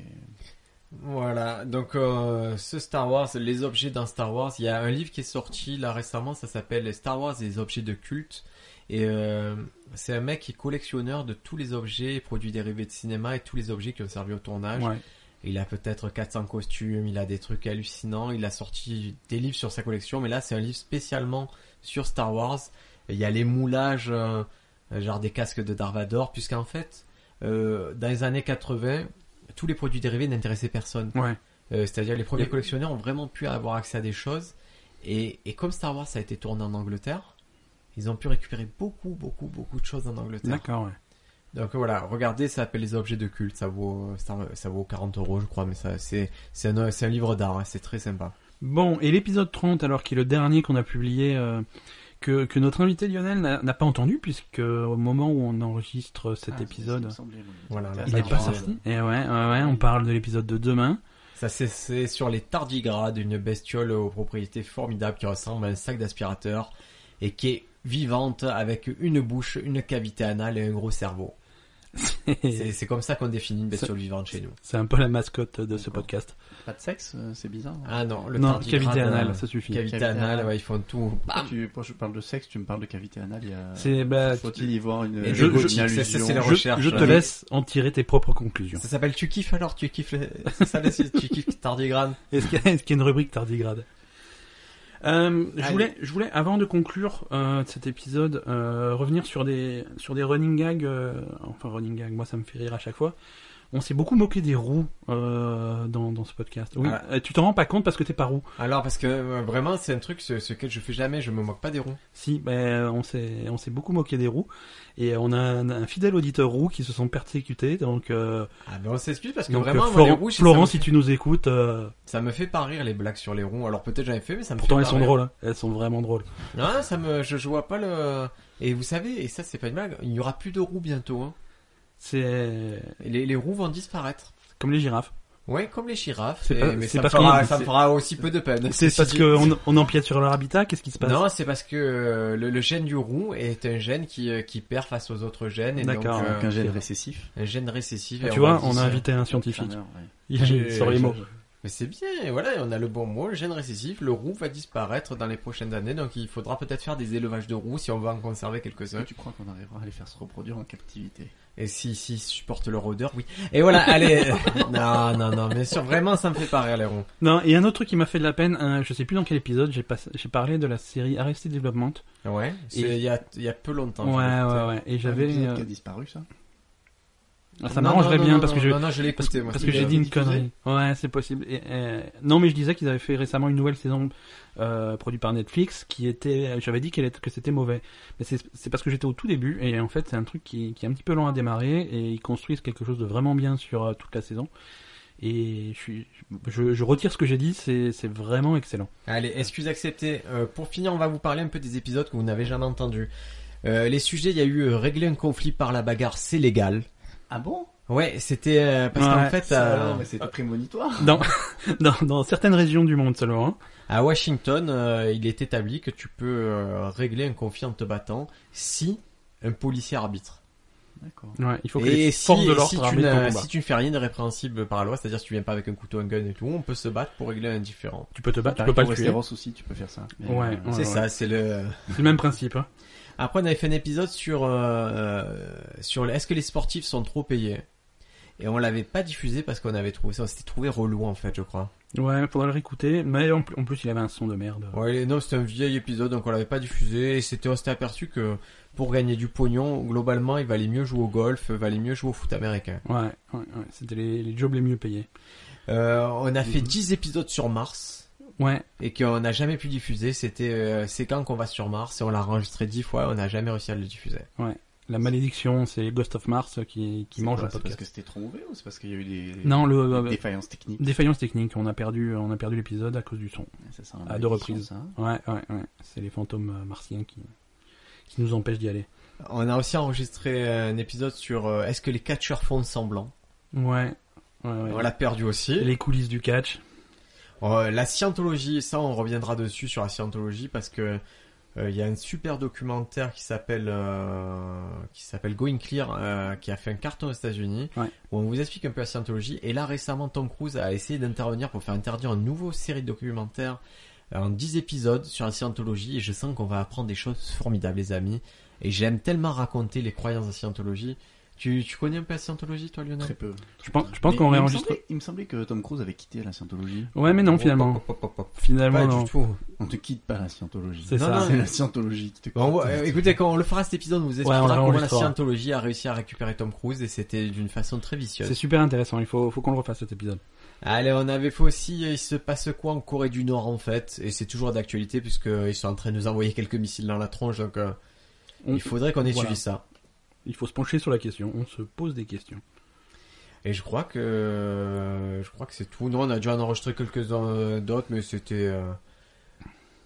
Speaker 1: Voilà, donc euh, ce Star Wars, les objets dans Star Wars, il y a un livre qui est sorti là récemment, ça s'appelle Star Wars et les objets de culte. Et euh, c'est un mec qui est collectionneur de tous les objets et produits dérivés de cinéma et tous les objets qui ont servi au tournage.
Speaker 2: ouais.
Speaker 1: Il a peut-être 400 costumes, il a des trucs hallucinants, il a sorti des livres sur sa collection, mais là c'est un livre spécialement sur Star Wars. Et Il y a les moulages, euh, genre des casques de Darvador, puisqu'en fait, euh, dans les années 80, tous les produits dérivés n'intéressaient personne.
Speaker 2: Ouais.
Speaker 1: Euh, C'est-à-dire les premiers
Speaker 2: Et-
Speaker 1: collectionneurs ont vraiment pu avoir accès à des choses. Et, et comme Star Wars a été tourné en Angleterre, ils ont pu récupérer beaucoup, beaucoup, beaucoup de choses en Angleterre.
Speaker 2: D'accord, ouais.
Speaker 1: Donc voilà, regardez, ça s'appelle les objets de culte. Ça vaut, euh, ça, ça vaut 40 euros, je crois, mais ça, c'est, c'est un, c'est un livre d'art. hein, c'est très sympa.
Speaker 2: Bon, et l'épisode 30, alors qui est le dernier qu'on a publié, euh, que, que notre invité Lionel n'a n'a pas entendu, puisque au moment où on enregistre cet
Speaker 3: Ah, c'est ce qui me
Speaker 2: épisode,
Speaker 3: semblait, oui.
Speaker 1: Voilà, là,
Speaker 2: il
Speaker 1: ça
Speaker 2: n'est
Speaker 1: me
Speaker 2: pas
Speaker 1: semble.
Speaker 2: sorti. Et ouais, ouais, ouais, on parle de l'épisode de demain. [laughs]
Speaker 1: Ça, c'est, c'est sur les tardigrades, une bestiole aux propriétés formidables qui ressemble à un sac d'aspirateur et qui est vivante avec une bouche, une cavité anale et un gros cerveau. C'est, c'est comme ça qu'on définit une bestiole vivante chez nous.
Speaker 2: C'est un peu la mascotte de ce
Speaker 3: D'accord.
Speaker 2: podcast.
Speaker 3: Pas de sexe, euh, c'est bizarre.
Speaker 1: Ah non, le
Speaker 2: non,
Speaker 1: tardigrade,
Speaker 2: cavité
Speaker 1: euh,
Speaker 2: anale, ça suffit.
Speaker 1: Cavité,
Speaker 3: Cavité
Speaker 1: anale, Bah.
Speaker 3: anale.
Speaker 1: ouais, ils font tout.
Speaker 3: Quand tu, quand je parle de sexe, tu me parles de cavité anale. Il y a...
Speaker 2: bah. C'est bah,
Speaker 3: Faut-il y voir une,
Speaker 1: Et
Speaker 2: je-
Speaker 3: une
Speaker 2: je-
Speaker 1: c'est- c'est- c'est
Speaker 3: allusion
Speaker 1: la
Speaker 2: je-
Speaker 1: recherche,
Speaker 2: je te
Speaker 1: euh,
Speaker 2: laisse en tirer tes propres conclusions.
Speaker 1: Ça s'appelle tu kiffes alors, tu kiffes, le- [laughs] c'est ça, la suite, tu kiffes tardigrade.
Speaker 2: Est-ce qu'il y, a- est-ce qu'il y a une rubrique tardigrade Euh, je
Speaker 1: Allez.
Speaker 2: voulais, je voulais, avant de conclure euh, cet épisode, euh, revenir sur des, sur des running gags. euh, enfin, running gags, moi ça me fait rire à chaque fois. On s'est beaucoup moqué des roues euh, dans, dans ce podcast. Oui,
Speaker 1: Ah.
Speaker 2: euh, tu t'en rends pas compte parce que t'es pas roux.
Speaker 1: Alors parce que euh, vraiment c'est un truc ce, que je fais jamais, je me moque pas des ronds.
Speaker 2: Si, ben, on s'est on s'est beaucoup moqué des roues. Et on a un, un fidèle auditeur roux qui se sont persécutés. Donc, euh,
Speaker 1: Ah ben on s'excuse parce que
Speaker 2: donc,
Speaker 1: vraiment
Speaker 2: euh,
Speaker 1: moi, les
Speaker 2: Florent,
Speaker 1: roues, je-
Speaker 2: Florent,
Speaker 1: ça,
Speaker 2: si
Speaker 1: me fait,
Speaker 2: tu nous écoutes, euh,
Speaker 1: ça me fait pas rire les blagues sur les ronds. Alors peut-être j'en ai fait mais ça me
Speaker 2: pourtant
Speaker 1: fait
Speaker 2: elles
Speaker 1: pas
Speaker 2: sont
Speaker 1: rire.
Speaker 2: drôles. hein. Elles sont vraiment drôles.
Speaker 1: Non, ça me je, je vois pas le et vous savez et ça c'est pas une blague, il y aura plus de roues bientôt hein.
Speaker 2: C'est
Speaker 1: Et Les, les roues vont disparaître.
Speaker 2: comme les girafes.
Speaker 1: Ouais, comme les girafes.
Speaker 2: C'est
Speaker 1: et-
Speaker 2: pas-
Speaker 1: mais ça
Speaker 2: c'est
Speaker 1: me,
Speaker 2: parce
Speaker 1: fera,
Speaker 2: qu'on-
Speaker 1: ça me
Speaker 2: c'est-
Speaker 1: fera aussi peu de peine.
Speaker 2: C'est
Speaker 1: Ceci [laughs]
Speaker 2: parce
Speaker 1: dit-
Speaker 2: qu'on on empiète sur leur habitat, qu'est-ce qui se passe
Speaker 1: Non, c'est parce que euh, le, le gène du roux est un gène qui, euh, qui perd face aux autres gènes et donc
Speaker 2: D'accord.
Speaker 1: euh,
Speaker 3: Donc un gène récessif.
Speaker 1: un gène récessif.
Speaker 2: Ah,
Speaker 1: et
Speaker 2: Tu vois,
Speaker 1: va
Speaker 2: on a
Speaker 1: dire-
Speaker 2: invité un scientifique.
Speaker 3: Turner, ouais.
Speaker 2: Il
Speaker 1: J'ai-
Speaker 2: sort les mots.
Speaker 1: Mais c'est bien, et voilà, on a le bon mot, le gène récessif. Le roux va disparaître dans les prochaines années, donc il faudra peut-être faire des élevages de roux si on veut en conserver
Speaker 3: Est-ce
Speaker 1: quelques-uns.
Speaker 3: que tu crois qu'on arrivera à les faire se reproduire en captivité
Speaker 1: Et si, si supporte leur odeur, oui. Et voilà,
Speaker 2: [laughs]
Speaker 1: allez. euh, non, non, non, bien sûr, vraiment, ça me fait pas rire les roux.
Speaker 2: Non, et un autre truc qui m'a fait de la peine, hein, je sais plus dans quel épisode, j'ai pas- j'ai parlé de la série Arrested Development.
Speaker 1: Ouais. c'est-
Speaker 2: Et-
Speaker 1: Il y a, il y a peu longtemps.
Speaker 2: ouais, ouais, ouais. Et
Speaker 3: Un
Speaker 2: j'avais.
Speaker 3: épisode
Speaker 2: euh,
Speaker 3: qui a disparu ça
Speaker 2: ah, ça
Speaker 1: Non,
Speaker 2: m'arrangerait
Speaker 1: non,
Speaker 2: bien
Speaker 1: non,
Speaker 2: parce que
Speaker 1: non,
Speaker 2: je.
Speaker 1: Non, non, je l'ai
Speaker 2: Parce,
Speaker 1: écouté, moi.
Speaker 2: parce
Speaker 1: ce
Speaker 2: que j'ai
Speaker 1: film.
Speaker 2: dit une
Speaker 3: diffusé.
Speaker 2: connerie. Ouais, c'est possible. Et, euh, non, mais je disais qu'ils avaient fait récemment une nouvelle saison euh, produite par Netflix qui était. J'avais dit qu'elle était- que c'était mauvais. Mais c'est c'est parce que j'étais au tout début et en fait, c'est un truc qui, qui est un petit peu lent à démarrer et ils construisent quelque chose de vraiment bien sur euh, toute la saison. Et je, suis, je, je retire ce que j'ai dit, c'est c'est vraiment excellent. [laughs]
Speaker 1: Allez, excuse acceptée. Euh, pour finir, on va vous parler un peu des épisodes que vous n'avez jamais entendus. Euh, les sujets, il y a eu euh, régler un conflit par la bagarre, c'est légal.
Speaker 3: Ah bon
Speaker 1: Ouais, c'était euh, parce
Speaker 2: Ouais,
Speaker 1: qu'en fait,
Speaker 3: Ça,
Speaker 1: euh,
Speaker 3: Ah non, mais c'était prémonitoire.
Speaker 2: Dans, dans, dans certaines régions du monde seulement. hein.
Speaker 1: à Washington, euh, il est établi que tu peux euh, régler un conflit en te battant si un policier arbitre.
Speaker 3: D'accord.
Speaker 2: Ouais, il faut que
Speaker 1: Et
Speaker 2: les
Speaker 1: si,
Speaker 2: forces de
Speaker 1: et
Speaker 2: l'ordre
Speaker 1: si, tu
Speaker 2: arbitrent ton
Speaker 1: n'as-
Speaker 2: combat.
Speaker 1: si tu ne fais rien de répréhensible par la loi, c'est-à-dire si tu viens pas avec un couteau, un gun et tout, on peut se battre pour régler un différent.
Speaker 2: Tu peux te battre, tu
Speaker 3: Pareil
Speaker 2: peux pas
Speaker 3: pour
Speaker 2: le tuer.
Speaker 3: Westeros aussi, tu peux faire ça. Mais,
Speaker 2: Ouais,
Speaker 3: euh,
Speaker 1: c'est ça, c'est le.
Speaker 2: C'est le même principe. hein.
Speaker 1: Après, on avait fait un épisode sur euh, euh, sur le- est-ce que les sportifs sont trop payés et on l'avait pas diffusé parce qu'on avait trouvé ça, on s'était trouvé relou en fait, je crois.
Speaker 2: Ouais, faudra le réécouter. Mais en, pl- en plus, il avait un son de merde.
Speaker 1: Ouais, non, c'était un vieil épisode, donc on l'avait pas diffusé. Et c'était, on s'était aperçu que pour gagner du pognon, globalement, il valait mieux jouer au golf, il valait mieux jouer au foot américain.
Speaker 2: Ouais, ouais, ouais. C'était les, les jobs les mieux payés.
Speaker 1: Euh, on a fait
Speaker 3: Mhm.
Speaker 1: 10 épisodes sur Mars
Speaker 2: Ouais,
Speaker 1: et qu'on n'a jamais pu diffuser. C'était, euh, c'est quand qu'on va sur Mars et on l'a enregistré 10 fois, on n'a jamais réussi à le diffuser.
Speaker 2: la malédiction, c'est Ghost of Mars qui, qui
Speaker 3: c'est
Speaker 2: mange
Speaker 3: quoi,
Speaker 2: le
Speaker 3: C'est parce
Speaker 2: podcast.
Speaker 3: que c'était trop mauvais ou c'est parce qu'il y a eu des,
Speaker 2: Non, le,
Speaker 3: des
Speaker 2: euh,
Speaker 3: défaillances techniques
Speaker 2: défaillance technique. On a perdu, on a perdu l'épisode à cause du son.
Speaker 3: Ça, c'est un
Speaker 2: à
Speaker 3: mal
Speaker 2: deux
Speaker 3: qui
Speaker 2: reprises.
Speaker 3: sort, ça. hein.
Speaker 2: Ouais, ouais, ouais. C'est les fantômes euh, martiens qui, qui nous empêchent d'y aller.
Speaker 1: On a aussi enregistré un épisode sur euh, est-ce que les catcheurs font semblant.
Speaker 2: Ouais, ouais, ouais.
Speaker 1: On l'a perdu aussi.
Speaker 2: Les coulisses du catch.
Speaker 1: Euh, la scientologie, ça on reviendra dessus sur la scientologie parce que euh, il y a un super documentaire qui s'appelle euh, qui s'appelle Going Clear euh, qui a fait un carton aux États-Unis
Speaker 2: Ouais.
Speaker 1: où on vous explique un peu la scientologie et là récemment Tom Cruise a essayé d'intervenir pour faire interdire une nouvelle série de documentaires euh, en 10 épisodes sur la scientologie et je sens qu'on va apprendre des choses formidables les amis et j'aime tellement raconter les croyances de la scientologie. Tu, tu connais un peu la scientologie toi Lionel
Speaker 3: Très peu.
Speaker 2: Je pense, je pense qu'on
Speaker 3: Mais il me
Speaker 2: réenregistre.
Speaker 3: semblait- Il me semblait que Tom Cruise avait quitté la scientologie.
Speaker 2: Ouais, mais non,
Speaker 3: oh,
Speaker 2: finalement.
Speaker 1: Oh, Pop, pop, pop, pop, pop.
Speaker 2: Finalement,
Speaker 1: Pas
Speaker 2: non.
Speaker 1: du tout.
Speaker 3: On te quitte pas la scientologie.
Speaker 2: C'est
Speaker 1: Non,
Speaker 2: ça.
Speaker 1: non,
Speaker 3: C'est la scientologie qui te quitte.
Speaker 1: Bon, on voit- euh, écoutez, quand on le fera cet épisode, on vous
Speaker 2: Ouais, on
Speaker 1: expliquera
Speaker 2: le
Speaker 1: comment la
Speaker 2: réenregistrera.
Speaker 1: Scientologie a réussi à récupérer Tom Cruise et c'était d'une façon très
Speaker 2: C'est
Speaker 1: vicieuse.
Speaker 2: super intéressant. Il faut, faut qu'on le refasse cet épisode.
Speaker 1: Allez, on avait fait aussi euh, il se passe quoi en Corée du Nord en fait et c'est toujours d'actualité puisque euh, ils sont en train de nous envoyer quelques missiles dans la tronche donc euh,
Speaker 2: On-
Speaker 1: il faudrait qu'on ait
Speaker 2: voilà.
Speaker 1: suivi ça.
Speaker 2: Il faut se pencher sur la question. On se pose des questions.
Speaker 1: Et je crois que euh, je crois que c'est tout. Non, on a déjà en enregistré quelques uns d'autres mais c'était euh,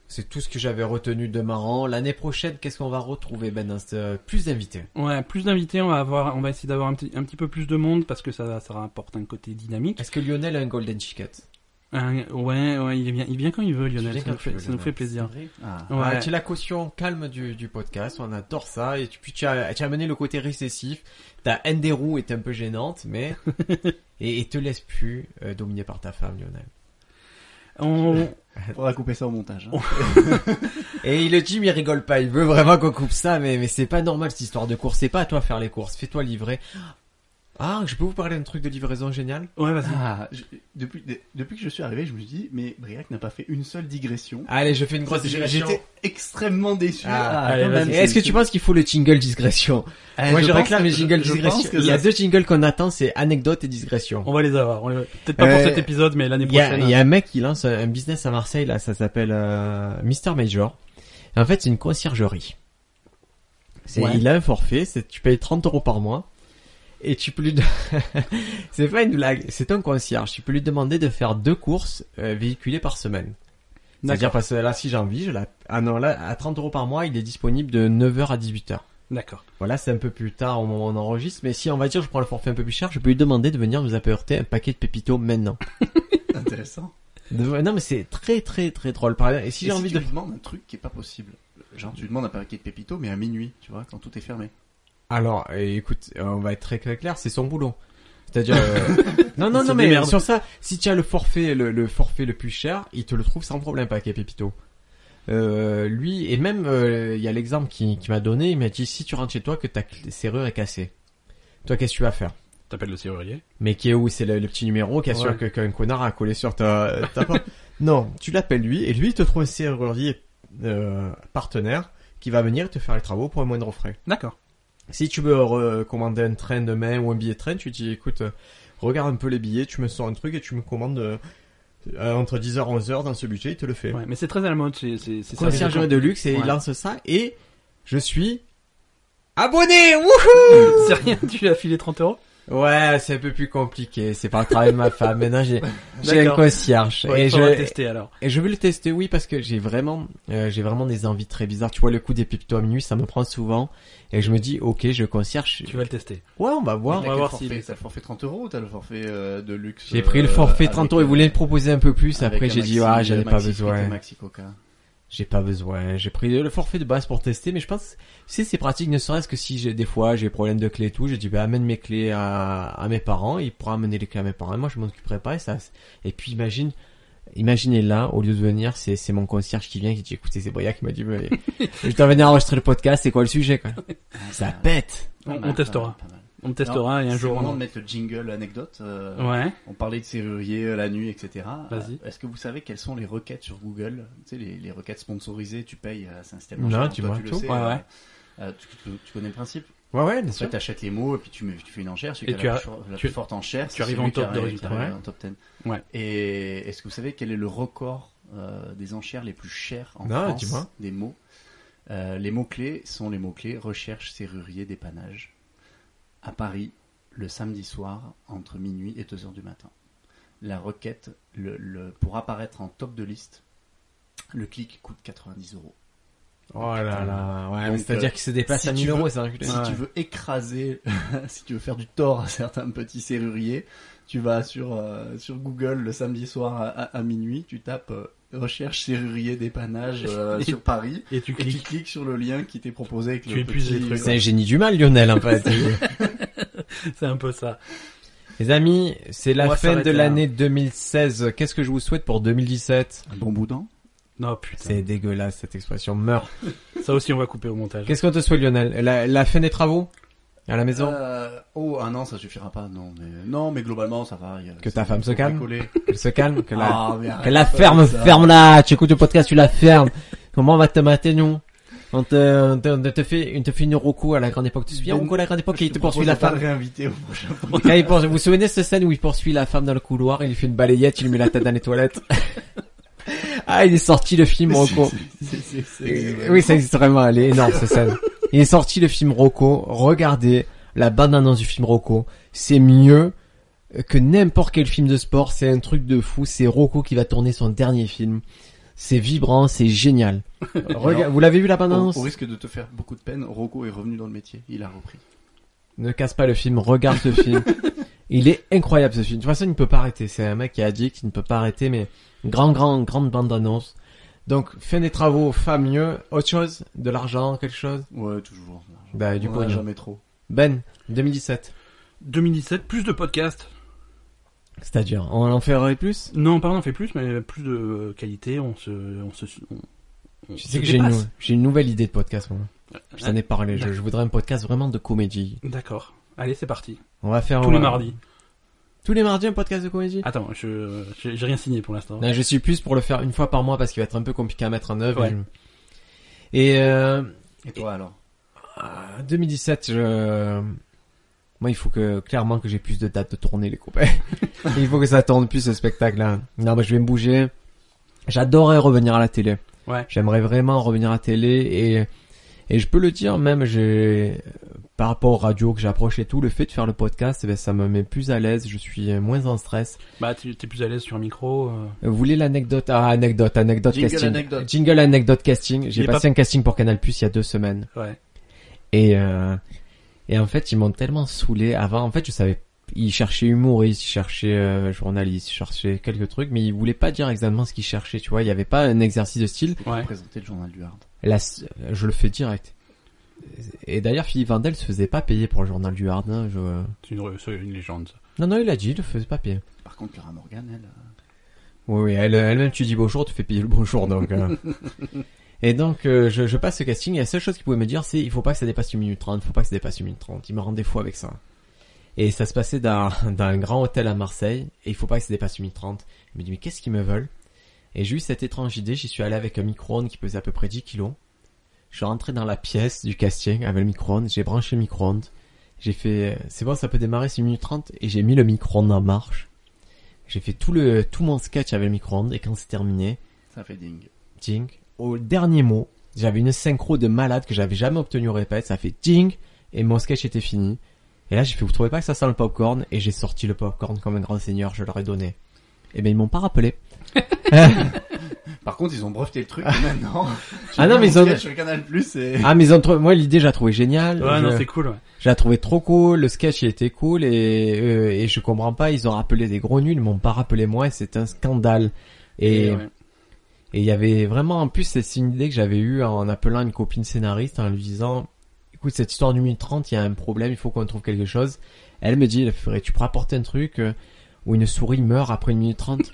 Speaker 1: c'est tout ce que j'avais retenu de marrant. L'année prochaine, qu'est-ce qu'on va retrouver Ben dans ce- euh, plus d'invités
Speaker 2: Ouais, plus d'invités, on va avoir, on va essayer d'avoir un petit, un petit peu plus de monde parce que ça, ça rapporte un côté dynamique.
Speaker 1: Est-ce que Lionel a un golden ticket
Speaker 2: Un- ouais, ouais, il vient, il vient quand il veut, Lionel.
Speaker 1: viens
Speaker 2: Ça nous
Speaker 1: quand tu
Speaker 2: fait,
Speaker 1: veux,
Speaker 2: ça nous
Speaker 1: Lionel.
Speaker 2: fait plaisir.
Speaker 3: Ah,
Speaker 2: Ouais.
Speaker 1: Ouais. Tu es la caution calme du, du podcast, on adore ça. Et tu, puis tu as, tu as amené le côté récessif. Ta haine des roues est un peu gênante, [laughs] mais et, et te laisse plus euh, dominer par ta femme, Lionel.
Speaker 2: On,
Speaker 3: faudra couper ça au montage. hein.
Speaker 1: Et il le dit, mais il rigole pas. Il veut vraiment qu'on coupe ça, mais mais c'est pas normal cette histoire de course. C'est pas à toi de faire les courses. Fais-toi livrer. Ah, je peux vous parler d'un truc de livraison génial
Speaker 2: ouais, vas-y.
Speaker 3: Ah, je- depuis, de- depuis que je suis arrivé, je me suis dit, mais Briac n'a pas fait une seule digression.
Speaker 1: Allez, je fais Ah, une grosse
Speaker 3: Ça, c'est-
Speaker 1: digression.
Speaker 3: J'étais extrêmement déçu.
Speaker 1: Ah,
Speaker 2: allez,
Speaker 3: quand
Speaker 2: vas-y.
Speaker 3: même,
Speaker 1: Et Est-ce que
Speaker 3: c'est-
Speaker 1: tu penses qu'il faut le jingle digression
Speaker 3: Eh,
Speaker 1: Moi, je,
Speaker 3: pense
Speaker 1: réclame
Speaker 3: que-
Speaker 1: les jingles
Speaker 3: je pense
Speaker 1: digression.
Speaker 3: que
Speaker 1: Il y a
Speaker 3: ça-
Speaker 1: deux jingles qu'on attend, c'est anecdote et digression.
Speaker 2: On va les avoir. On les- Peut-être pas
Speaker 1: Euh,
Speaker 2: pour cet épisode, mais l'année
Speaker 1: Il y, a,
Speaker 2: prochaine. hein.
Speaker 1: il y a un mec qui lance un business à Marseille, là, ça s'appelle euh, Mister Major. Et en fait, c'est une conciergerie. C'est,
Speaker 2: Ouais.
Speaker 1: Il a un forfait, c'est, tu payes 30 euros par mois. Et tu peux lui... de- [laughs] c'est pas une blague, c'est un concierge. Tu peux lui demander de faire deux courses euh, véhiculées par semaine.
Speaker 2: D'accord.
Speaker 1: C'est-à-dire parce que là, si j'ai envie, je la... Ah non, là, à 30 euros par mois, il est disponible de 9h à 18h.
Speaker 2: D'accord.
Speaker 1: Voilà, c'est un peu plus tard au moment où on enregistre, mais si on va dire je prends le forfait un peu plus cher, je peux lui demander de venir nous apporter un paquet de pépitos maintenant.
Speaker 3: Intéressant.
Speaker 1: De- Non mais c'est très très très drôle. Par exemple, et [laughs] si
Speaker 3: Si
Speaker 1: j'ai
Speaker 3: et
Speaker 1: envie
Speaker 3: si
Speaker 1: de...
Speaker 3: tu lui demandes un truc qui est pas possible, genre tu lui demandes un paquet de pépitos, mais à minuit, tu vois, quand tout est fermé.
Speaker 1: Alors, euh, écoute, euh, on va être très, très clair, c'est son boulot. C'est-à-dire... euh, [laughs] non, non,
Speaker 2: Il se
Speaker 1: non, mais
Speaker 2: démerde.
Speaker 1: sur ça, si tu as le forfait le, le forfait le plus cher, il te le trouve sans problème, paquet Pépito. Euh, lui, et même, euh, il y a l'exemple qui, qui m'a donné, il m'a dit, si tu rentres chez toi que ta cl- serrure est cassée, toi, qu'est-ce que tu vas faire
Speaker 2: T'appelles le serrurier.
Speaker 1: mais qui est où C'est le, le petit numéro qui assure
Speaker 2: Ouais.
Speaker 1: que qu'un connard a collé sur ta, ta porte. [laughs] Non, tu l'appelles lui et lui il te trouve un serrurier euh, partenaire qui va venir te faire les travaux pour un moindre frais.
Speaker 2: D'accord.
Speaker 1: Si tu veux euh, commander un train demain ou un billet de train, tu dis écoute, euh, regarde un peu les billets, tu me sors un truc et tu me commandes euh, euh, entre 10h et 11h dans ce budget, il te le fait.
Speaker 2: Ouais, mais c'est très à la mode. C'est c'est c'est service
Speaker 1: Conciergerie
Speaker 2: de
Speaker 1: de luxe et il
Speaker 2: Ouais. [laughs]
Speaker 1: lance ça et je suis abonné Wouh
Speaker 2: com- C'est rien. Tu lui as filé 30 euros.
Speaker 1: Ouais, c'est un peu plus compliqué, c'est par le travail de ma femme. Maintenant j'ai j'ai un
Speaker 2: D'accord.
Speaker 1: concierge
Speaker 2: Ouais,
Speaker 1: et
Speaker 2: faudra
Speaker 1: je
Speaker 2: tester alors.
Speaker 1: et je vais le tester oui parce que j'ai vraiment euh, j'ai vraiment des envies très bizarres. Tu vois le coup des pipto à minuit, ça me prend souvent et je me dis OK, je concierge.
Speaker 2: Tu vas le tester.
Speaker 1: Ouais, on va voir.
Speaker 2: On
Speaker 3: T'as
Speaker 2: va
Speaker 3: quel
Speaker 2: voir
Speaker 3: forfait
Speaker 2: s'il est-
Speaker 3: T'as le forfait 30 euros ou t'as le forfait euh, de luxe
Speaker 1: J'ai pris le
Speaker 3: euh,
Speaker 1: forfait
Speaker 3: avec,
Speaker 1: 30 euros, ils
Speaker 3: euh,
Speaker 1: voulaient le proposer un peu plus,
Speaker 3: avec
Speaker 1: après
Speaker 3: un
Speaker 1: j'ai dit,
Speaker 3: maxi-
Speaker 1: ah, j'avais pas
Speaker 3: maxi frites et
Speaker 1: besoin.
Speaker 3: Maxi coca.
Speaker 1: J'ai pas besoin. J'ai pris le forfait de base pour tester, mais je pense, si c'est pratique, ne serait-ce que si j'ai, des fois, j'ai problème de clés et tout, j'ai dit, bah, amène mes clés à, à mes parents, il pourra amener les clés à mes parents, et moi, je m'en occuperai pas, et ça, et puis imagine, imaginez là, au lieu de venir, c'est, c'est mon concierge qui vient, qui dit, écoutez, c'est Boya qui m'a dit, [laughs] mais, je dois venir enregistrer le podcast, c'est quoi le sujet, quoi? Ça pète!
Speaker 2: On-
Speaker 3: Ah, Pas
Speaker 2: on
Speaker 3: mal,
Speaker 2: testera.
Speaker 3: pas mal, pas mal.
Speaker 2: On le testera et un
Speaker 3: C'est
Speaker 2: jour.
Speaker 3: le moment de
Speaker 2: On...
Speaker 3: mettre le jingle anecdote. euh,
Speaker 2: Ouais.
Speaker 3: On parlait de serrurier euh, la nuit, etc.
Speaker 2: Vas-y.
Speaker 3: Euh, Est-ce que vous savez quelles sont les requêtes sur Google Tu sais, les, les requêtes sponsorisées, tu payes, euh, c'est un système.
Speaker 1: Non,
Speaker 3: d'argent,
Speaker 1: tu
Speaker 3: toi,
Speaker 1: vois
Speaker 3: le
Speaker 1: tout.
Speaker 3: sais,
Speaker 2: Ouais,
Speaker 3: euh,
Speaker 2: ouais.
Speaker 3: euh, tu, tu- tu connais le principe
Speaker 1: Ouais, ouais, bien
Speaker 3: En fait,
Speaker 1: sûr.
Speaker 3: t'achètes les mots et puis tu, mets- tu fais une enchère. Celui
Speaker 2: Et
Speaker 3: qui
Speaker 2: tu
Speaker 3: a la,
Speaker 2: as-
Speaker 3: plus, for- la
Speaker 2: tu-
Speaker 3: plus forte enchère,
Speaker 2: tu
Speaker 3: c'est
Speaker 2: arrives
Speaker 3: celui
Speaker 2: en top de
Speaker 3: qui arrive-
Speaker 2: résultat,
Speaker 3: qui arrive
Speaker 1: ouais.
Speaker 3: en top 10.
Speaker 2: Ouais.
Speaker 3: Et est-ce que vous savez quel est le record euh, des enchères les plus chères en
Speaker 1: Non,
Speaker 3: France
Speaker 1: dis-moi.
Speaker 3: des mots Euh, Les mots-clés sont les mots-clés recherche, serrurier, dépannage. À Paris, le samedi soir, entre minuit et 2 heures du matin. La requête, le, le- pour apparaître en top de liste, le clic coûte 90 euros.
Speaker 1: Oh là là, ouais, mais
Speaker 3: Donc,
Speaker 1: c'est-à-dire
Speaker 3: euh,
Speaker 1: qu'il se déplace
Speaker 3: si
Speaker 1: à
Speaker 3: tu
Speaker 1: 1000
Speaker 3: veux-
Speaker 1: euros, c'est un
Speaker 3: Si tu veux écraser, [laughs] si tu veux faire du tort à certains petits serruriers, tu vas sur, euh, sur Google le samedi soir à, à- à minuit, tu tapes euh, recherche serrurier dépannage
Speaker 1: [laughs]
Speaker 3: euh, sur Paris
Speaker 2: Et tu
Speaker 3: et tu
Speaker 2: cliques.
Speaker 3: cliques sur le lien qui t'est proposé avec
Speaker 2: Tu
Speaker 3: le
Speaker 2: épuises
Speaker 3: petit-
Speaker 2: les trucs.
Speaker 1: C'est un génie du mal, Lionel, en [laughs] fait.
Speaker 2: [laughs] C'est un peu ça.
Speaker 1: Les amis, c'est
Speaker 2: On
Speaker 1: la
Speaker 2: va
Speaker 1: fin de
Speaker 2: s'arrêter là.
Speaker 1: l'année 2016. Qu'est-ce que je vous souhaite pour 2017
Speaker 3: Un bon boudin.
Speaker 2: Non putain.
Speaker 1: C'est dégueulasse cette expression, meurs.
Speaker 2: Ça aussi on va couper au montage.
Speaker 1: Qu'est-ce qu'on te souhaite Lionel la, la fin des travaux À la maison
Speaker 3: Euh, oh, ah non, ça suffira pas, non, mais, non, mais globalement, ça va. il y a-
Speaker 1: Que
Speaker 3: c'est-
Speaker 1: ta femme se
Speaker 3: faut
Speaker 1: calme.
Speaker 3: bricoler.
Speaker 1: Elle se calme Que la,
Speaker 3: Ah, mais
Speaker 1: que
Speaker 3: arrête
Speaker 1: la
Speaker 3: pas
Speaker 1: ferme,
Speaker 3: avec ça.
Speaker 1: ferme-la Tu écoutes le podcast, tu la fermes Comment on va te mater, nous on te, on, te, on te fait, on te fait une Roku à la grande époque. Tu te souviens
Speaker 3: Ben,
Speaker 1: Roku à la grande époque
Speaker 3: Je
Speaker 1: et il
Speaker 3: te
Speaker 1: te poursuit
Speaker 3: propose
Speaker 1: la
Speaker 3: de pas
Speaker 1: femme.
Speaker 3: le réinviter au prochain
Speaker 1: Quand il poursuit- vous vous souvenez de cette scène où il poursuit la femme dans le couloir, il lui fait une balayette, il lui met la tête dans les toilettes. ah, [laughs] il est sorti le film Roku.
Speaker 3: [laughs] C'est- c'est- c'est-
Speaker 1: Euh, Oui, ça existe vraiment. Elle est énorme, cette scène. Il est sorti le film Rocco. Regardez la bande-annonce du film Rocco. C'est mieux que n'importe quel film de sport. C'est un truc de fou. C'est Rocco qui va tourner son dernier film. C'est vibrant, c'est génial. Rega- vous l'avez vu la
Speaker 3: Au,
Speaker 1: bande-annonce
Speaker 3: au risque de te faire beaucoup de peine, Rocco est revenu dans le métier, il a repris.
Speaker 1: Ne casse pas le film, regarde ce film. Il est incroyable ce film. De toute façon, il ne peut pas arrêter. C'est un mec qui est addict, il ne peut pas arrêter, mais grand, grand, grande bande-annonce. Donc, fin des travaux, femme mieux. Autre chose De l'argent, quelque chose
Speaker 3: Ouais, toujours.
Speaker 1: Bah, du
Speaker 3: On en a
Speaker 1: pognon.
Speaker 3: jamais trop.
Speaker 1: Ben, 2017.
Speaker 2: 2017 plus de podcasts.
Speaker 1: C'est-à-dire, on en ferait plus
Speaker 2: Non pardon on fait plus mais plus de euh, qualité. On se on se. on- on
Speaker 1: Je
Speaker 2: se
Speaker 1: sais que j'ai une,
Speaker 2: dépasse.
Speaker 1: j'ai une nouvelle idée de podcast, moi. Je t'en ai parlé, je, je voudrais un podcast vraiment de comédie.
Speaker 2: D'accord. Allez c'est parti.
Speaker 1: On va faire...
Speaker 2: Tous
Speaker 1: on
Speaker 2: les
Speaker 1: va-
Speaker 2: mardis. Ah,
Speaker 1: Tous les mardis, un podcast de comédie
Speaker 2: Attends je j'ai j'ai rien signé pour l'instant.
Speaker 1: Non, Je suis plus pour le faire une fois par mois parce qu'il va être un peu compliqué à mettre en œuvre.
Speaker 2: Ouais.
Speaker 1: Et, euh,
Speaker 3: Et toi alors
Speaker 1: ah, 2017, je... Moi, il faut que, clairement, que j'ai plus de dates de tournée, les copains. il faut que ça tourne plus, ce spectacle-là. Non, mais je vais me bouger. J'adorerais revenir à la télé.
Speaker 2: Ouais.
Speaker 1: J'aimerais vraiment revenir à la télé et, et je peux le dire même j'ai par rapport aux radios que j'approche et tout, le fait de faire le podcast, eh ben, ça me met plus à l'aise, je suis euh, moins en stress.
Speaker 2: Bah tu t'es plus à l'aise sur un micro. euh.
Speaker 1: Vous voulez l'anecdote Ah, anecdote, anecdote
Speaker 3: Jingle
Speaker 1: casting.
Speaker 3: anecdote.
Speaker 1: Jingle anecdote casting. J'ai
Speaker 2: est
Speaker 1: passé un casting pour Canal Plus il y a deux semaines.
Speaker 2: Ouais.
Speaker 1: Et, euh, et en fait, ils m'ont tellement saoulé. Avant, en fait, je savais. Ils cherchaient humoriste, ils cherchaient euh, journaliste, ils cherchaient quelques trucs, mais ils voulaient pas dire exactement ce qu'ils cherchaient, tu vois. Il n'y avait pas un exercice de style.
Speaker 2: Ouais.
Speaker 3: Présenter le journal du Hard.
Speaker 1: La s- je le fais direct. Et d'ailleurs, Philippe Vandel se faisait pas payer pour le journal du Hard. hein, je...
Speaker 2: C'est une, c'est une légende. ça.
Speaker 1: Non, non, il a dit, il le faisait pas payer.
Speaker 3: Par contre, Clara Morgan, elle. euh,
Speaker 1: Oui, oui, elle, elle-même, tu dis bonjour, tu fais payer le bonjour, donc. euh. et donc, euh, je, je passe ce casting, et la seule chose qu'il pouvait me dire, c'est il faut pas que ça dépasse une minute trente, faut pas que ça dépasse une minute trente. Il me rend des fous avec ça. Et ça se passait dans, dans un grand hôtel à Marseille, et il faut pas que ça dépasse une minute trente. Je me dis, mais qu'est-ce qu'ils me veulent Et j'ai eu cette étrange idée, j'y suis allé avec un micro-ondes qui pesait à peu près 10 kilos. Je suis rentré dans la pièce du casting avec le micro-ondes, j'ai branché le micro-ondes, j'ai fait, euh, c'est bon, ça peut démarrer, c'est une minute trente, et j'ai mis le micro-ondes en marche. J'ai fait tout le tout mon sketch avec le micro-ondes et quand c'est terminé,
Speaker 3: Ça fait ding.
Speaker 1: ding, au dernier mot, j'avais une synchro de malade que j'avais jamais obtenue au répète, ça fait ding et mon sketch était fini. Et là, j'ai fait vous trouvez pas que ça sent le popcorn et j'ai sorti le popcorn comme un grand seigneur, je leur ai donné. Et ben ils m'ont pas
Speaker 2: [coughs]
Speaker 1: rappelé.
Speaker 3: Par contre, ils ont breveté le truc et maintenant. [laughs]
Speaker 1: Ah non, mais ils ont-
Speaker 3: Sur Canal Plus et.
Speaker 1: Ah mais entre moi l'idée, j'ai trouvé géniale.
Speaker 2: Ouais,
Speaker 1: Je-
Speaker 2: non, c'est cool. Ouais.
Speaker 1: Je la trouvais trop cool, le sketch il était cool et, euh, et je comprends pas, ils ont rappelé des gros nuls, ils m'ont pas rappelé moi, c'est un scandale. Et,
Speaker 2: ouais.
Speaker 1: Et il y avait vraiment, en plus, c'est c'est une idée que j'avais eue en appelant une copine scénariste, en lui disant, écoute, cette histoire du 1030, il y a un problème, il faut qu'on trouve quelque chose. Elle me dit, Faudrait- tu pourras apporter un truc euh, où une souris meurt après une minute
Speaker 3: [laughs]
Speaker 1: trente.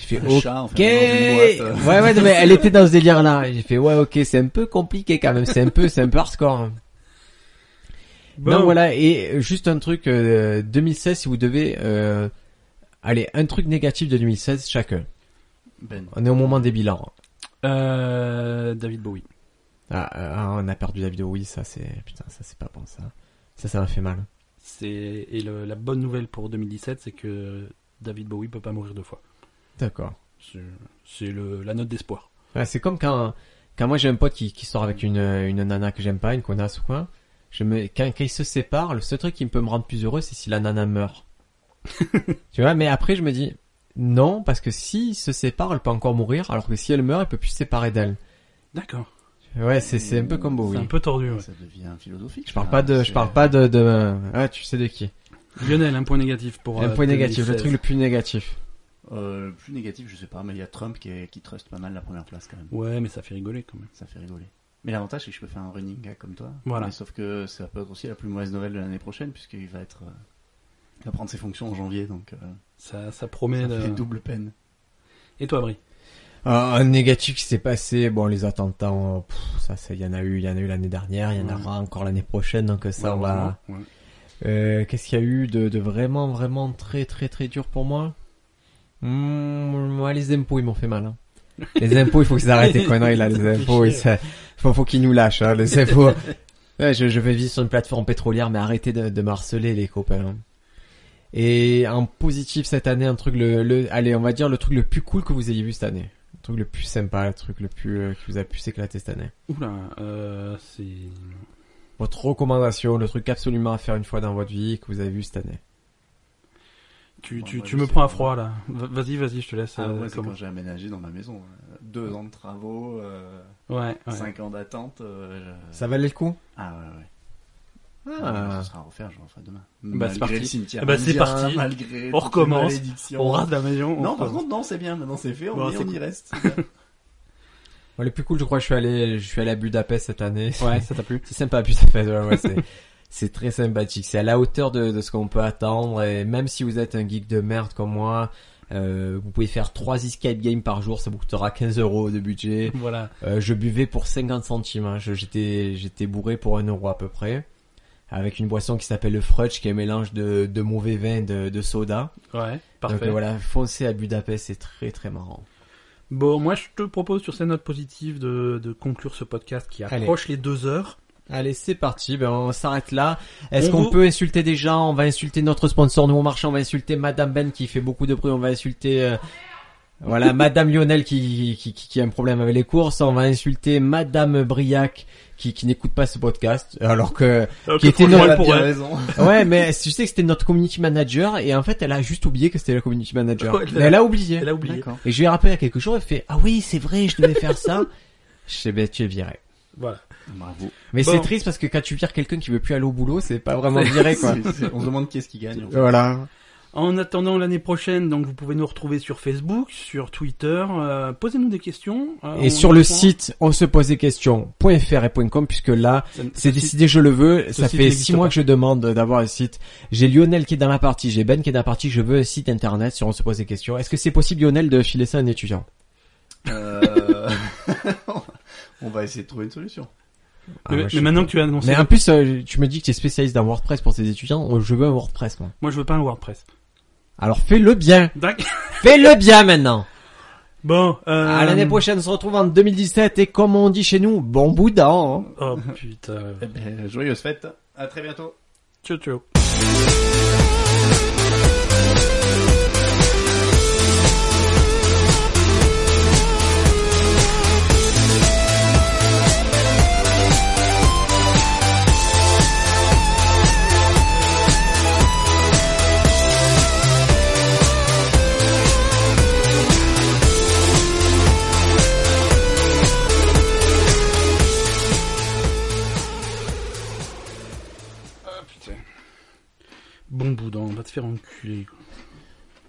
Speaker 1: J'ai fait,
Speaker 3: Un
Speaker 1: ok.
Speaker 3: chat, enfin,
Speaker 1: Ouais,
Speaker 3: dans une boîte, euh. [laughs]
Speaker 1: ouais, non, mais elle était dans ce délire-là. Et J'ai fait, ouais, ok, c'est un peu compliqué quand même, c'est un peu, c'est un peu hardcore. hein.
Speaker 2: Bon.
Speaker 1: Non, voilà, et euh, juste un truc, euh, 2016, si vous devez, euh, allez, un truc négatif de 2016 chacun.
Speaker 3: Ben.
Speaker 1: On est au moment des bilans.
Speaker 2: Euh, David Bowie.
Speaker 1: Ah, euh, ah, on a perdu la vidéo, oui, ça c'est... Putain, ça c'est pas bon, ça. Ça, ça m'a fait mal.
Speaker 2: C'est et le- la bonne nouvelle pour 2017, c'est que David Bowie peut pas mourir deux fois.
Speaker 1: D'accord.
Speaker 2: C'est c'est le la note d'espoir.
Speaker 1: Ouais, c'est comme quand... Quand moi j'ai un pote qui, qui sort avec une, une nana que j'aime pas, une connasse ou quoi, je me, quand, quand ils se séparent, le seul truc qui peut me rendre plus heureux, c'est si la nana
Speaker 2: [laughs]
Speaker 1: meurt. tu vois, mais après je me dis, non, parce que s'ils se séparent, elle peut encore mourir, alors que si elle meurt, elle peut plus se séparer d'elle.
Speaker 2: D'accord.
Speaker 1: Ouais, c'est, c'est un peu comme Bowie.
Speaker 2: C'est un peu Ah, tordu. ouais.
Speaker 3: Ça devient philosophique.
Speaker 1: Je parle
Speaker 3: ça,
Speaker 1: pas de... Je
Speaker 3: c'est-
Speaker 1: parle pas de... de... Ah, tu sais de qui.
Speaker 2: Lionel, un point négatif pour
Speaker 1: Un
Speaker 2: euh,
Speaker 1: point négatif, le
Speaker 2: 2016.
Speaker 1: truc le plus négatif.
Speaker 3: Euh, le plus négatif, je sais pas, mais il y a Trump qui, est- qui truste pas mal la première place quand même.
Speaker 2: Ouais, mais ça fait rigoler quand même.
Speaker 3: Ça fait rigoler. Mais l'avantage, c'est que je peux faire un running gag comme toi.
Speaker 2: Voilà.
Speaker 3: Mais sauf que ça peut être aussi la plus mauvaise nouvelle de l'année prochaine, puisqu'il va être. euh, il va prendre ses fonctions en janvier, donc. euh,
Speaker 2: Ça ça promet.
Speaker 3: ça
Speaker 2: de-
Speaker 3: fait double peine.
Speaker 2: Et toi, Brie
Speaker 1: Ah, un négatif qui s'est passé, bon les attentats, euh, pff, ça ça y en a eu, il y en a eu l'année dernière, il y en
Speaker 2: Ouais.
Speaker 1: aura encore l'année prochaine, donc euh, ça on va.
Speaker 2: Malheureusement, ouais.
Speaker 1: Euh, Qu'est-ce qu'il y a eu de, de vraiment vraiment très très très dur pour moi Hmm, ouais, les impôts ils m'ont fait mal. hein. Les impôts il faut qu'ils arrêtent les conneries là, les impôts, ils- ça- faut, faut qu'ils nous lâchent, hein, les impôts. [laughs] Ouais, je, je vais vivre sur une plateforme pétrolière, mais arrêtez de, de marceler les copains. hein. Et en positif cette année, un truc le, le, allez, on va dire le truc le plus cool que vous ayez vu cette année, le truc le plus sympa, le truc le plus euh, qui vous a pu s'éclater cette année.
Speaker 2: Oula, euh, c'est
Speaker 1: Votre recommandation, le truc absolument à faire une fois dans votre vie que vous avez vu cette année.
Speaker 2: tu
Speaker 3: Bon,
Speaker 2: tu,
Speaker 3: moi,
Speaker 2: tu
Speaker 3: je
Speaker 2: me
Speaker 3: sais
Speaker 2: prends à
Speaker 3: pas.
Speaker 2: froid là. Va- Vas-y, vas-y, je te laisse.
Speaker 3: Ah,
Speaker 2: euh,
Speaker 3: moi, c'est
Speaker 2: comment-
Speaker 3: quand j'ai aménagé dans ma maison. euh, Deux ans de travaux, euh,
Speaker 2: Ouais, ouais.
Speaker 3: cinq ans d'attente. euh, je-
Speaker 1: Ça valait le coup
Speaker 3: Ah ouais, ouais.
Speaker 1: Ah.
Speaker 3: Ça sera à refaire, je referai demain.
Speaker 2: Bah, c'est
Speaker 3: malgré
Speaker 2: parti.
Speaker 3: le cimetière.
Speaker 2: Eh bah, c'est
Speaker 3: indien,
Speaker 2: parti.
Speaker 3: Malgré
Speaker 2: On
Speaker 3: toutes les
Speaker 2: recommence.
Speaker 3: malédictions.
Speaker 2: On rase la maison. on
Speaker 3: Non, par
Speaker 2: recommence.
Speaker 3: contre, non, c'est bien. Maintenant, c'est fait. On,
Speaker 2: Bon,
Speaker 3: y,
Speaker 2: c'est
Speaker 3: on y
Speaker 2: cool. [laughs]
Speaker 3: reste.
Speaker 1: Moi, le plus cool, je crois, je suis allé, je suis allé à Budapest cette année.
Speaker 2: Ouais, ça t'a plu
Speaker 1: [laughs] C'est sympa, Budapest. Ouais, ouais, c'est, [laughs] c'est très sympathique. C'est à la hauteur de, de ce qu'on peut attendre. Et même si vous êtes un geek de merde comme moi, euh, vous pouvez faire trois escape games par jour. Ça vous coûtera 15 euros de budget.
Speaker 2: Voilà.
Speaker 1: Euh, je buvais pour 50 centimes. hein. Je- j'étais, j'étais bourré pour un euro à peu près. Avec une boisson qui s'appelle le Frutch, qui est un mélange de, de mauvais vin et de, de soda.
Speaker 2: Ouais, parfait.
Speaker 1: Donc euh, voilà, foncez à Budapest, c'est très très marrant.
Speaker 2: Bon, moi je te propose sur cette note positive de, de conclure ce podcast qui
Speaker 1: Allez.
Speaker 2: approche les deux heures.
Speaker 1: Allez, c'est parti. Ben, on s'arrête là. Est-ce
Speaker 2: On
Speaker 1: qu'on
Speaker 2: vous-
Speaker 1: peut insulter des gens On va insulter notre sponsor, nous on marche, on va insulter Madame Ben qui fait beaucoup de bruit, on va insulter. euh,
Speaker 2: [laughs]
Speaker 1: Voilà, Madame Lionel qui, qui, qui, qui a un problème avec les courses, on va insulter Madame Briac qui, qui n'écoute pas ce podcast, alors que... Qui était
Speaker 2: Contrôle
Speaker 1: nul,
Speaker 2: L
Speaker 1: la
Speaker 2: pour
Speaker 1: bien
Speaker 2: elle.
Speaker 3: raison.
Speaker 1: Ouais, mais [laughs] tu sais que c'était notre community manager, et en fait elle a juste oublié que c'était la community manager.
Speaker 2: Ouais, elle l'a-
Speaker 1: elle a oublié.
Speaker 2: Elle a oublié.
Speaker 3: D'accord.
Speaker 1: Et je lui ai rappelé à quelque chose, elle fait, ah oui, c'est vrai, je devais faire ça. Je sais, ben tu es viré.
Speaker 2: Voilà.
Speaker 3: Bravo.
Speaker 1: Mais
Speaker 2: Bon.
Speaker 1: c'est triste parce que quand tu vires quelqu'un qui veut plus aller au boulot, c'est pas vraiment direct,
Speaker 2: [laughs]
Speaker 1: quoi.
Speaker 3: C'est- c'est- on se demande qui est-ce qui gagne. en fait.
Speaker 1: voilà.
Speaker 2: En attendant l'année prochaine, donc vous pouvez nous retrouver sur Facebook, sur Twitter. euh, Posez-nous des questions. euh, on
Speaker 1: Et sur le
Speaker 2: répond.
Speaker 1: site, on se pose des questions, .fr et .com, puisque là,
Speaker 2: Ça- ce
Speaker 1: c'est
Speaker 2: site-
Speaker 1: décidé, je le veux.
Speaker 2: ce
Speaker 1: Ça
Speaker 2: site
Speaker 1: fait
Speaker 2: n'existe
Speaker 1: six mois
Speaker 2: pas.
Speaker 1: que je demande d'avoir un site. J'ai Lionel qui est dans la partie, j'ai Ben qui est dans la partie, je veux un site internet sur on se pose des questions. Est-ce que c'est possible, Lionel, de filer ça à un étudiant?
Speaker 3: Euh, [laughs] on va essayer de trouver une solution.
Speaker 1: Ah,
Speaker 2: Mais,
Speaker 1: moi,
Speaker 2: mais
Speaker 1: je-
Speaker 2: maintenant que tu as annoncé,
Speaker 1: Mais en plus, euh, tu me dis que tu es spécialiste dans WordPress pour tes étudiants. Oh, Je veux un WordPress, moi.
Speaker 2: moi je veux pas un WordPress.
Speaker 1: Alors fais-le bien.
Speaker 2: D'accord.
Speaker 1: Fais-le bien maintenant.
Speaker 2: Bon. Euh...
Speaker 1: À l'année prochaine, on se retrouve en 2017 et comme on dit chez nous, bon boudin. hein.
Speaker 2: Oh putain.
Speaker 3: Eh ben, joyeuses fêtes. À très bientôt.
Speaker 2: Ciao ciao. Bon boudin, on va te faire enculer. quoi.